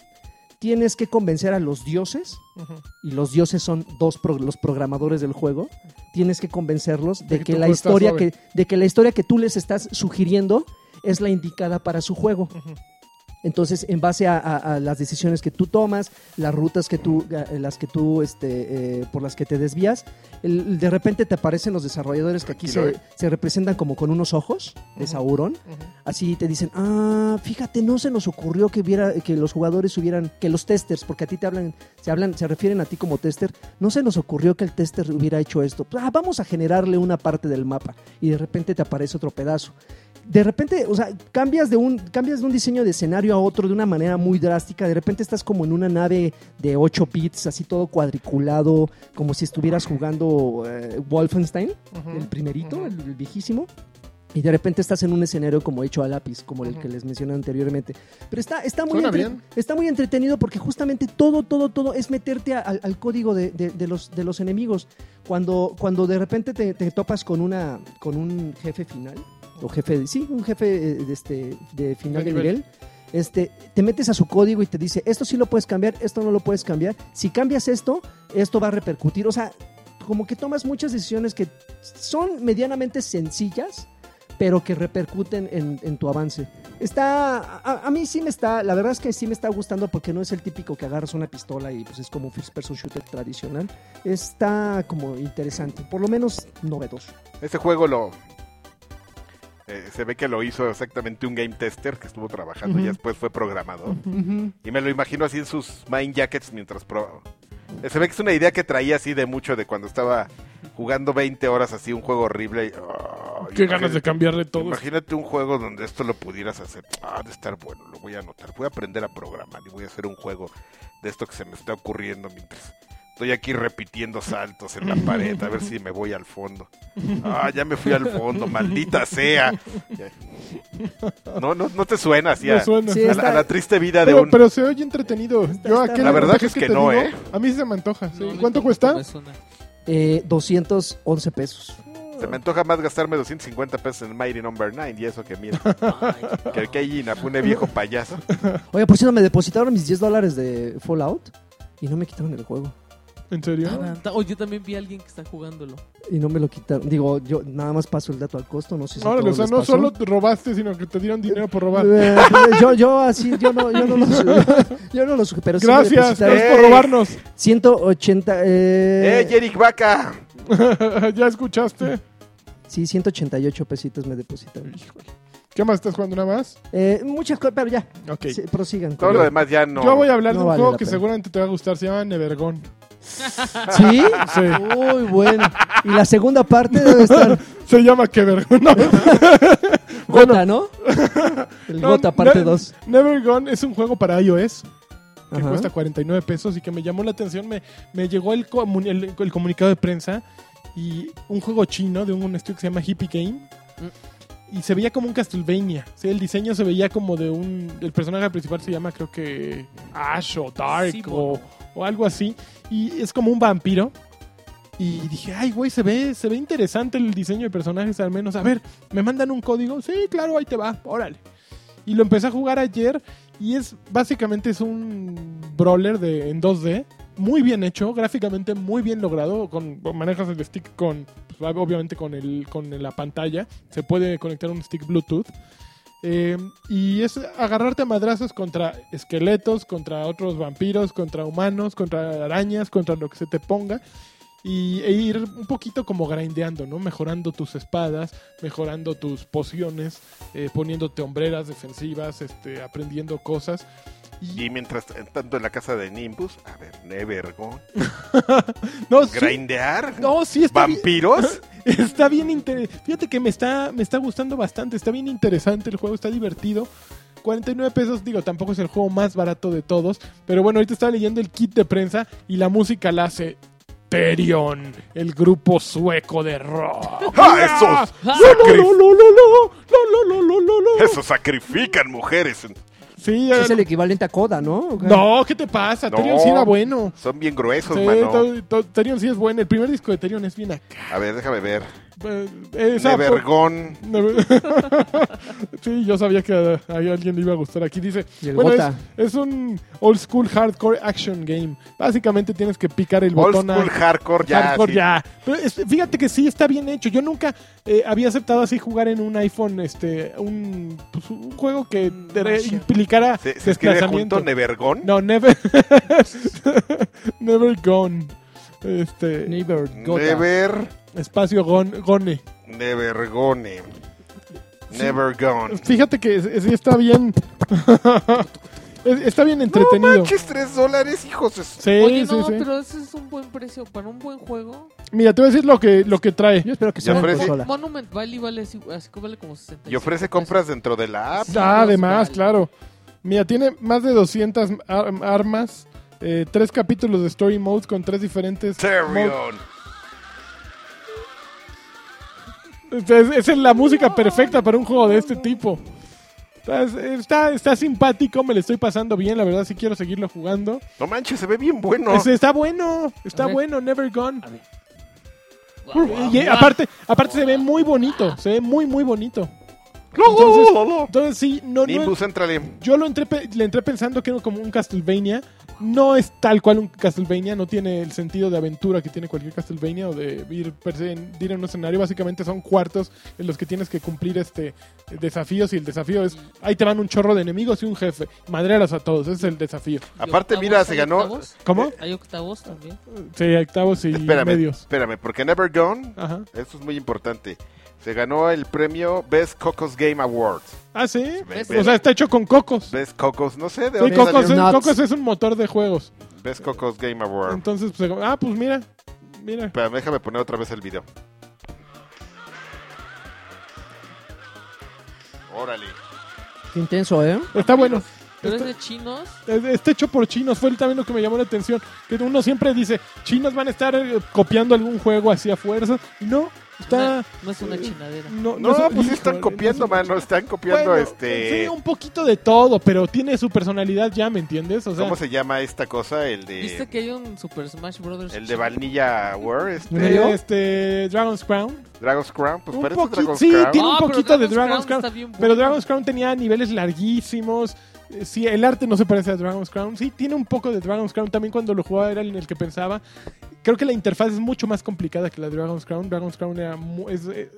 Speaker 4: tienes que convencer a los dioses,
Speaker 2: Ujú.
Speaker 4: y los dioses son dos pro- los programadores del juego, tienes que convencerlos de,
Speaker 2: De que
Speaker 4: que,
Speaker 2: tu
Speaker 4: la
Speaker 2: juego está
Speaker 4: historia
Speaker 2: suave.
Speaker 4: que, de que la historia que tú les estás sugiriendo es la indicada para su juego.
Speaker 2: Ujú.
Speaker 4: Entonces, en base a, a- a las decisiones que tú tomas, las rutas que tú, eh, las que tú, este, eh, por las que te desvías, el- de repente te aparecen los desarrolladores que aquí
Speaker 1: Tranquilo,
Speaker 4: se, se representan como con unos ojos de
Speaker 2: Ujú.
Speaker 4: Sauron,
Speaker 2: Ujú.
Speaker 4: así te dicen, ah, fíjate, no se nos ocurrió que hubiera, que los jugadores hubieran, que los testers, porque a ti te hablan, se hablan, se refieren a ti como tester, no se nos ocurrió que el tester hubiera hecho esto. Ah, vamos a generarle una parte del mapa y de repente te aparece otro pedazo. De repente, o sea, cambias de un cambias de un diseño de escenario a otro de una manera muy drástica. De repente estás como en una nave de 8 bits, así todo cuadriculado, como si estuvieras jugando eh, Wolfenstein
Speaker 2: Ujú.
Speaker 4: el primerito,
Speaker 2: Ujú.
Speaker 4: el, el viejísimo. Y de repente estás en un escenario como hecho a lápiz, como el
Speaker 2: Ujú.
Speaker 4: que les mencioné anteriormente. Pero está, está, muy,
Speaker 2: Suena
Speaker 4: entre-
Speaker 2: bien.
Speaker 4: está muy entretenido porque justamente todo, todo, todo es meterte a- al, al código de, de- de los, de los enemigos. Cuando, cuando de repente te, te topas con, una, con un jefe final, o jefe, sí, un jefe eh, de, este, de final
Speaker 2: De
Speaker 4: de
Speaker 2: nivel.
Speaker 4: nivel. Este, te metes a su código y te dice, esto sí lo puedes cambiar, esto no lo puedes cambiar. Si cambias esto, esto va a repercutir. O sea, como que tomas muchas decisiones que son medianamente sencillas, pero que repercuten en, en tu avance. Está, a, a mí sí me está, la verdad es que sí me está gustando porque no es el típico que agarras una pistola y pues es como un first person shooter tradicional. Está como interesante, por lo menos novedoso.
Speaker 1: Ese juego lo. eh, se ve que lo hizo exactamente un game tester que estuvo trabajando y
Speaker 4: Ujú.
Speaker 1: después fue programador. Y me lo imagino así en sus mind jackets mientras probaba. Eh, Se ve que es una idea que traía así de mucho de cuando estaba jugando 20 horas así un juego horrible. y, ah,
Speaker 2: Qué
Speaker 1: imagínate-
Speaker 2: ganas de cambiarle todo.
Speaker 1: Imagínate un juego donde esto lo pudieras hacer. Ah, ha de estar bueno, lo voy a anotar. Voy a aprender a programar y voy a hacer un juego de esto que se me está ocurriendo mientras estoy aquí repitiendo saltos
Speaker 2: [LAUGHS]
Speaker 1: en la pared. A ver si me voy al fondo. Ah, ya me fui al fondo, maldita sea. Ya. No, no, no te suena así
Speaker 2: Me
Speaker 1: a,
Speaker 2: suena.
Speaker 4: Sí,
Speaker 1: a la,
Speaker 4: está-
Speaker 1: a la triste vida de
Speaker 2: Pero,
Speaker 1: un.
Speaker 2: pero se oye entretenido. Yo
Speaker 4: está-
Speaker 2: aquel
Speaker 1: La verdad
Speaker 2: reportaje
Speaker 1: es que
Speaker 2: te
Speaker 1: no,
Speaker 2: digo,
Speaker 1: ¿eh?
Speaker 2: A mí sí se me antoja. sí.
Speaker 3: No, no,
Speaker 2: ¿Cuánto
Speaker 3: no,
Speaker 2: cuesta?
Speaker 4: pues,
Speaker 3: me suena.
Speaker 4: Eh, 211 pesos.
Speaker 1: Se me antoja más gastarme 250 pesos en el Mighty Number 9 y eso que mira.
Speaker 3: Ay,
Speaker 1: Que Keiji
Speaker 2: [LAUGHS]
Speaker 1: Inafune viejo payaso.
Speaker 4: Oye, por cierto, me depositaron mis 10 dólares de Fallout y no me quitaron el juego.
Speaker 2: ¿En serio?
Speaker 3: Taranta- Oh, yo también vi a alguien que está jugándolo.
Speaker 4: Y no me lo quitaron. Digo, yo nada más paso el dato al costo, no sé si. a
Speaker 2: Órale, o
Speaker 4: todos
Speaker 2: sea,
Speaker 4: pues, les
Speaker 2: no
Speaker 4: pasó.
Speaker 2: solo te robaste, sino que te dieron dinero por robar.
Speaker 4: Eh, [LAUGHS] yo, yo así, yo no, yo no lo
Speaker 2: [LAUGHS]
Speaker 4: Yo no lo supe, pero sí me
Speaker 2: Gracias,
Speaker 4: depositaron
Speaker 2: gracias por
Speaker 1: ¡Eh!
Speaker 2: robarnos. [LAUGHS]
Speaker 4: 180. Eh,
Speaker 1: ¡Eh, Jerick Vaca!
Speaker 2: ¿Ya escuchaste?
Speaker 4: sí, 188 pesitos me depositaron.
Speaker 2: ¿Qué más estás jugando? ¿Una más?
Speaker 4: Eh, muchas cosas, pero ya.
Speaker 2: Ok.
Speaker 4: sí, prosigan.
Speaker 1: Todo
Speaker 4: con-
Speaker 1: lo demás ya no.
Speaker 2: Yo voy a hablar
Speaker 4: No
Speaker 2: de un
Speaker 4: vale
Speaker 2: juego
Speaker 4: la
Speaker 2: que
Speaker 4: pena.
Speaker 2: seguramente te va a gustar. Se llama Nevergón.
Speaker 4: [LAUGHS] ¿Sí?
Speaker 2: Sí.
Speaker 4: Muy bueno. Y la segunda parte
Speaker 2: [LAUGHS]
Speaker 4: debe estar
Speaker 2: Se llama Kevergón. [LAUGHS] No, [LAUGHS]
Speaker 4: Gota, ¿no? El
Speaker 2: no,
Speaker 4: Gota, parte
Speaker 2: Ne-
Speaker 4: 2.
Speaker 2: Nevergone es un juego para iOS. que
Speaker 4: Ajá.
Speaker 2: cuesta 49 pesos y que me llamó la atención. Me, me llegó el, comun- el, el comunicado de prensa y un juego chino de un, un estudio que se llama Hippie Game. Y se veía como un Castlevania. O sea, el diseño se veía como de un. El personaje principal se llama, creo que. Ash o Dark
Speaker 3: Sí,
Speaker 2: o,
Speaker 3: mono.
Speaker 2: o algo así. Y es como un vampiro. Y dije, ay, güey, se ve, se ve interesante el diseño de personajes, al menos. A ver, ¿me mandan un código? Sí, claro, ahí te va, órale. Y lo empecé a jugar ayer y es básicamente es un brawler de, en 2D, muy bien hecho, gráficamente muy bien logrado, con, con- manejas el stick con, pues, obviamente con, el, con la pantalla, se puede conectar un stick Bluetooth. Eh, y es agarrarte a madrazos contra esqueletos, contra otros vampiros, contra humanos, contra arañas, contra lo que se te ponga. Y, e ir un poquito como grindeando, ¿no? Mejorando tus espadas, mejorando tus pociones, eh, poniéndote hombreras defensivas, este, aprendiendo cosas. Y,
Speaker 1: Y mientras tanto en la casa de Nimbus, a ver, Nevergon,
Speaker 2: no, sí,
Speaker 1: grindear,
Speaker 2: no, sí, está bien,
Speaker 1: vampiros.
Speaker 2: está bien interesante. Fíjate que me está, me está gustando bastante, está bien interesante el juego, está divertido. 49 pesos, digo, tampoco es el juego más barato de todos. Pero bueno, ahorita estaba leyendo el kit de prensa y la música la hace Terion, el grupo sueco de rock.
Speaker 1: [LAUGHS] ¡Ah, esos!
Speaker 2: ¡No, no, no, no, no, no, no, no, no, [LAUGHS] no, no!
Speaker 1: Esos sacrifican mujeres.
Speaker 2: Sí,
Speaker 4: Sí, Es
Speaker 2: eh,
Speaker 4: el equivalente a Coda, ¿no? ¿O qué?
Speaker 2: No, ¿qué te pasa?
Speaker 1: No. Pues
Speaker 2: Terion sí era bueno.
Speaker 1: Son bien gruesos,
Speaker 2: Sí,
Speaker 1: mano.
Speaker 2: to- to- Terion sí es bueno. El primer disco de Terion es bien acá.
Speaker 1: A ver, déjame ver.
Speaker 2: Eh, esa-
Speaker 1: Nevergon.
Speaker 2: [LAUGHS] sí, yo sabía que a a alguien le iba a gustar. Aquí dice,
Speaker 4: Y el
Speaker 2: bueno, es,
Speaker 4: Gota.
Speaker 2: es un old school hardcore action game. Básicamente tienes que picar el
Speaker 1: Old
Speaker 2: botón a-
Speaker 1: school hardcore, ya.
Speaker 2: hardcore,
Speaker 1: sí.
Speaker 2: ya. Pero es- fíjate que sí está bien hecho. Yo nunca eh, había aceptado así jugar en un iPhone, este, un, pues, un juego que
Speaker 3: Un
Speaker 2: te-
Speaker 3: mashup.
Speaker 2: implicara
Speaker 1: Se, se escribe
Speaker 2: desplazamiento.
Speaker 1: junto Nevergon.
Speaker 2: No, never, [LAUGHS] never gone. Este,
Speaker 4: Neighbor Gota.
Speaker 1: Never.
Speaker 2: espacio gon- gone.
Speaker 1: Nevergone. Nevergone.
Speaker 2: Fíjate que es- es- sí está bien. [LAUGHS] Es- está bien entretenido.
Speaker 1: No manches, tres dólares, hijos. de su-
Speaker 2: sí,
Speaker 3: Oye,
Speaker 2: sí,
Speaker 3: no,
Speaker 2: sí.
Speaker 3: pero ese es un buen precio para un buen juego.
Speaker 2: Mira, te voy a decir lo que, lo que trae.
Speaker 4: Yo espero que
Speaker 1: Ya
Speaker 4: sea en
Speaker 1: ofrece-
Speaker 4: consola.
Speaker 3: Monument Valley vale así, así como vale como 60.
Speaker 1: Y ofrece compras dentro de la app.
Speaker 3: Sí,
Speaker 2: Ah, además,
Speaker 3: vale.
Speaker 2: claro. Mira, tiene más de 200 ar- armas, eh, tres capítulos de story mode con tres diferentes... modes.
Speaker 1: Terion.
Speaker 2: Es, es la música perfecta para un juego de este tipo. Está, está, está simpático, me lo estoy pasando bien, la verdad sí quiero seguirlo jugando.
Speaker 1: No manches, se ve bien bueno.
Speaker 2: Ese está bueno, está
Speaker 3: A ver.
Speaker 2: bueno, Never Gone.
Speaker 3: Guau, guau,
Speaker 2: Y eh,
Speaker 3: guau.
Speaker 2: aparte, aparte se ve muy bonito, se ve muy muy bonito.
Speaker 1: Entonces,
Speaker 2: Entonces sí, no, no
Speaker 1: Nimbus, entrale.
Speaker 2: yo lo entré, pe- le entré pensando que era como un Castlevania no es tal cual un Castlevania, no tiene el sentido de aventura que tiene cualquier Castlevania o de ir, per se en, de ir en un escenario. Básicamente son cuartos en los que tienes que cumplir este desafíos y el desafío es ahí te van un chorro de enemigos y un jefe. Madreras a todos, ese es el desafío.
Speaker 1: Aparte,
Speaker 3: octavos,
Speaker 1: mira, se
Speaker 3: hay
Speaker 1: ganó-
Speaker 3: octavos.
Speaker 2: ¿Cómo?
Speaker 3: Hay octavos también.
Speaker 2: Sí, octavos y
Speaker 1: Eh, espérame,
Speaker 2: medios.
Speaker 1: espérame, porque Never Gone,
Speaker 2: Ajá.
Speaker 1: eso es muy importante. Se ganó el premio Best Cocos Game Award.
Speaker 2: Ah, sí.
Speaker 1: Best,
Speaker 2: O sea, está hecho con cocos.
Speaker 1: Best Cocos, no sé de
Speaker 2: Sí,
Speaker 1: dónde
Speaker 4: Coco,
Speaker 2: cocos, eh.
Speaker 1: salió.
Speaker 2: es,
Speaker 4: Nuts.
Speaker 2: cocos es un motor de juegos.
Speaker 1: Best Cocos Game Award.
Speaker 2: Entonces, pues, ah, pues mira, mira.
Speaker 1: Espérame, déjame poner otra vez el video. Órale.
Speaker 4: Qué intenso, ¿eh?
Speaker 2: Está bueno.
Speaker 3: Pero es
Speaker 2: Está-
Speaker 3: de chinos.
Speaker 2: Es- Está hecho por chinos, fue también lo que me llamó la atención. Que uno siempre dice, chinos van a estar eh, copiando algún juego así a fuerza. Y no, está...
Speaker 3: Una- no es una chinadera.
Speaker 2: No,
Speaker 1: No,
Speaker 2: es-
Speaker 1: pues sí
Speaker 2: híjole,
Speaker 1: están copiando,
Speaker 2: no es-
Speaker 1: mano. Están copiando
Speaker 2: Bueno,
Speaker 1: este.
Speaker 2: Sí, un poquito de todo, pero tiene su personalidad ya, ¿me entiendes? O sea,
Speaker 1: ¿Cómo se llama esta cosa? El
Speaker 3: ¿Viste
Speaker 1: de.
Speaker 3: que hay un Super Smash Brothers?
Speaker 1: El de
Speaker 3: chino?
Speaker 1: Vanilla War, este.
Speaker 4: ¿Me dio?
Speaker 2: este, Dragon's Crown.
Speaker 1: Dragon's Crown, pues
Speaker 2: Un
Speaker 1: parece
Speaker 2: poquito-
Speaker 1: Dragon's
Speaker 2: sí,
Speaker 1: Crown.
Speaker 2: tiene un
Speaker 3: No, Ah, pero
Speaker 2: poquito de Dragon's Crown,
Speaker 3: está bien
Speaker 2: Pero
Speaker 3: bueno.
Speaker 2: Dragon's Crown tenía niveles larguísimos. Eh, Sí, el arte no se parece a Dragon's Crown. Sí, tiene un poco de Dragon's Crown. También cuando lo jugaba era en el que pensaba. Creo que la interfaz es mucho más complicada que la de Dragon's Crown. Dragon's Crown era mu- es, eh,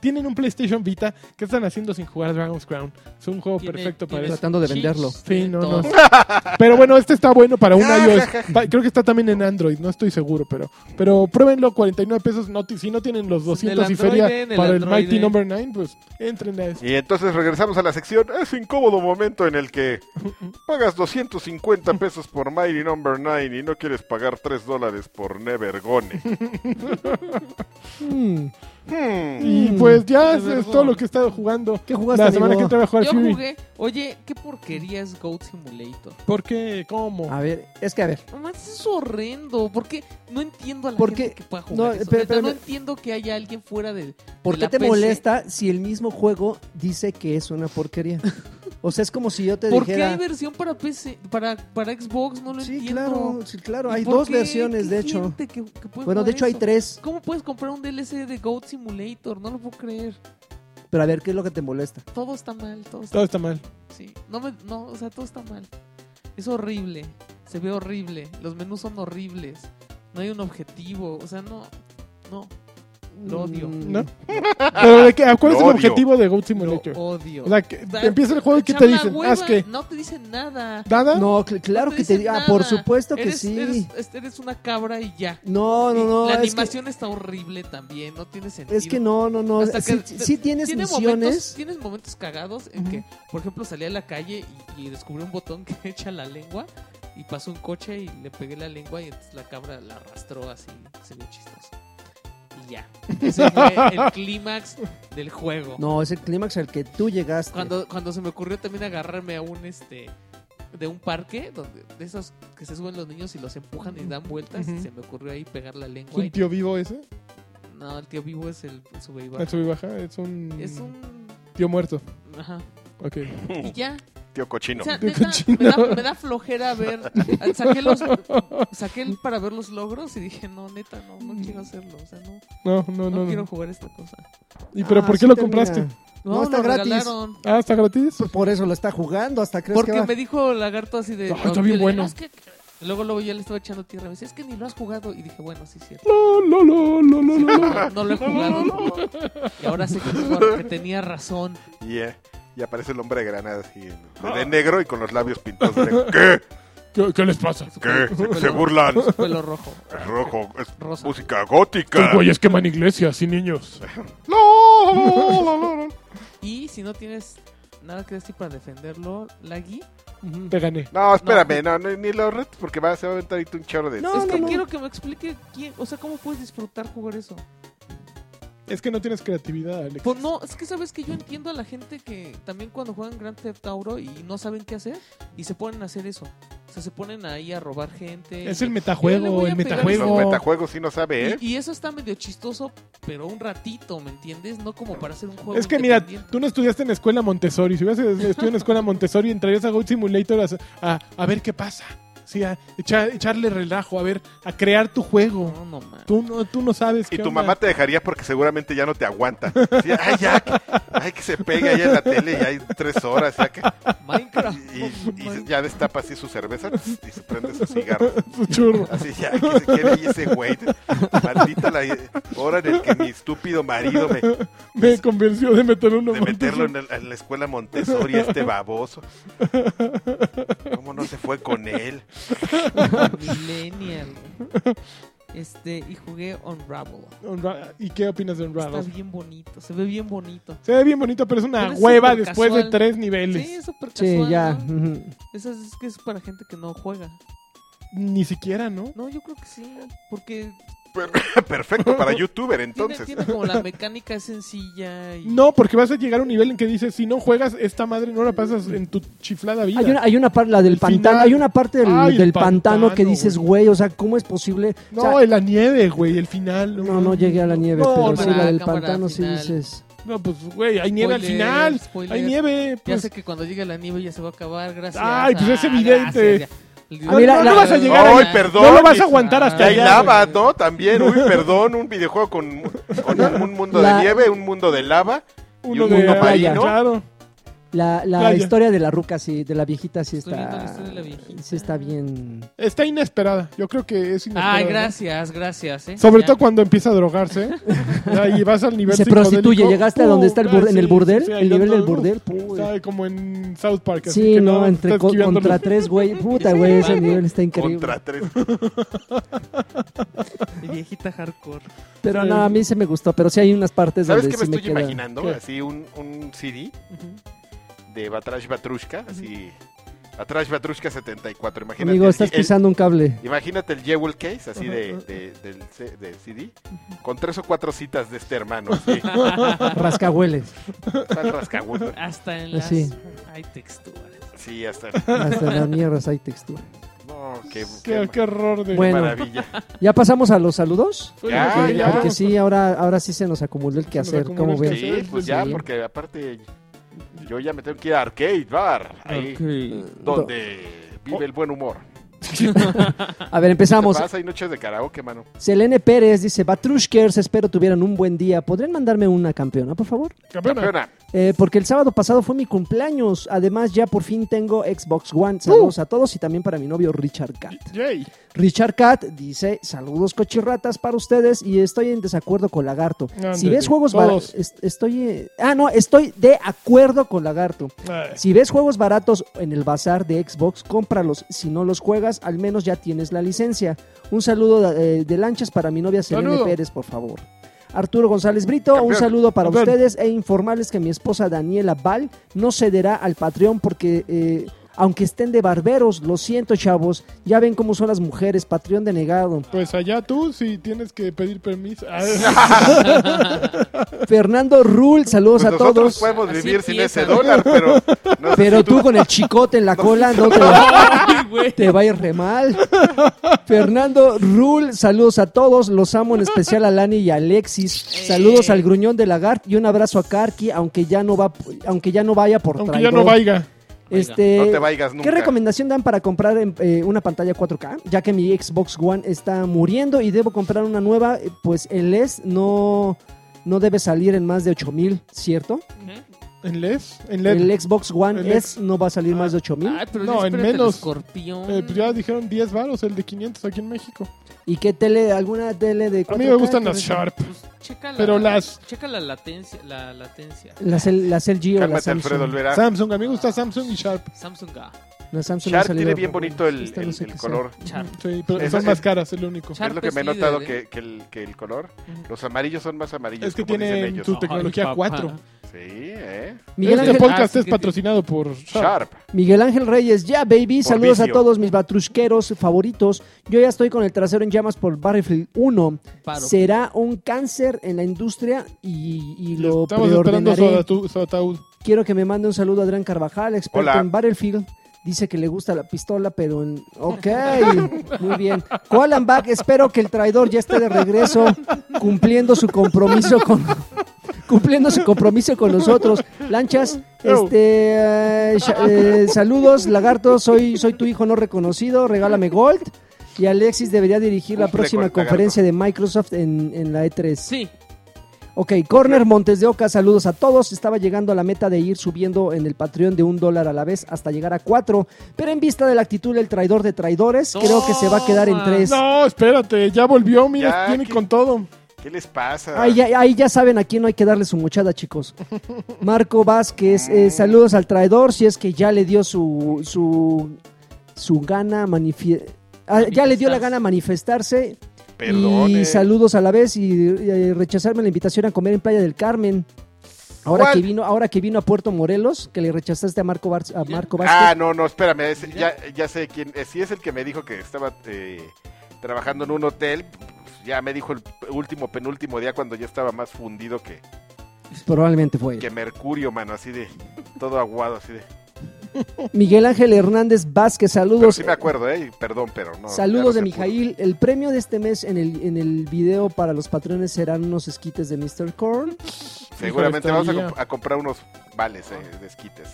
Speaker 2: tienen un PlayStation Vita. ¿Qué están haciendo sin jugar a Dragon's Crown? Es un juego
Speaker 3: Tiene-
Speaker 2: perfecto para eso.
Speaker 3: tiene
Speaker 4: Tratando de
Speaker 3: chips,
Speaker 4: venderlo.
Speaker 2: Sí,
Speaker 3: tiene
Speaker 2: no, no.
Speaker 3: todo.
Speaker 2: [LAUGHS] Pero bueno, este está bueno para un iOS. Pa- Creo que está también en Android, no estoy seguro, pero pero pruébenlo, 49 pesos. No, ti- si no tienen los 200 y
Speaker 3: Android,
Speaker 2: feria
Speaker 3: en el
Speaker 2: para el
Speaker 3: Android.
Speaker 2: Mighty Number 9, pues entren a eso.
Speaker 1: Y entonces regresamos a la sección. Es incómodo momento en el
Speaker 2: [LAUGHS]
Speaker 1: que pagas 250 pesos por Mighty Number 9 y no quieres pagar 3 dólares por Nevergone.
Speaker 2: [LAUGHS]
Speaker 4: Mm,
Speaker 1: Hmm.
Speaker 2: Y
Speaker 4: Mm.
Speaker 2: pues ya
Speaker 3: De
Speaker 2: es, es
Speaker 3: vergón.
Speaker 2: todo lo que he estado jugando.
Speaker 4: ¿Qué jugaste,
Speaker 2: La semana
Speaker 4: amigo?
Speaker 2: que entra voy a jugar
Speaker 3: Yo
Speaker 2: Fury.
Speaker 3: jugué. Oye, qué porquería es Goat Simulator.
Speaker 2: ¿Por qué? ¿Cómo?
Speaker 3: Ah.
Speaker 4: A ver, es que a ver,
Speaker 3: No manches, es horrendo. Porque no entiendo a la
Speaker 4: ¿Por
Speaker 3: gente
Speaker 4: qué?
Speaker 3: que pueda
Speaker 4: No,
Speaker 3: jugar. eso.
Speaker 4: pero-
Speaker 3: Neta,
Speaker 4: pero-
Speaker 3: no entiendo que haya alguien fuera de.
Speaker 4: ¿por
Speaker 3: de
Speaker 4: qué
Speaker 3: la
Speaker 4: te
Speaker 3: PC.
Speaker 4: molesta si el mismo juego dice que es una porquería? O sea, es como si yo te
Speaker 3: ¿Por qué hay
Speaker 4: dijera.
Speaker 3: versión para PC, para, para Xbox? No lo
Speaker 4: Sí,
Speaker 3: entiendo.
Speaker 4: claro, sí, claro,
Speaker 3: ¿Y
Speaker 4: hay
Speaker 3: por
Speaker 4: dos
Speaker 3: qué?
Speaker 4: versiones,
Speaker 3: ¿Qué
Speaker 4: de hecho.
Speaker 3: gente que- que puede
Speaker 4: Bueno, de
Speaker 3: jugar
Speaker 4: hecho hay
Speaker 3: eso?
Speaker 4: tres,
Speaker 3: ¿Cómo puedes comprar un DLC de Goat Simulator? No lo puedo creer.
Speaker 4: pero a ver, ¿qué es lo que te molesta?
Speaker 3: Todo está mal, todo está
Speaker 2: Todo está mal.
Speaker 3: Sí. No, me- no, o sea, todo está mal. Es horrible. Se ve horrible. Los menús son horribles. No hay un objetivo. O sea, no. No. Lo odio.
Speaker 4: Mm,
Speaker 2: ¿No? Pero de qué, ¿cuál
Speaker 1: Lo
Speaker 2: es el
Speaker 1: odio.
Speaker 2: objetivo de Goat
Speaker 3: Lo
Speaker 2: Simulator?
Speaker 3: odio.
Speaker 2: O sea, que
Speaker 3: Da-
Speaker 2: empieza el juego y ¿qué
Speaker 3: Echar
Speaker 2: te
Speaker 3: la
Speaker 2: dicen?
Speaker 3: hueva,
Speaker 2: ¿Haz que
Speaker 3: No te dicen nada.
Speaker 2: ¿Dada?
Speaker 4: No, cl-
Speaker 3: No
Speaker 4: claro que te
Speaker 3: dicen
Speaker 4: diga, ah,
Speaker 3: nada.
Speaker 4: por supuesto que
Speaker 3: Eres-
Speaker 4: sí.
Speaker 3: Eres, es- eres una cabra y ya.
Speaker 4: No, no, no.
Speaker 3: la
Speaker 4: es que-
Speaker 3: animación está horrible también. No tiene sentido.
Speaker 4: Es que no, no, no.
Speaker 3: Hasta
Speaker 4: Sí,
Speaker 3: que-
Speaker 4: sí- sí tienes
Speaker 3: Tiene momentos,
Speaker 4: misiones.
Speaker 3: tienes momentos cagados en que, por ejemplo, salí a la calle y, y descubrí un botón que [LAUGHS] echa la lengua y pasó un coche y le pegué la lengua y entonces la cabra la arrastró así, se vio chistoso. Y ya. Ese fue el
Speaker 4: [LAUGHS]
Speaker 3: clímax del juego.
Speaker 4: No, es el clímax al que tú llegaste.
Speaker 3: Cuando, cuando se me ocurrió también agarrarme a un este de un parque donde de esos que se suben los niños y los empujan y dan vueltas y
Speaker 2: Ujú.
Speaker 3: se me ocurrió ahí pegar la
Speaker 2: ¿Es
Speaker 3: lengua.
Speaker 2: un
Speaker 3: y-
Speaker 2: tío vivo ese?
Speaker 3: no, el tío vivo es el sube y
Speaker 2: Ah,
Speaker 3: baja.
Speaker 2: sube y baja. Es un,
Speaker 3: Es un
Speaker 2: tío muerto.
Speaker 3: ajá.
Speaker 2: Ok.
Speaker 3: Y ya.
Speaker 1: Tío cochino.
Speaker 3: O sea,
Speaker 2: Qué
Speaker 3: neta,
Speaker 2: cochino.
Speaker 3: me, da, me da flojera ver. Saqué, los, saqué el- para ver los logros y dije, no, neta, no, no quiero hacerlo. O sea, no,
Speaker 2: No, no,
Speaker 3: no,
Speaker 2: no.
Speaker 3: quiero
Speaker 2: no.
Speaker 3: jugar esta cosa.
Speaker 2: ¿Y pero
Speaker 4: Ah,
Speaker 2: por
Speaker 4: sí
Speaker 2: qué lo
Speaker 4: termina.
Speaker 2: compraste?
Speaker 3: No,
Speaker 4: No, está
Speaker 3: lo
Speaker 4: gratis.
Speaker 3: regalaron.
Speaker 2: Ah, ¿está gratis?
Speaker 4: Por eso lo está jugando, hasta crees que
Speaker 3: Porque
Speaker 4: va-
Speaker 3: me dijo Lagarto así de.
Speaker 2: Ay,
Speaker 3: no,
Speaker 2: está bien
Speaker 3: yo le-
Speaker 2: bueno.
Speaker 3: no, es que- Luego, luego yo le estaba echando tierra. Me dice, es que ni lo has jugado. Y dije, bueno, sí, es cierto.
Speaker 2: No, no, no, no, no, no, no.
Speaker 3: No, no lo he jugado. Y ahora sé que, fue- que tenía razón.
Speaker 1: Y, eh, y aparece el hombre de granada así, de-
Speaker 2: Ah.
Speaker 1: de negro y con los labios pintados.
Speaker 2: [LAUGHS]
Speaker 1: de negro. ¿Qué?
Speaker 2: ¿Qué, qué les pasa?
Speaker 3: Su
Speaker 1: ¿Qué?
Speaker 3: pelo- su
Speaker 1: Se, se
Speaker 3: pelo-
Speaker 1: burlan.
Speaker 3: su Pelo rojo.
Speaker 1: Es rojo, es
Speaker 3: Rosa.
Speaker 1: música gótica.
Speaker 2: Los güeyes queman iglesias y niños.
Speaker 1: No, no, no, no, no.
Speaker 3: Y si no tienes nada que decir para defenderlo, Lagui.
Speaker 2: Te gané.
Speaker 1: No, espérame, no, no, ni lo retes porque va, se va a aventar ahí un chorro de.
Speaker 4: No,
Speaker 3: es que
Speaker 4: no.
Speaker 3: quiero que me explique quién, o sea, cómo puedes disfrutar jugar eso.
Speaker 2: Es que no tienes creatividad, Alex.
Speaker 3: Pues no, es que sabes que yo entiendo a la gente que también cuando juegan Grand Theft Auto y no saben qué hacer y se ponen a hacer eso. O sea, se ponen ahí a robar gente.
Speaker 2: Es el
Speaker 3: eh, Yo le voy
Speaker 2: metajuego,
Speaker 3: a
Speaker 2: el
Speaker 3: pegar
Speaker 1: Los
Speaker 2: metajuego.
Speaker 1: metajuegos sí no sabe, ¿eh?
Speaker 3: y, y eso está medio chistoso, pero un ratito, ¿me entiendes? No como para hacer un juego.
Speaker 2: Es que mira,
Speaker 3: independiente.
Speaker 2: tú no estudiaste en escuela Montessori. Si hubieras estudiado en escuela Montessori, entrarías a Goat Simulator a, a, a ver qué pasa. sí, a echar- echarle relajo, a ver, a crear tu juego.
Speaker 3: No, no, man.
Speaker 2: Tú no, tú no sabes
Speaker 1: Y
Speaker 2: qué
Speaker 1: tu
Speaker 2: onda.
Speaker 1: mamá te dejaría porque seguramente ya no te aguanta. Sí, ay, ya, que- ay, que se pega ahí en la tele y hay tres horas. ya que-
Speaker 3: Minecraft.
Speaker 1: [LAUGHS] y, y- y ya destapa así su cerveza y se prende su cigarro.
Speaker 2: Su churro.
Speaker 1: Así ya, que se quede ahí ese güey. Maldita la hora en el que mi estúpido marido me, [LAUGHS]
Speaker 2: Me convenció de meter uno
Speaker 1: de
Speaker 2: más.
Speaker 1: meterlo en, el- en la escuela Montessori, este baboso. ¿Cómo no se fue con él? [LAUGHS]
Speaker 3: [LAUGHS] Millennial. Este, y jugué Unravel.
Speaker 2: Unra- ¿Y qué opinas de
Speaker 3: Está
Speaker 2: Unravel?
Speaker 3: bien bonito, se ve bien bonito.
Speaker 2: Se ve bien bonito, pero es una
Speaker 3: Pero es
Speaker 2: hueva
Speaker 3: súper
Speaker 2: después de
Speaker 3: casual.
Speaker 2: tres niveles.
Speaker 3: Sí, es súper
Speaker 4: Sí,
Speaker 3: casual.
Speaker 4: ya.
Speaker 3: ¿no?
Speaker 4: ujú.
Speaker 3: Eso es, es que es para gente que no juega.
Speaker 2: Ni siquiera, ¿no?
Speaker 3: No, yo creo que sí, porque
Speaker 1: Per- Perfecto para youtuber,
Speaker 3: tiene,
Speaker 1: entonces.
Speaker 3: tiene como la mecánica es sencilla y
Speaker 2: No, porque vas a llegar a un nivel en que dices, si no juegas, esta madre no la pasas en tu chiflada vida.
Speaker 4: Hay una, hay una parte, la del
Speaker 2: El
Speaker 4: pantano,
Speaker 2: final.
Speaker 4: hay una parte del,
Speaker 2: Ay, el
Speaker 4: del pantano, que
Speaker 2: pantano,
Speaker 4: dices, güey, o sea, ¿cómo es posible? O
Speaker 2: No,
Speaker 4: sea,
Speaker 2: en la nieve, güey, el final.
Speaker 4: no, no llegué a la nieve,
Speaker 2: No,
Speaker 4: pero
Speaker 2: no.
Speaker 4: sí, la del
Speaker 3: Cámara,
Speaker 4: pantano sí
Speaker 3: final.
Speaker 4: dices.
Speaker 2: No, pues, güey, hay nieve al
Speaker 3: Spoiler,
Speaker 2: final.
Speaker 3: spoiler.
Speaker 2: Hay nieve.
Speaker 3: Ya
Speaker 2: pues.
Speaker 3: sé que cuando llegue la nieve ya se va a acabar, gracias.
Speaker 2: Ay, pues es
Speaker 3: Ah,
Speaker 2: evidente.
Speaker 3: gracias, ya.
Speaker 4: Ah, mira, No, no la- vas a
Speaker 2: llegar
Speaker 1: ahí. Ay, perdón.
Speaker 2: No lo vas a aguantar hasta
Speaker 1: Que hay
Speaker 3: Ya,
Speaker 2: allá.
Speaker 1: lava,
Speaker 3: güey.
Speaker 1: ¿no? También, uy, perdón, un videojuego con, con un, un mundo
Speaker 4: La-
Speaker 1: de nieve, un mundo de lava.
Speaker 2: güey.
Speaker 1: Y
Speaker 2: Uno
Speaker 1: un
Speaker 2: de
Speaker 1: mundo
Speaker 4: marino.
Speaker 2: Claro.
Speaker 4: La, la
Speaker 2: Playa.
Speaker 4: historia de la ruca, sí, de la viejita, sí
Speaker 3: Estoy viendo la
Speaker 4: está.
Speaker 3: historia de la viejita.
Speaker 4: Sí está bien.
Speaker 2: Está inesperada. Yo creo que es inesperada.
Speaker 3: Ay,
Speaker 2: ¿no?
Speaker 3: Ah, gracias, gracias. ¿eh?
Speaker 2: Sobre
Speaker 3: Ya.
Speaker 2: todo cuando empieza a
Speaker 3: [LAUGHS]
Speaker 2: drogarse. Ahí vas al nivel
Speaker 4: Se
Speaker 2: psicodélico.
Speaker 4: prostituye, llegaste a donde está el bur-
Speaker 2: Ah,
Speaker 4: en el
Speaker 2: sí,
Speaker 4: burdel,
Speaker 2: sí, sí, ahí
Speaker 4: el nivel
Speaker 2: ando-
Speaker 4: del burdel,
Speaker 2: Uf,
Speaker 4: puy.
Speaker 2: sabe, como en South Park. así
Speaker 4: Sí,
Speaker 2: que
Speaker 4: no,
Speaker 2: nada,
Speaker 4: entre
Speaker 2: está
Speaker 4: co-
Speaker 2: esquivando
Speaker 4: contra
Speaker 2: los-
Speaker 4: tres, güey. Puta, güey, ese nivel está increíble.
Speaker 1: Contra tres.
Speaker 3: Y Viejita hardcore.
Speaker 4: Pero no, a mí se me gustó, pero sí hay unas partes
Speaker 1: ¿Sabes
Speaker 4: donde
Speaker 1: qué me
Speaker 4: sí me
Speaker 1: estoy
Speaker 4: queda.
Speaker 1: imaginando?
Speaker 2: ¿Qué?
Speaker 1: Así un, un CD
Speaker 3: Ujú.
Speaker 1: de Batrash Batrushka, así. Batrash Batrushka 74, imagínate.
Speaker 4: Amigo,
Speaker 1: así,
Speaker 4: estás
Speaker 1: el-
Speaker 4: pisando
Speaker 1: [LAUGHS]
Speaker 4: un cable.
Speaker 1: Imagínate el Jewel Case, así
Speaker 2: Ajá,
Speaker 1: de,
Speaker 2: ajá.
Speaker 1: de- del C- de CD, con tres o cuatro citas de este hermano.
Speaker 4: [LAUGHS]
Speaker 1: Así,
Speaker 4: Rascahueles.
Speaker 1: tal rascagüe.
Speaker 3: Hasta en
Speaker 2: Pues
Speaker 3: las...
Speaker 4: Así.
Speaker 3: Hay texturas.
Speaker 1: sí, hasta.
Speaker 4: Hasta en las mierdas hay textura.
Speaker 1: No, qué,
Speaker 2: Qué,
Speaker 1: qué
Speaker 2: qué horror de.
Speaker 4: Bueno. [LAUGHS]
Speaker 1: maravilla.
Speaker 4: ¿Ya pasamos a los saludos?
Speaker 1: Ya,
Speaker 4: porque,
Speaker 1: ya.
Speaker 4: porque sí, ahora, ahora sí se nos acumuló el
Speaker 2: nos
Speaker 4: quehacer,
Speaker 2: acumuló
Speaker 4: ¿cómo
Speaker 2: el
Speaker 4: ven?
Speaker 2: quehacer.
Speaker 1: Sí, pues ya, porque aparte yo ya me tengo que ir a Arcade Bar, ahí donde vive el buen humor.
Speaker 4: A ver, empezamos.
Speaker 1: ¿Qué pasa? Hay noches de karaoke, mano.
Speaker 4: Selene Pérez dice, Batrushkers, espero tuvieran un buen día. ¿Podrían mandarme una campeona, por favor?
Speaker 2: Campeona.
Speaker 1: Campeona.
Speaker 4: Eh, porque el sábado pasado fue mi cumpleaños. Además, ya por fin tengo Xbox One. Saludos
Speaker 2: Uh.
Speaker 4: a todos y también para mi novio Richard Cat.
Speaker 2: Yay.
Speaker 4: Richard Cat dice, saludos cochirratas para ustedes y estoy en desacuerdo con Lagarto. si
Speaker 2: Ándale,
Speaker 4: ves juegos baratos...
Speaker 2: todos.
Speaker 4: Estoy... eh, ah, no, estoy de acuerdo con Lagarto.
Speaker 2: Ay.
Speaker 4: Si ves juegos baratos en el bazar de Xbox, cómpralos. Si no los juegas, al menos ya tienes la licencia. Un saludo eh, de lanchas para mi novia Selene
Speaker 2: Saludo.
Speaker 4: Pérez, por favor. Arturo González Brito, un
Speaker 1: Campeón.
Speaker 4: saludo para
Speaker 2: Campeón.
Speaker 4: ustedes e informarles que mi esposa Daniela Val no cederá al Patreon porque, eh, aunque estén de barberos, lo siento, chavos, ya ven cómo son las mujeres, Patreon denegado.
Speaker 2: Pues allá tú, si tienes que pedir permiso. Ah,
Speaker 4: Fernando Rul, saludos
Speaker 1: Pues
Speaker 4: a
Speaker 1: nosotros
Speaker 4: todos.
Speaker 1: podemos
Speaker 3: Así
Speaker 1: vivir sin
Speaker 3: empieza,
Speaker 1: ese
Speaker 3: ¿no?
Speaker 1: dólar, pero.
Speaker 4: [LAUGHS]
Speaker 1: no sé
Speaker 4: Pero
Speaker 1: si
Speaker 4: tú con el
Speaker 1: [LAUGHS]
Speaker 4: chicote en la cola no te
Speaker 3: Ay, [LAUGHS] güey.
Speaker 4: Te va a ir
Speaker 2: [LAUGHS]
Speaker 4: re mal. Fernando Rul, saludos a todos. Los amo en especial a Lani y a Alexis. Saludos
Speaker 3: Eh.
Speaker 4: al gruñón de Lagart y un abrazo a Karki, aunque ya no va, aunque ya no vaya por
Speaker 2: aunque ya
Speaker 4: traidor.
Speaker 2: no vaya.
Speaker 4: Este,
Speaker 1: No te vayas nunca.
Speaker 4: ¿Qué recomendación dan para comprar em, eh, una pantalla 4K? Ya que mi Xbox One está muriendo y debo comprar una nueva, eh, pues el LES no, no debe salir en más de 8000, ¿cierto?
Speaker 3: Ujú.
Speaker 2: ¿En les? ¿En LED?
Speaker 4: El Xbox One
Speaker 2: E El Ah.
Speaker 4: S no va a salir más de 8000.
Speaker 3: Ay, pero
Speaker 2: ¿Mm? No, en
Speaker 3: espérate al
Speaker 2: menos.
Speaker 3: Escorpión.
Speaker 2: Eh, pues ya dijeron 10 varos, el de 500 aquí en México.
Speaker 4: ¿Y qué tele? ¿Alguna tele de 4K?
Speaker 2: A mí me gustan
Speaker 4: que
Speaker 2: las
Speaker 4: ves-
Speaker 2: Sharp.
Speaker 3: Pues checa la,
Speaker 2: Pero las-
Speaker 3: Checa la latencia. La latencia.
Speaker 4: Las, L- las LG o las
Speaker 1: Cálmate,
Speaker 4: Samsung.
Speaker 1: Alfredo Olvera.
Speaker 2: Samsung, a mí me gusta Samsung y Sharp.
Speaker 3: Samsung A.
Speaker 4: La Samsung no ha
Speaker 1: Shark
Speaker 4: salido.
Speaker 1: tiene bien bonito el,
Speaker 4: Esta no
Speaker 1: el-
Speaker 4: sé
Speaker 1: el
Speaker 4: qué sea.
Speaker 1: color.
Speaker 3: Char.
Speaker 2: Sí, pero
Speaker 1: Esa
Speaker 2: son
Speaker 1: es-
Speaker 2: más caras, es lo único.
Speaker 3: Sharp
Speaker 1: es lo que
Speaker 3: es
Speaker 1: me he
Speaker 3: líder,
Speaker 1: notado
Speaker 3: ¿eh?
Speaker 1: que, que el, que el color.
Speaker 3: Ujú.
Speaker 1: Los amarillos son más amarillos.
Speaker 2: Es que
Speaker 1: como dicen
Speaker 2: tienen
Speaker 1: ellos.
Speaker 2: su
Speaker 1: ¿no?
Speaker 2: tecnología
Speaker 3: papá.
Speaker 2: 4.
Speaker 1: Sí, ¿eh?
Speaker 4: Miguel
Speaker 2: este
Speaker 4: Ángel,
Speaker 3: Ah,
Speaker 2: podcast
Speaker 3: sí
Speaker 2: es
Speaker 3: que-
Speaker 2: patrocinado por Sharp.
Speaker 1: Sharp.
Speaker 4: Miguel Ángel Reyes, ya baby,
Speaker 1: Por
Speaker 4: saludos a
Speaker 1: vicio.
Speaker 4: todos mis batrusqueros favoritos. Yo ya estoy con el trasero en llamas por Battlefield 1.
Speaker 3: Paro.
Speaker 4: Será un cáncer en la industria y, y lo
Speaker 2: Estamos esperando su,
Speaker 4: preordenaré.
Speaker 2: atu- su ataúd.
Speaker 4: Quiero que me mande un saludo a Adrián Carvajal, experto
Speaker 1: Hola.
Speaker 4: en Battlefield. Dice que le gusta la pistola, pero en... Ok, muy bien. Koalan Back, espero que el traidor ya esté de regreso cumpliendo su compromiso con, cumpliendo su compromiso con nosotros. Lanchas, este, eh, sha- eh, saludos, lagarto, soy, soy tu hijo no reconocido, regálame gold. Y Alexis debería dirigir la
Speaker 1: Cumple
Speaker 4: próxima
Speaker 1: con el
Speaker 4: conferencia de Microsoft en, en la E E3.
Speaker 3: Sí,
Speaker 4: Ok, Corner Montes de Oca, saludos a todos. Estaba llegando a la meta de ir subiendo en el Patreon de un dólar a la vez hasta llegar a cuatro, pero en vista de la actitud del traidor de traidores, creo que se va a quedar en
Speaker 3: Toma.
Speaker 4: tres.
Speaker 2: No, espérate, ya volvió, mira,
Speaker 1: Ya,
Speaker 2: viene
Speaker 1: ¿qué?
Speaker 2: con todo. Pues
Speaker 1: ¿Qué les pasa?
Speaker 4: Ahí ya, ahí ya saben a quién no hay que darle su muchada, chicos. Marco Vázquez, eh, saludos al traidor, si es que ya le dio su su, su gana manifie- ah, ya le dio la gana a manifestarse
Speaker 1: Perdón.
Speaker 4: y
Speaker 1: eh.
Speaker 4: saludos a la vez y, eh, rechazarme la invitación a comer en Playa del Carmen. Ahora
Speaker 1: ¿Cuál?
Speaker 4: que vino, ahora que vino a Puerto Morelos, que le rechazaste a Marco Bar- a Marco
Speaker 1: Ah,
Speaker 4: Vázquez.
Speaker 1: no, no, espérame. es- ya, ya sé quién. eh, si es el que me dijo que estaba eh, trabajando en un hotel, pues, ya me dijo el último, penúltimo día cuando yo estaba más fundido que, Ah,
Speaker 4: Probablemente fue. él.
Speaker 1: que Mercurio, mano. Así de todo aguado, así de.
Speaker 4: Miguel Ángel Hernández Vázquez,
Speaker 1: Pero
Speaker 4: saludos.
Speaker 1: sí me acuerdo, ¿eh? Perdón, pero no. ya no
Speaker 4: Saludos
Speaker 1: se
Speaker 4: de
Speaker 1: pudo.
Speaker 4: Mijail. El premio de este mes en el, en el video para los patrones serán unos esquites de Mr. Korn.
Speaker 1: Seguramente
Speaker 2: Híjole,
Speaker 1: vamos a,
Speaker 2: estaría.
Speaker 1: comp- a comprar unos vales eh, de esquites.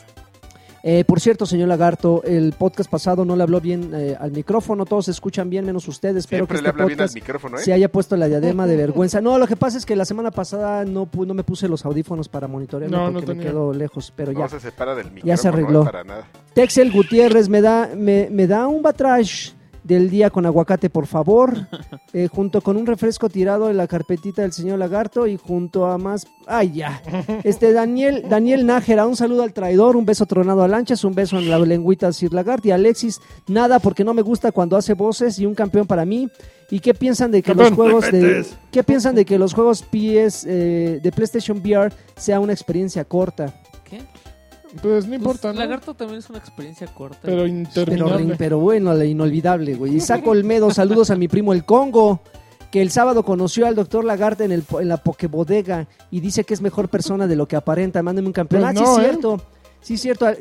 Speaker 4: Eh, por cierto, señor Lagarto, el podcast pasado no le habló bien eh, al micrófono. Todos se escuchan bien, menos ustedes. Espero
Speaker 1: Siempre
Speaker 4: que
Speaker 1: le
Speaker 4: este
Speaker 1: habla bien al
Speaker 4: podcast
Speaker 1: micrófono, ¿eh?
Speaker 4: se haya puesto la
Speaker 2: [LAUGHS]
Speaker 4: diadema de vergüenza. No, lo que pasa es que la semana pasada no, pu- no me puse los audífonos para monitorearlo
Speaker 2: No, no
Speaker 4: porque me
Speaker 2: tenía.
Speaker 4: quedo lejos, pero ya.
Speaker 1: no se separa del micrófono.
Speaker 4: Ya se
Speaker 1: ¿eh?
Speaker 4: arregló.
Speaker 1: Para nada.
Speaker 4: Texel Gutiérrez, me da, me, me da un batrash del día con aguacate, por favor. Eh, junto con un refresco tirado en la carpetita del señor Lagarto y junto a más. ¡Ay, ya! Este, Daniel, Daniel Nájera, un saludo al traidor, un beso tronado a Lanchas, un beso en la lengüita al Sir Lagarto y Alexis, nada porque no me gusta cuando hace voces y un campeón para mí. ¿Y qué piensan de que los
Speaker 2: Campeón,
Speaker 4: juegos de qué piensan de que los juegos PS eh, de PlayStation VR sea una experiencia corta,
Speaker 3: ¿qué?
Speaker 2: Pues no
Speaker 3: Pues,
Speaker 2: importa, ¿no?
Speaker 3: Lagarto también es una experiencia corta.
Speaker 2: Pero
Speaker 4: Pero,
Speaker 2: interminable.
Speaker 4: pero bueno, la inolvidable, güey. Isaac Olmedo, [LAUGHS] saludos a mi primo el Congo, que el sábado conoció al doctor Lagarde en, el, po- en la Pokebodega y dice que es mejor persona de lo que aparenta. Mándeme un campeón.
Speaker 2: Pues
Speaker 4: ah, sí,
Speaker 2: no,
Speaker 4: es
Speaker 2: ¿eh?
Speaker 4: cierto. Sí, es cierto. Ah,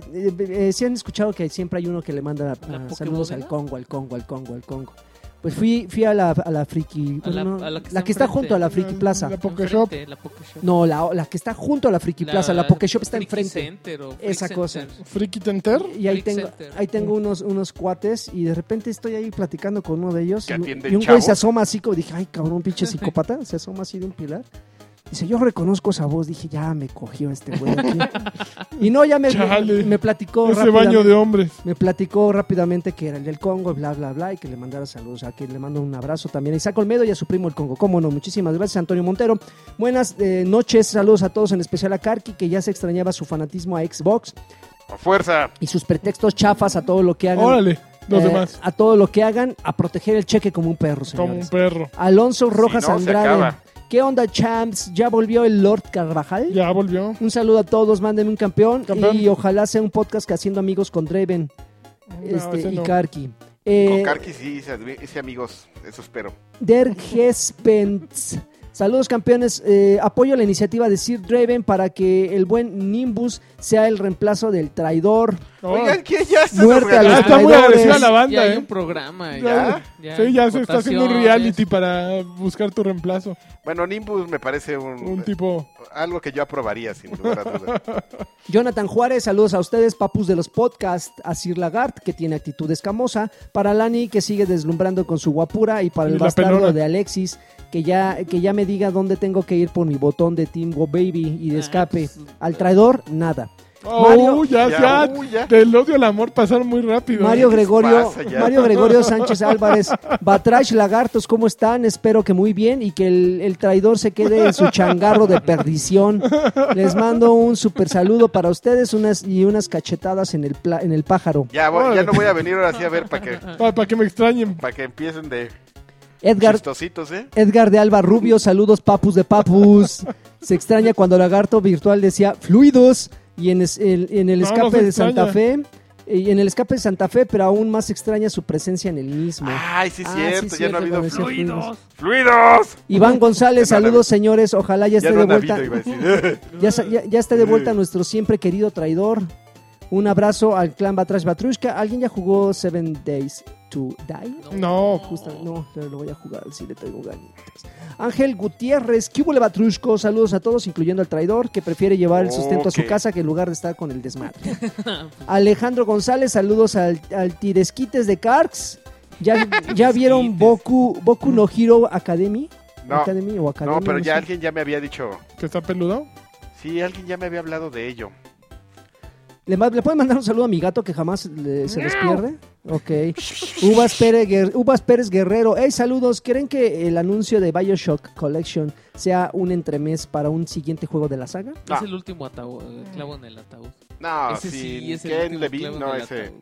Speaker 4: si han escuchado que siempre hay uno que le manda ah,
Speaker 3: ¿La
Speaker 4: saludos
Speaker 3: Pokebodega?
Speaker 4: al Congo, al Congo, al Congo, al Congo. Pues fui, fui a, la, a la Friki.
Speaker 3: A la-
Speaker 4: no,
Speaker 3: a
Speaker 4: la
Speaker 3: la
Speaker 4: que
Speaker 3: que está
Speaker 4: está,
Speaker 3: enfrente.
Speaker 4: junto a la Friki
Speaker 2: La-
Speaker 4: Plaza.
Speaker 2: Ah, la Pokeshop.
Speaker 3: Enfrente, la Pokeshop.
Speaker 4: No, la, la que está junto a la Friki Plaza. La Pokeshop está
Speaker 3: Friki
Speaker 4: enfrente.
Speaker 3: Center o
Speaker 4: Esa
Speaker 3: Freak
Speaker 4: cosa.
Speaker 3: Center.
Speaker 2: Friki Tenter.
Speaker 4: Y ahí
Speaker 3: Freak
Speaker 4: tengo,
Speaker 3: Center.
Speaker 4: ahí tengo
Speaker 2: Mm.
Speaker 4: unos, unos cuates y de repente estoy ahí platicando con uno de ellos y,
Speaker 1: ¿Que
Speaker 4: un-
Speaker 1: atienden
Speaker 4: y un güey se
Speaker 1: chavos?
Speaker 4: asoma así como dije, ay cabrón,
Speaker 2: [LAUGHS]
Speaker 4: pinche psicópata, se asoma así de un pilar. Dice, yo reconozco esa voz, dije, ya me cogió este
Speaker 2: [LAUGHS]
Speaker 4: güey aquí. y no, ya me,
Speaker 2: Chale.
Speaker 4: me platicó
Speaker 2: Ese baño
Speaker 4: rápidamente-
Speaker 2: de hombres.
Speaker 4: me platicó rápidamente que era el del Congo, bla, bla, bla, y que le mandara saludos, a que le mando un abrazo también a Isaac Olmedo y a su primo el Congo. Cómo no, muchísimas gracias, Antonio Montero. Buenas eh, noches, saludos a todos, en especial a Karki, que ya se extrañaba su fanatismo a Xbox
Speaker 1: ¡A fuerza!
Speaker 4: y sus pretextos chafas a todo lo que hagan.
Speaker 2: Órale, los
Speaker 4: eh,
Speaker 2: demás.
Speaker 4: A todo lo que hagan, a proteger el cheque como un perro,
Speaker 2: Como un
Speaker 4: señores.
Speaker 2: perro.
Speaker 4: Alonso Rojas
Speaker 1: no, se
Speaker 4: Andrade.
Speaker 1: acaba.
Speaker 4: ¿Qué onda, champs? ¿Ya volvió el Lord Carvajal?
Speaker 2: Ya volvió.
Speaker 4: Un saludo a todos, mándenme un campeón,
Speaker 2: Campeón.
Speaker 4: y ojalá sea un podcast que haciendo amigos con Draven este,
Speaker 2: ese
Speaker 4: y
Speaker 2: no.
Speaker 4: Karki. Eh,
Speaker 1: Con Karki sí, hice, hice amigos. Eso espero.
Speaker 4: Der Gespens. Saludos campeones, Eh, apoyo la iniciativa de Sir Draven para que el buen Nimbus sea el reemplazo del traidor.
Speaker 2: No.
Speaker 1: Oigan, ¿qué? Ya están
Speaker 4: Muerte a los
Speaker 2: Ya está muy
Speaker 4: traidores.
Speaker 2: agresiva la banda,
Speaker 3: Ya hay
Speaker 2: eh.
Speaker 3: un programa.
Speaker 1: Ya.
Speaker 2: Sí, ya se está haciendo un
Speaker 3: votaciones.
Speaker 2: reality para buscar tu reemplazo.
Speaker 1: Bueno, Nimbus me parece un,
Speaker 2: Un tipo.
Speaker 1: algo que yo aprobaría, sin lugar a dudas.
Speaker 4: Jonathan Juárez, saludos a ustedes, papus de los podcasts, a Sir Lagart, que tiene actitud escamosa, para Lani, que sigue deslumbrando con su guapura, y para
Speaker 2: Y
Speaker 4: el
Speaker 2: la
Speaker 4: bastardo
Speaker 2: pelona.
Speaker 4: de Alexis, que ya, que ya me diga dónde tengo que ir por mi botón de Timbo Baby y de
Speaker 3: Ah,
Speaker 4: escape.
Speaker 3: pues,
Speaker 4: Al traidor, nada.
Speaker 2: Oh,
Speaker 4: Mario-
Speaker 2: ya,
Speaker 1: Ya,
Speaker 2: ya.
Speaker 1: uy, ya.
Speaker 2: Del odio al amor pasaron muy rápido. ¿eh?
Speaker 4: Mario
Speaker 1: ¿qué les
Speaker 4: Gregorio,
Speaker 1: pasa ya?
Speaker 4: Mario
Speaker 1: [LAUGHS]
Speaker 4: Gregorio Sánchez Álvarez, Batrash Lagartos, ¿cómo están? Espero que muy bien y que el, el traidor se quede en su changarro de perdición. Les mando un super saludo para ustedes unas, y unas cachetadas en el, pla- en el pájaro.
Speaker 1: Ya, voy- ya
Speaker 2: Órale.
Speaker 1: no voy a venir ahora sí a ver para que,
Speaker 2: Ah, Para que me extrañen.
Speaker 1: para que empiecen de
Speaker 4: Edgar,
Speaker 1: chistositos, ¿eh?
Speaker 4: Edgar de Alba Rubio, saludos papus
Speaker 1: [LAUGHS]
Speaker 4: de papus. Se extraña cuando Lagarto Virtual decía fluidos y en, es- el, en el
Speaker 2: No,
Speaker 4: escape
Speaker 2: no se
Speaker 4: de Santa
Speaker 2: extraña.
Speaker 4: Fe. eh, Y en el escape de Santa Fe, pero aún más extraña su presencia en el mismo.
Speaker 1: Ay, sí, es
Speaker 4: Ah,
Speaker 1: cierto,
Speaker 4: sí,
Speaker 1: ya no ha
Speaker 4: cierto,
Speaker 1: habido
Speaker 4: cuando decía
Speaker 1: flu-
Speaker 4: fluidos.
Speaker 1: fluidos.
Speaker 4: Iván González,
Speaker 1: Ya no han habido.
Speaker 4: saludos señores, ojalá ya
Speaker 1: Ya
Speaker 4: esté
Speaker 1: no
Speaker 4: de
Speaker 1: han
Speaker 4: vuelta.
Speaker 1: habido, iba a
Speaker 4: [LAUGHS]
Speaker 1: decir.
Speaker 4: Ya, sa- ya- ya esté de vuelta nuestro siempre querido traidor. Un abrazo al clan Batrash Batrushka. ¿Alguien ya jugó Seven Days? to Die.
Speaker 2: No.
Speaker 4: Justa- Oh, no, pero lo voy a jugar, sí le tengo ganitas. Ángel Gutiérrez, ¿qué hubo, Levatrusco? Saludos a todos, incluyendo al traidor, que prefiere llevar el sustento a
Speaker 1: Ok.
Speaker 4: su casa que en lugar de estar con el desmadre. Alejandro González, saludos al, al Tiresquites de Carx. ¿Ya, ya vieron Boku, Boku no Hero Academy?
Speaker 1: No,
Speaker 4: Academy o Academy,
Speaker 1: no, pero
Speaker 4: no
Speaker 1: ya
Speaker 4: sé.
Speaker 1: alguien ya me había dicho.
Speaker 2: ¿Que está peludo?
Speaker 1: Sí, alguien ya me había hablado de ello.
Speaker 4: ¿Le, ma- le pueden mandar un saludo a mi gato que jamás le- se les pierde? Ok. Uvas Pérez, Guer- Uvas Pérez Guerrero. Hey, saludos. ¿Creen que el anuncio de Bioshock Collection sea un entremés para un siguiente juego de la saga?
Speaker 1: Ah.
Speaker 3: Es el último ataúd, eh, clavo en el ataúd.
Speaker 1: No,
Speaker 3: ese sí,
Speaker 1: sí,
Speaker 3: es el
Speaker 1: Ken
Speaker 3: último
Speaker 1: Levine,
Speaker 3: clavo
Speaker 1: no,
Speaker 3: en el
Speaker 1: ese.
Speaker 3: ataúd.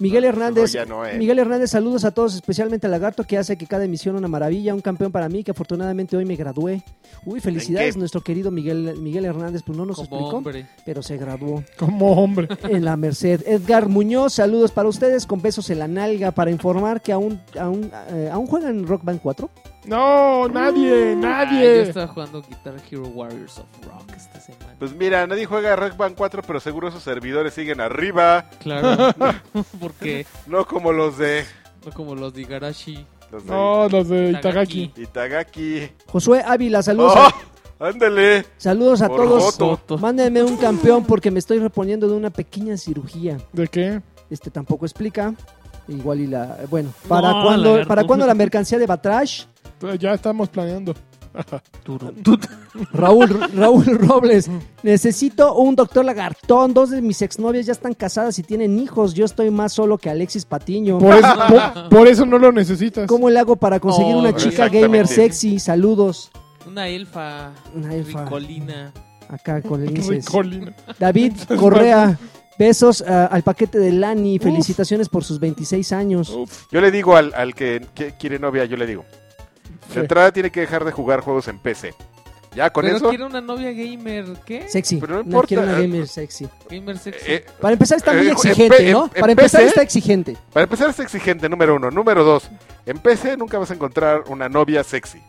Speaker 4: Miguel
Speaker 1: No,
Speaker 4: Hernández.
Speaker 1: ya no, eh.
Speaker 4: Miguel Hernández, saludos a todos, especialmente a Lagarto, que hace que cada emisión una maravilla, un campeón para mí, que afortunadamente hoy me gradué. Uy, felicidades,
Speaker 1: qué?
Speaker 4: nuestro querido Miguel, Miguel Hernández, pues no nos
Speaker 3: Como
Speaker 4: explicó,
Speaker 3: hombre.
Speaker 4: pero se graduó.
Speaker 2: Como hombre.
Speaker 4: en la Merced. Edgar Muñoz, saludos para ustedes con besos en la nalga para informar que aún, aún, eh, aún juegan Rock Band 4.
Speaker 2: No, nadie,
Speaker 3: Ah, yo
Speaker 2: nadie.
Speaker 3: estaba jugando Guitar Hero Warriors of Rock esta semana.
Speaker 1: Pues mira, nadie juega Red Band 4, pero seguro sus servidores siguen arriba. [LAUGHS]
Speaker 3: Claro, [LAUGHS] porque
Speaker 1: No como los de.
Speaker 3: no como los de Garashi.
Speaker 1: Los de
Speaker 2: No, los de Itagaki.
Speaker 1: Itagaki.
Speaker 4: Josué Ávila, saludos a,
Speaker 1: ¡Oh! ¡Ándale!
Speaker 4: saludos a
Speaker 1: Por
Speaker 4: todos.
Speaker 1: Joto.
Speaker 3: Toto.
Speaker 4: Mándenme un campeón porque me estoy reponiendo de una pequeña cirugía.
Speaker 2: ¿De qué?
Speaker 4: Este tampoco explica. Igual y la... Bueno, ¿para,
Speaker 3: No,
Speaker 4: cuando,
Speaker 3: lagarto.
Speaker 4: ¿para cuándo la mercancía de Batrash?
Speaker 2: Ya estamos planeando.
Speaker 3: Turun, tut.
Speaker 4: Raúl, Raúl Robles, necesito un doctor lagartón. Dos de mis exnovias ya están casadas y tienen hijos. Yo estoy más solo que Alexis Patiño.
Speaker 2: Por [LAUGHS] eso, por, por eso no lo necesitas.
Speaker 4: ¿Cómo le hago para conseguir
Speaker 3: Oh,
Speaker 4: una chica
Speaker 1: exactamente.
Speaker 4: gamer sexy? Saludos.
Speaker 3: Una elfa.
Speaker 4: Una elfa.
Speaker 3: Ricolina.
Speaker 4: Acá
Speaker 3: [LAUGHS]
Speaker 4: con el Inces.
Speaker 2: Ricolino.
Speaker 4: David Correa. Besos ah, al paquete de Lani. Felicitaciones por sus 26
Speaker 1: Oh.
Speaker 4: años.
Speaker 2: Uf,
Speaker 1: Yo le digo al, al que, que quiere novia, yo le digo.
Speaker 2: Sí.
Speaker 1: De entrada tiene que dejar de jugar juegos en PC. Ya con
Speaker 3: Pero
Speaker 1: eso.
Speaker 3: quiere una novia gamer, ¿qué?
Speaker 4: Sexy.
Speaker 1: Pero no
Speaker 4: No
Speaker 1: importa.
Speaker 4: quiero una gamer sexy.
Speaker 3: Gamer sexy.
Speaker 1: eh,
Speaker 4: Para empezar está muy
Speaker 1: Eh, en
Speaker 4: exigente,
Speaker 1: P-
Speaker 4: ¿no?
Speaker 1: en-
Speaker 4: Para
Speaker 1: en
Speaker 4: empezar
Speaker 1: PC.
Speaker 4: está exigente.
Speaker 1: para empezar es exigente, número uno. Número dos, en PC nunca vas a encontrar una novia sexy.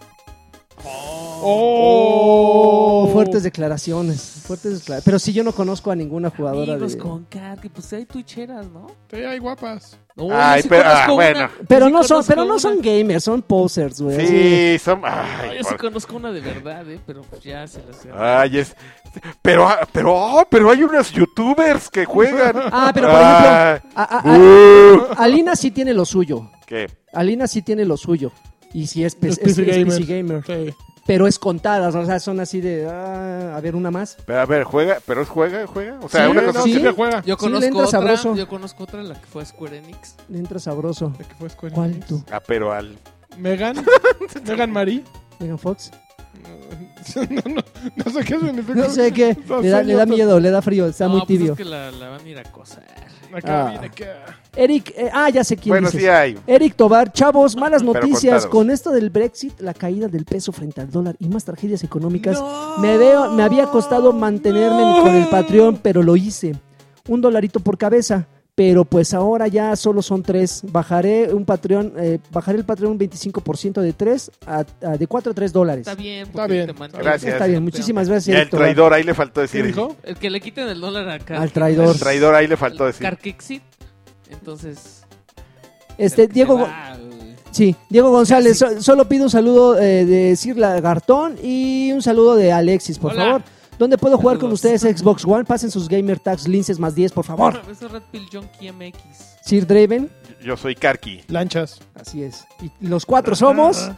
Speaker 2: Oh.
Speaker 4: Oh, fuertes declaraciones. Fuertes declara- Pero sí, yo no conozco a ninguna jugadora
Speaker 3: Amigos
Speaker 4: de...
Speaker 3: con car, que pues hay tuicheras, ¿no?
Speaker 2: Sí, hay guapas.
Speaker 3: No,
Speaker 1: Ay,
Speaker 3: yo sí
Speaker 1: pero- ah,
Speaker 3: conozco
Speaker 1: bueno.
Speaker 3: una- yo
Speaker 4: Pero
Speaker 3: sí
Speaker 4: no son,
Speaker 3: conozco
Speaker 4: pero no
Speaker 3: una-
Speaker 4: son gamers, son posers, güey.
Speaker 1: Sí,
Speaker 4: Así.
Speaker 1: son.
Speaker 3: No,
Speaker 1: Ay,
Speaker 3: yo sí
Speaker 1: por- Ah.
Speaker 3: conozco una de verdad, ¿eh? Pero pues ya se las...
Speaker 1: ay, es. Pero, ah, pero, oh, pero hay unas youtubers que juegan.
Speaker 4: [LAUGHS] Ah, pero por ejemplo, ah,
Speaker 1: Ay,
Speaker 4: a- a- a-
Speaker 1: uh,
Speaker 4: Alina sí tiene lo suyo.
Speaker 1: ¿Qué?
Speaker 4: Alina sí tiene lo suyo. Y sí es, pe-
Speaker 2: Es
Speaker 4: es- es
Speaker 2: PC
Speaker 4: PC
Speaker 2: gamer.
Speaker 4: gamer.
Speaker 2: Sí.
Speaker 4: Pero es contadas, o sea, son así de. ah, a ver, una más.
Speaker 1: Pero, a ver, juega, pero es juega, juega. O sea,
Speaker 4: Sí,
Speaker 1: una
Speaker 2: no,
Speaker 1: cosa.
Speaker 4: sí.
Speaker 2: sí se juega.
Speaker 3: Yo
Speaker 4: Sí, le
Speaker 3: conozco
Speaker 4: entra
Speaker 3: otra,
Speaker 4: sabroso.
Speaker 3: yo conozco otra, la que fue a Square Enix.
Speaker 4: Le entra sabroso.
Speaker 2: ¿De qué fue Square
Speaker 4: ¿Cuál
Speaker 3: pues,
Speaker 2: Enix?
Speaker 4: tú?
Speaker 1: Ah, pero al.
Speaker 2: [LAUGHS] Megan. Megan Marie.
Speaker 3: [LAUGHS]
Speaker 4: Megan Fox.
Speaker 2: No, no, no sé qué significa.
Speaker 4: No sé qué.
Speaker 2: No
Speaker 4: Le da,
Speaker 2: sé,
Speaker 4: le
Speaker 2: yo
Speaker 4: da
Speaker 2: te-
Speaker 4: miedo, le da frío, está
Speaker 3: No,
Speaker 4: muy
Speaker 3: pues
Speaker 4: tibio.
Speaker 3: es que la, la van a ir a acosar.
Speaker 2: Acá,
Speaker 4: Ah.
Speaker 2: mira, acá.
Speaker 4: Eric, eh, ah, ya sé quién
Speaker 1: Bueno,
Speaker 4: dices.
Speaker 1: sí hay.
Speaker 4: Eric Tobar, chavos, malas
Speaker 1: Pero
Speaker 4: noticias.
Speaker 1: contados.
Speaker 4: Con esto del Brexit, la caída del peso frente al dólar y más tragedias económicas.
Speaker 3: No.
Speaker 4: Me veo, me había costado mantenerme
Speaker 3: No.
Speaker 4: con el Patreon, pero lo hice. Un dolarito por cabeza. Pero pues ahora ya solo son tres. Bajaré un Patreon, eh, bajaré el Patreon un 25% de tres a, a- de 4 a 3 dólares.
Speaker 3: Está bien.
Speaker 2: Está
Speaker 3: porque
Speaker 2: bien,
Speaker 3: te
Speaker 2: está
Speaker 3: mantiene-
Speaker 1: Gracias.
Speaker 4: Está bien, muchísimas gracias.
Speaker 1: Ya el
Speaker 4: Eric Tobar.
Speaker 1: traidor, ahí le faltó
Speaker 2: ¿Qué
Speaker 1: decir.
Speaker 2: dijo?
Speaker 3: El que le quiten el dólar acá.
Speaker 4: Al traidor.
Speaker 1: El traidor, ahí le faltó decir.
Speaker 3: Carquexit. Entonces.
Speaker 4: Este,
Speaker 3: el que
Speaker 4: Diego,
Speaker 3: se
Speaker 4: Go-
Speaker 3: va, eh,
Speaker 4: sí, Diego González, so- solo pido un saludo eh, de Sir Lagartón y un saludo de Alexis, por
Speaker 3: Hola.
Speaker 4: favor. ¿Dónde puedo jugar con
Speaker 3: Saludos.
Speaker 4: ustedes Xbox One? Pasen sus gamer tags, linces más 10, por favor.
Speaker 3: Ese Red Pill Junkie MX.
Speaker 4: Sir Draven,
Speaker 1: Yo soy Karki.
Speaker 2: Lanchas.
Speaker 4: así es. Y los cuatro somos...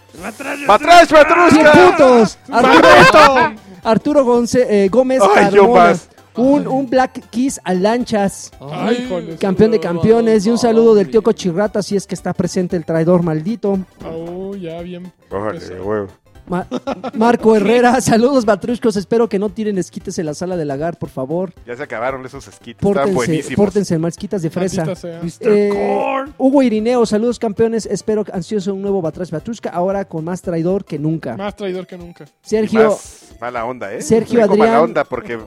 Speaker 1: ¡Patrás,
Speaker 4: 100
Speaker 1: Patrusca!
Speaker 4: puntos. Arturo, Arturo Gonce- eh, Gómez
Speaker 1: Ay,
Speaker 4: Carmona.
Speaker 1: yo más.
Speaker 4: Un, un Black Kiss a lanchas.
Speaker 2: Ay, híjole.
Speaker 4: Campeón de campeones. Y un saludo del tío Cochirrata si es que está presente el traidor maldito.
Speaker 2: Oh, ya bien.
Speaker 1: Órale, huevo.
Speaker 4: Ma- Marco Herrera. Saludos, batruscos. Espero que no tiren esquites en la sala de lagar, por favor.
Speaker 1: Ya se acabaron esos esquites. Estaban
Speaker 4: Pórtense,
Speaker 1: buenísimos.
Speaker 4: pórtense mal, esquitas de
Speaker 2: Maldita
Speaker 4: fresa.
Speaker 2: sea.
Speaker 4: Eh, Hugo Irineo, saludos campeones, espero ansioso un nuevo Batrás Batrusca, ahora con más traidor que nunca.
Speaker 2: Más traidor que nunca.
Speaker 4: Sergio,
Speaker 1: Más mala onda, ¿eh?
Speaker 4: Sergio
Speaker 1: Rico
Speaker 4: Adrián.
Speaker 1: mala onda porque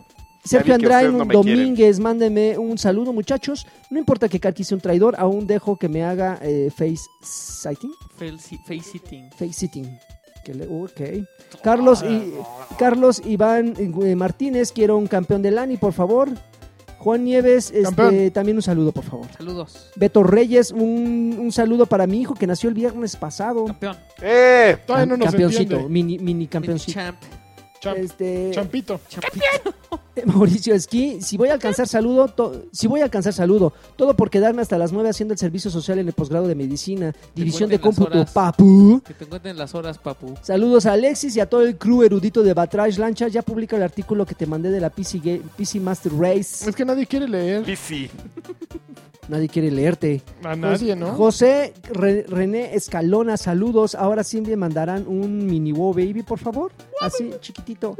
Speaker 4: Sergio
Speaker 1: Ya vi que ustedes
Speaker 4: Andrade
Speaker 1: no me
Speaker 4: Domínguez, mándeme un saludo, muchachos. No importa que Karki sea un traidor, aún dejo que me haga eh, face sighting.
Speaker 3: Face Sitting.
Speaker 4: Face sitting. Que le- ok. Carlos, y, Carlos Iván eh, Martínez, quiero un campeón de Lani, por favor. Juan Nieves, este,
Speaker 2: Campeón.
Speaker 4: también un saludo, por favor.
Speaker 3: Saludos.
Speaker 4: Beto Reyes, un, un saludo para mi hijo que nació el viernes pasado.
Speaker 3: Campeón.
Speaker 1: ¡Eh!
Speaker 2: Todavía no nos
Speaker 4: campeoncito,
Speaker 2: entiende.
Speaker 4: mini, mini campeoncito.
Speaker 3: Champ.
Speaker 2: Champ-
Speaker 4: Este,
Speaker 2: Champito.
Speaker 3: Champito.
Speaker 4: [LAUGHS] Mauricio Esquí, si voy a alcanzar saludo, to- si voy a alcanzar saludo, todo por quedarme hasta las 9 haciendo el servicio social en el posgrado de medicina, división de
Speaker 3: cuenten las
Speaker 4: cómputo,
Speaker 3: horas.
Speaker 4: papu.
Speaker 3: Que te encuentren las horas, papu.
Speaker 4: Saludos a Alexis y a todo el crew erudito de Batrash Lancha. Ya publica el artículo que te mandé de la PC, Ga- PC Master Race.
Speaker 2: Es que nadie quiere leer
Speaker 1: Bici.
Speaker 4: Nadie quiere leerte.
Speaker 2: a nadie, ¿no?
Speaker 4: José Re- René Escalona, saludos. Ahora sí me mandarán un mini wow baby, por favor. Así, chiquitito.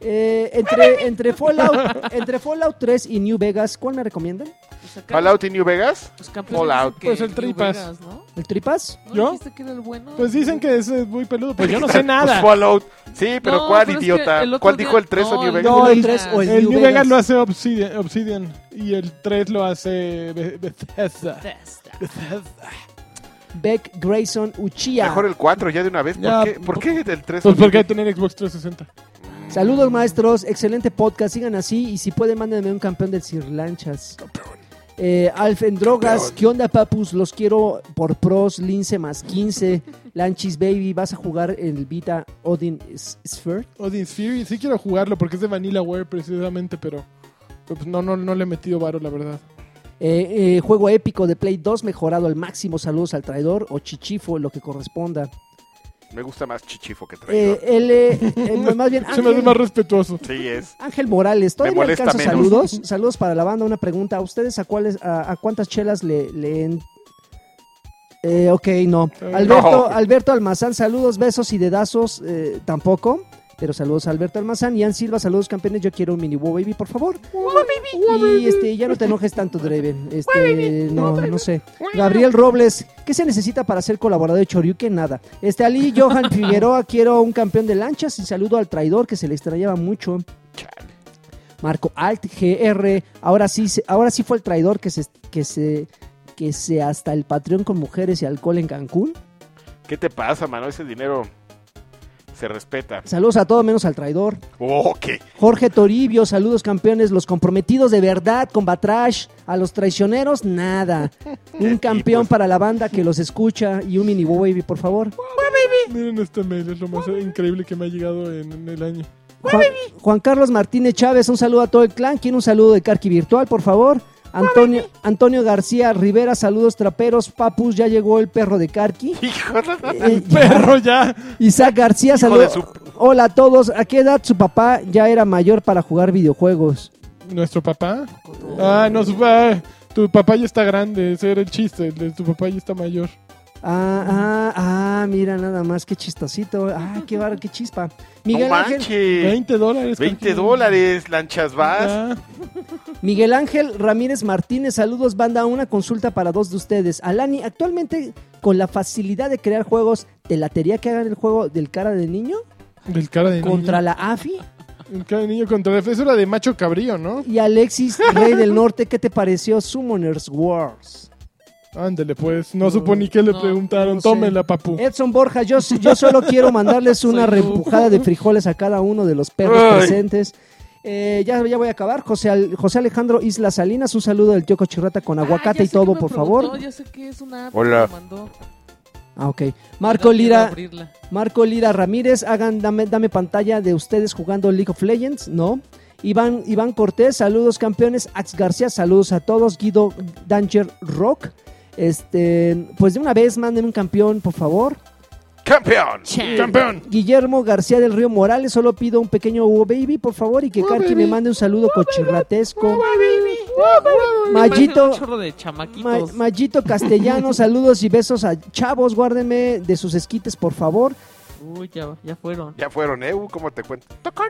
Speaker 4: Eh, entre, entre, Fallout, entre Fallout 3 y New Vegas, ¿cuál me recomiendan?
Speaker 3: Pues acá
Speaker 1: Fallout y New Vegas.
Speaker 3: los campeones dicen
Speaker 1: Fallout.
Speaker 3: que
Speaker 2: Pues el
Speaker 3: New
Speaker 2: tripas.
Speaker 3: Vegas, ¿no?
Speaker 4: ¿El Tripas?
Speaker 3: ¿No
Speaker 2: ¿Yo?
Speaker 3: dijiste que era el bueno?
Speaker 2: Pues dicen que ese es muy peludo, pues yo
Speaker 1: [LAUGHS]
Speaker 2: no [LAUGHS] sé nada.
Speaker 1: Pues Fallout. Sí, pero
Speaker 3: No,
Speaker 1: ¿cuál
Speaker 3: pero es
Speaker 1: idiota?
Speaker 3: que el otro
Speaker 1: ¿Cuál
Speaker 3: día-
Speaker 1: dijo el 3 o
Speaker 3: no,
Speaker 1: New
Speaker 3: el-
Speaker 1: Vegas?
Speaker 4: No, el
Speaker 3: Vegas.
Speaker 4: 3 o el,
Speaker 2: El
Speaker 4: New,
Speaker 2: New
Speaker 4: Vegas.
Speaker 2: Vegas lo hace Obsidian, Obsidian, y el 3 lo hace Be- Bethesda.
Speaker 3: Testa.
Speaker 4: Beck Grayson Uchia.
Speaker 1: Mejor el 4 ya de una vez. ¿Por,
Speaker 2: Ya,
Speaker 1: qué, ¿por qué el 3
Speaker 2: Pues porque hay que tener Xbox 360.
Speaker 4: Saludos, maestros. Excelente podcast. Sigan así. Y si pueden, mándenme un campeón del Cirlanchas. Eh, Alf en drogas, ¿qué onda papus? Los quiero por pros, lince más 15, Lanchis Baby, ¿vas a jugar el Vita Odin S- Sphere?
Speaker 2: Odin's Fury, sí quiero jugarlo porque es de Vanillaware precisamente, pero pues no, no, no le he metido varo, la verdad.
Speaker 4: Eh, eh, juego épico de Play 2 mejorado al máximo, saludos al traidor o chichifo, lo que corresponda.
Speaker 1: Me gusta más chichifo que traidor.
Speaker 4: Eh, L, eh, más bien
Speaker 2: [LAUGHS] Se me hace
Speaker 4: Ángel-
Speaker 2: más respetuoso.
Speaker 1: Sí, es.
Speaker 4: Ángel Morales, todavía
Speaker 1: Me
Speaker 4: le
Speaker 1: molesta
Speaker 4: alcanzo
Speaker 1: menos.
Speaker 4: saludos. Saludos para la banda. Una pregunta: ¿a ustedes a cuáles, a, a cuántas chelas le, leen? Eh, ok, no.
Speaker 2: Eh,
Speaker 4: Alberto,
Speaker 1: no.
Speaker 4: Alberto Almazán, saludos, besos y dedazos, eh, tampoco. Pero saludos a Alberto Almazán. Ian Silva, saludos campeones. Yo quiero un mini Wow Baby, por favor. Y este, ya no te enojes tanto, Draven. Este, no, no sé. Gabriel Robles, ¿qué se necesita para ser colaborador de Choriuque? Nada. Este, Ali Johan Figueroa, quiero un campeón de lanchas y saludo al traidor que se le extrañaba mucho.
Speaker 1: Chale.
Speaker 4: Marco Alt GR. Ahora sí, se- ahora sí fue el traidor que se, que se, que se hasta el Patreon con mujeres y alcohol en Cancún.
Speaker 1: ¿Qué te pasa, mano? Ese dinero se respeta.
Speaker 4: Saludos a todo menos al traidor.
Speaker 1: Oh, ¿qué?
Speaker 4: Jorge Toribio, saludos campenes, los comprometidos de verdad con Batrash, a los traicioneros, nada. Un campeón para la banda que los escucha y un mini baby, por favor.
Speaker 2: Miren este mail, es lo más increíble que me ha llegado en, en el año.
Speaker 4: Juan, Juan Carlos Martínez Chávez, un saludo a todo el clan. Quiero un saludo de Carqui Virtual, por favor. Antonio, Antonio García Rivera, saludos traperos. Papus, ya llegó el perro de Carqui.
Speaker 1: Hijo de la-
Speaker 4: Eh,
Speaker 2: [LAUGHS] Perro ya.
Speaker 4: [LAUGHS] Isaac García,
Speaker 1: Hijo de
Speaker 4: saludos.
Speaker 1: su-
Speaker 4: Hola a todos. ¿A qué edad su papá ya era mayor para jugar videojuegos?
Speaker 2: ¿Nuestro papá? Ah, no, su papá. Tu papá ya está grande, ese era el chiste, el de tu papá ya está mayor.
Speaker 4: Ah, ah, ah, mira nada más, qué chistosito. Ah, qué bar, qué chispa. [LAUGHS] Miguel
Speaker 1: no
Speaker 4: Ángel,
Speaker 1: manches.
Speaker 2: 20 dólares.
Speaker 1: 20
Speaker 2: Cantina.
Speaker 1: dólares, lanchas vas.
Speaker 2: Ah,
Speaker 4: Miguel Ángel Ramírez Martínez, saludos banda, una consulta para dos de ustedes. Alani, actualmente con la facilidad de crear juegos, ¿te latería que hagan el juego del cara de niño
Speaker 2: del cara de
Speaker 4: contra
Speaker 2: niño.
Speaker 4: la AFI?
Speaker 2: El cara de niño contra la... Eso era de macho cabrío, ¿no?
Speaker 4: Y Alexis, Rey del Norte, ¿qué te pareció Summoners Wars?
Speaker 2: Ándele, pues. No supo ni qué le
Speaker 3: no, Eh,
Speaker 2: preguntaron.
Speaker 4: no sé.
Speaker 2: Tómela, papu.
Speaker 4: Edson Borja, yo, yo solo
Speaker 3: [LAUGHS]
Speaker 4: quiero mandarles una
Speaker 3: Soy tú.
Speaker 4: repujada
Speaker 3: [LAUGHS]
Speaker 4: de frijoles a cada uno de los perros
Speaker 1: Ay.
Speaker 4: presentes. Eh, ya, ya voy a acabar. José, Al- José Alejandro Isla Salinas, un saludo del tío Cochirrata con aguacate
Speaker 3: Ah, ya
Speaker 4: y
Speaker 3: sé que
Speaker 4: todo,
Speaker 3: me
Speaker 4: por
Speaker 3: preguntó,
Speaker 4: favor.
Speaker 3: Ya sé que es una app
Speaker 1: Hola.
Speaker 3: que me mandó.
Speaker 4: Ah, ok. Marco
Speaker 3: No quiero
Speaker 4: Lira,
Speaker 3: abrirla.
Speaker 4: Marco Lira Ramírez, hagan, dame, dame pantalla de ustedes jugando League of Legends, ¿no? Iván, Iván Cortés, saludos campeones. Ax García, saludos a todos. Guido Danger Rock. Este, pues de una vez, manden un campeón, por favor.
Speaker 1: ¡Campeón!
Speaker 2: ¡Campeón!
Speaker 4: Guillermo García del Río Morales, solo pido un pequeño oh, baby, por favor, y que
Speaker 2: Oh,
Speaker 4: Karki
Speaker 2: baby.
Speaker 4: me mande un saludo cochirratesco.
Speaker 3: Me parecen
Speaker 4: Mayito,
Speaker 3: Un chorro de
Speaker 4: Ma-
Speaker 3: chamaquitos.
Speaker 4: Mayito
Speaker 2: [LAUGHS]
Speaker 4: Castellano, saludos y besos a chavos, guárdenme de sus esquites, por favor.
Speaker 3: Uy, ya, ya fueron.
Speaker 1: Ya fueron, ¿eh? Uh, ¿Cómo te cuento? ¡Tocón!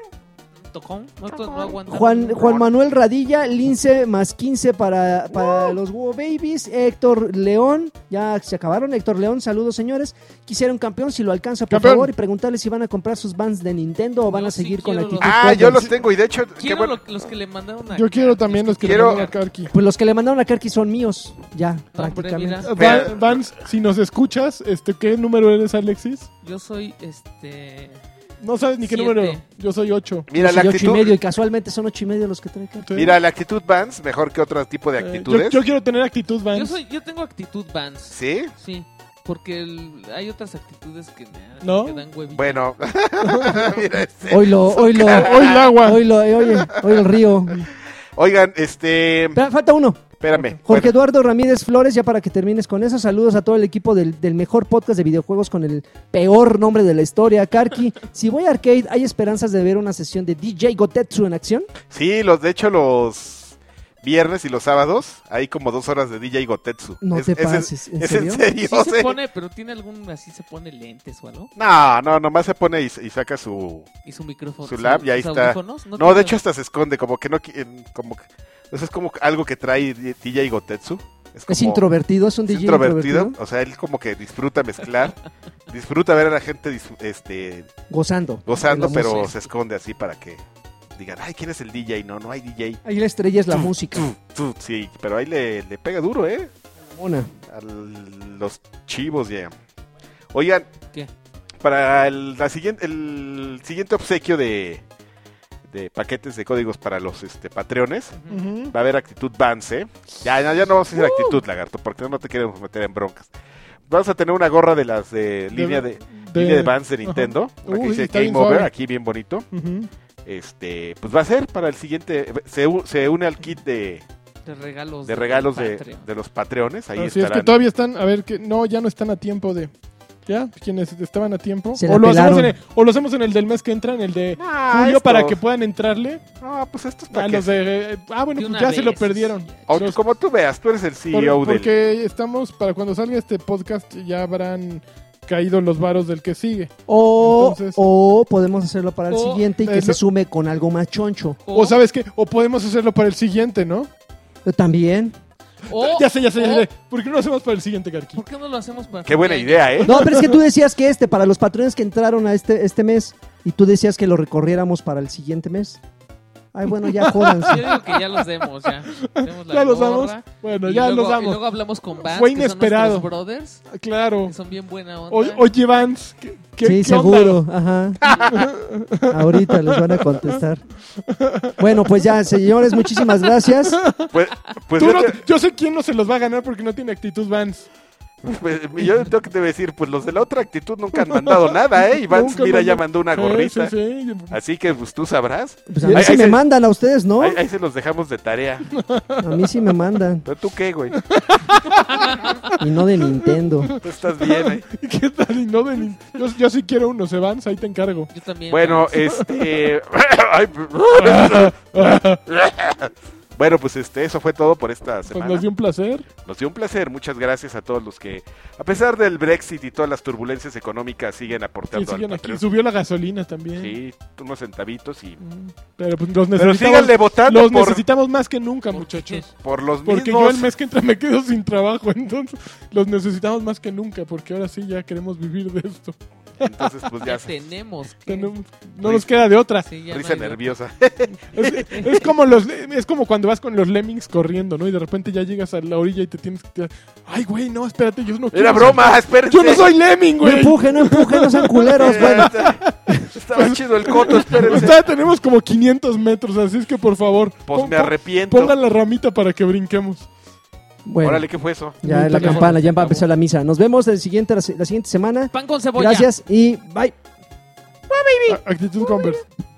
Speaker 3: Tocón. No, to- no aguantaron.
Speaker 4: Juan, Juan Manuel Radilla, lince más 15 para, para los Wow Babies. Héctor León, ya se acabaron. Héctor León, saludos señores. Quisiera un campeón, si lo alcanza, por
Speaker 2: Campeón.
Speaker 4: favor, y preguntarle si van a comprar sus bands de Nintendo o van
Speaker 3: Yo
Speaker 4: a
Speaker 3: sí
Speaker 4: seguir con la
Speaker 3: quiero
Speaker 4: actitud.
Speaker 3: los-
Speaker 1: Ah,
Speaker 4: Cowboys.
Speaker 1: yo los tengo y de hecho, qué
Speaker 3: Quiero
Speaker 1: bueno.
Speaker 3: lo- los que le mandaron a.
Speaker 2: Yo quiero también los que
Speaker 1: Quiero-
Speaker 2: le mandaron a Karki.
Speaker 4: Pues los que le mandaron a Karki son míos, ya, prácticamente.
Speaker 3: mira.
Speaker 1: Pero-
Speaker 2: Dan, Dan, si nos escuchas, este, ¿qué número eres, Alexis?
Speaker 3: Yo soy este.
Speaker 2: No sabes ni qué
Speaker 3: Siete.
Speaker 2: número. Yo soy 8.
Speaker 1: Mira, la
Speaker 4: Yo soy Pues ocho y
Speaker 1: actitud,
Speaker 4: medio y casualmente son ocho y medio los que trae carta.
Speaker 1: mira la actitud Vans, mejor que otro tipo de
Speaker 2: Eh,
Speaker 4: Eh,
Speaker 2: yo,
Speaker 1: actitudes.
Speaker 2: yo quiero tener actitud, Vans.
Speaker 3: Yo, soy, yo tengo actitud Vans.
Speaker 1: Sí,
Speaker 3: Sí. Porque el- hay otras actitudes que, nah,
Speaker 2: ¿No?
Speaker 3: que dan huevito.
Speaker 1: bueno. [LAUGHS] Mira este.
Speaker 4: Hoy lo, hoy
Speaker 1: [LAUGHS]
Speaker 4: lo,
Speaker 2: Hoy el agua.
Speaker 4: hoy lo, hoy, hoy el río.
Speaker 1: Oigan, este,
Speaker 4: Espera, falta uno.
Speaker 1: espérame.
Speaker 4: Jorge
Speaker 1: Bueno,
Speaker 4: Eduardo Ramírez Flores, ya para que termines con eso, saludos a todo el equipo del, del mejor podcast de videojuegos con el peor nombre de la
Speaker 1: [LAUGHS]
Speaker 4: historia, Karki. Si voy a arcade, ¿hay esperanzas de ver una sesión de DJ Gotetsu en acción?
Speaker 1: sí, los de hecho los viernes y los sábados hay como dos horas de DJ Gotetsu.
Speaker 4: No
Speaker 1: es,
Speaker 4: te
Speaker 1: es en-
Speaker 4: pases,
Speaker 1: es
Speaker 4: ¿en
Speaker 1: en [LAUGHS]
Speaker 4: serio?
Speaker 1: serio.
Speaker 3: Sí se
Speaker 1: sí.
Speaker 3: pone, pero tiene algún así se pone lentes o algo.
Speaker 1: No, no, nomás se pone y, y saca su.
Speaker 3: Y su micrófono.
Speaker 1: Su lab, y ahí
Speaker 3: sus
Speaker 1: está.
Speaker 3: audífonos,
Speaker 1: No,
Speaker 3: tiene-
Speaker 1: de hecho hasta se esconde, como que no. qui- en- Como que- eso es como algo que trae DJ Gotetsu. Es,
Speaker 4: Es
Speaker 1: como-
Speaker 4: introvertido, es un
Speaker 1: es
Speaker 4: DJ
Speaker 1: introvertido,
Speaker 4: introvertido.
Speaker 1: O sea, él como que disfruta mezclar, disfruta ver a la gente dis- este,
Speaker 4: Gozando.
Speaker 1: gozando,
Speaker 4: de la
Speaker 1: pero
Speaker 4: música.
Speaker 1: se esconde así para que digan, ay, ¿quién es el DJ? No, no hay DJ.
Speaker 4: Ahí la estrella
Speaker 1: [LAUGHS]
Speaker 4: es la
Speaker 1: Tú,
Speaker 4: música.
Speaker 1: tú, tú, sí, pero ahí le, le pega duro, ¿eh?
Speaker 4: Una.
Speaker 1: A los chivos, ya. Oigan,
Speaker 3: ¿Qué?
Speaker 1: para el, la siguiente, el siguiente obsequio de, de paquetes de códigos para los este, patreones,
Speaker 3: Ujú.
Speaker 2: Ujú.
Speaker 1: va a haber actitud Vance. Ya, ya, ya no vamos a hacer
Speaker 2: Uh.
Speaker 1: actitud, lagarto, porque no te queremos meter en broncas. Vamos a tener una gorra de las de línea de, línea de Vance de
Speaker 2: Ajá.
Speaker 1: Nintendo, la que
Speaker 2: Uy,
Speaker 1: dice
Speaker 2: está
Speaker 1: Game
Speaker 2: bien
Speaker 1: Over,
Speaker 2: suave.
Speaker 1: aquí bien bonito.
Speaker 2: Ujú.
Speaker 1: Este, pues va a ser para el siguiente, se, u- se une al kit de,
Speaker 3: De regalos.
Speaker 1: de regalos de,
Speaker 3: Pues Patreon.
Speaker 1: de los patreones, ahí
Speaker 2: Así es
Speaker 1: estarán.
Speaker 2: que todavía están, a ver, que no, ya no están a tiempo de... ¿Ya? Quienes estaban a tiempo.
Speaker 4: Se la
Speaker 2: O lo, hacemos en
Speaker 4: pelaron.
Speaker 2: el, o lo hacemos en el del mes que entra, en el de
Speaker 1: Ah,
Speaker 2: julio, para que
Speaker 1: estos.
Speaker 2: puedan entrarle.
Speaker 1: No, pues esto es
Speaker 2: A
Speaker 1: para que...
Speaker 2: los de, eh, ah, bueno,
Speaker 3: De
Speaker 2: pues
Speaker 3: una
Speaker 2: ya se lo
Speaker 3: vez,
Speaker 2: perdieron.
Speaker 3: sí,
Speaker 1: O-
Speaker 2: Los-
Speaker 1: como tú veas, tú eres el
Speaker 2: por-
Speaker 1: CEO del...
Speaker 2: porque estamos, para cuando salga este podcast, ya habrán caído los varos del que sigue.
Speaker 4: O,
Speaker 2: Entonces-
Speaker 4: o podemos hacerlo para el
Speaker 3: O-
Speaker 4: siguiente y que
Speaker 2: eh,
Speaker 4: se
Speaker 2: no-
Speaker 4: sume con algo más choncho.
Speaker 2: O, sabes qué, o podemos hacerlo para el siguiente, ¿no?
Speaker 4: Yo Eh, también.
Speaker 3: o-
Speaker 2: ya sé, ya sé, ya
Speaker 3: o-
Speaker 2: sé. ¿Por qué no lo hacemos para el siguiente, Karki?
Speaker 3: ¿Por qué no lo hacemos para.?
Speaker 1: Qué buena
Speaker 3: fin de
Speaker 1: idea, ¿eh?
Speaker 4: No, pero es que tú decías que este, para los patrones que entraron a este, este mes, y tú decías que lo recorriéramos para el siguiente mes. Ay, bueno, ya
Speaker 3: año?
Speaker 4: jódanse.
Speaker 3: Yo digo que ya los
Speaker 2: [LAUGHS]
Speaker 3: demos, ya. Demos la
Speaker 2: Ya los
Speaker 3: gorra,
Speaker 2: damos. Bueno,
Speaker 3: y
Speaker 2: ya
Speaker 3: luego-
Speaker 2: los
Speaker 3: Y
Speaker 2: damos.
Speaker 3: luego hablamos con Vance.
Speaker 2: Fue
Speaker 3: que son nuestros
Speaker 2: inesperado.
Speaker 3: brothers,
Speaker 2: Claro.
Speaker 3: que son bien buena onda.
Speaker 2: O- oye, Vance, ¿qué, [LAUGHS] qué-
Speaker 4: sí,
Speaker 2: qué onda?
Speaker 4: seguro. Ajá. Ahorita les van a contestar. Bueno, pues ya, señores, muchísimas gracias.
Speaker 1: Pues, pues
Speaker 2: Tú
Speaker 1: yo,
Speaker 2: no-
Speaker 1: te-
Speaker 2: yo sé quién no se los va a ganar porque no tiene actitud Vans.
Speaker 1: pues, yo tengo que te decir, pues los de la otra actitud nunca han
Speaker 2: [LAUGHS]
Speaker 1: mandado nada, ¿eh? Iván,
Speaker 2: Nunca
Speaker 1: mira, ya mandó
Speaker 2: mandó-
Speaker 1: una
Speaker 2: Sí,
Speaker 1: gorrita.
Speaker 2: sí, sí.
Speaker 1: Así que, pues tú sabrás.
Speaker 4: Pues a mí
Speaker 1: Ahí-
Speaker 4: sí
Speaker 1: ahí
Speaker 4: me
Speaker 1: se-
Speaker 4: mandan a ustedes, ¿no?
Speaker 1: Ahí, ahí se los dejamos de tarea.
Speaker 4: A mí sí me mandan.
Speaker 1: ¿Pero tú qué, güey?
Speaker 4: Y no de Nintendo.
Speaker 1: Tú estás bien, ¿eh?
Speaker 2: [LAUGHS] ¿Qué tal? Y no de ni- yo, yo sí quiero unos Vans, ahí te encargo.
Speaker 3: Yo también.
Speaker 1: Bueno,
Speaker 3: Vance.
Speaker 1: este... ay, bueno, pues este, eso fue todo por esta
Speaker 2: Pues
Speaker 1: semana.
Speaker 2: nos dio un placer.
Speaker 1: Nos dio un placer, muchas gracias a todos los que, a pesar del Brexit y todas las turbulencias económicas, siguen
Speaker 2: Sí,
Speaker 1: aportando al
Speaker 2: siguen aquí.
Speaker 1: Patreon.
Speaker 2: Subió la gasolina también.
Speaker 1: Sí, unos centavitos y...
Speaker 2: Mm, Pero pues los
Speaker 1: Pero
Speaker 2: necesitamos.
Speaker 1: síganle votando
Speaker 2: los
Speaker 1: por,
Speaker 2: necesitamos más que nunca,
Speaker 3: ¿Por
Speaker 2: muchachos.
Speaker 1: por los mismos.
Speaker 2: Porque yo el mes que entra me quedo sin trabajo, [LAUGHS] entonces los necesitamos más que nunca, porque ahora sí ya queremos vivir de esto.
Speaker 1: Entonces, pues ya
Speaker 3: Ya
Speaker 1: se
Speaker 3: tenemos que.
Speaker 2: Tenemos- no nos queda de otra.
Speaker 3: Sí, ya no
Speaker 1: risa
Speaker 3: hay de-
Speaker 1: nerviosa.
Speaker 2: Es, es como los es como cuando vas con los lemmings corriendo, ¿no? Y de repente ya llegas a la orilla y te tienes que tirar. Ay, güey, no, espérate, yo no quiero
Speaker 1: Era
Speaker 2: ser-
Speaker 1: broma, espérense.
Speaker 2: Yo no soy lemming,
Speaker 4: No
Speaker 2: güey.
Speaker 4: empujen, no empujen, no
Speaker 1: [LAUGHS]
Speaker 4: sean culeros. Bueno,
Speaker 1: Estaba chido el coto, espérense.
Speaker 2: Está- tenemos como 500 metros, así es que por favor,
Speaker 1: Pues
Speaker 2: pon-
Speaker 1: me
Speaker 2: pon-
Speaker 1: arrepiento.
Speaker 2: pongan la ramita para que brinquemos.
Speaker 4: bueno.
Speaker 1: Órale, ¿qué fue eso?
Speaker 4: Ya es la
Speaker 2: Teléfono.
Speaker 4: campana, ya va a empezar la misa. Nos vemos el siguiente, la siguiente semana.
Speaker 3: Pan con cebolla.
Speaker 4: Gracias y bye.
Speaker 2: A- Actitud Converse.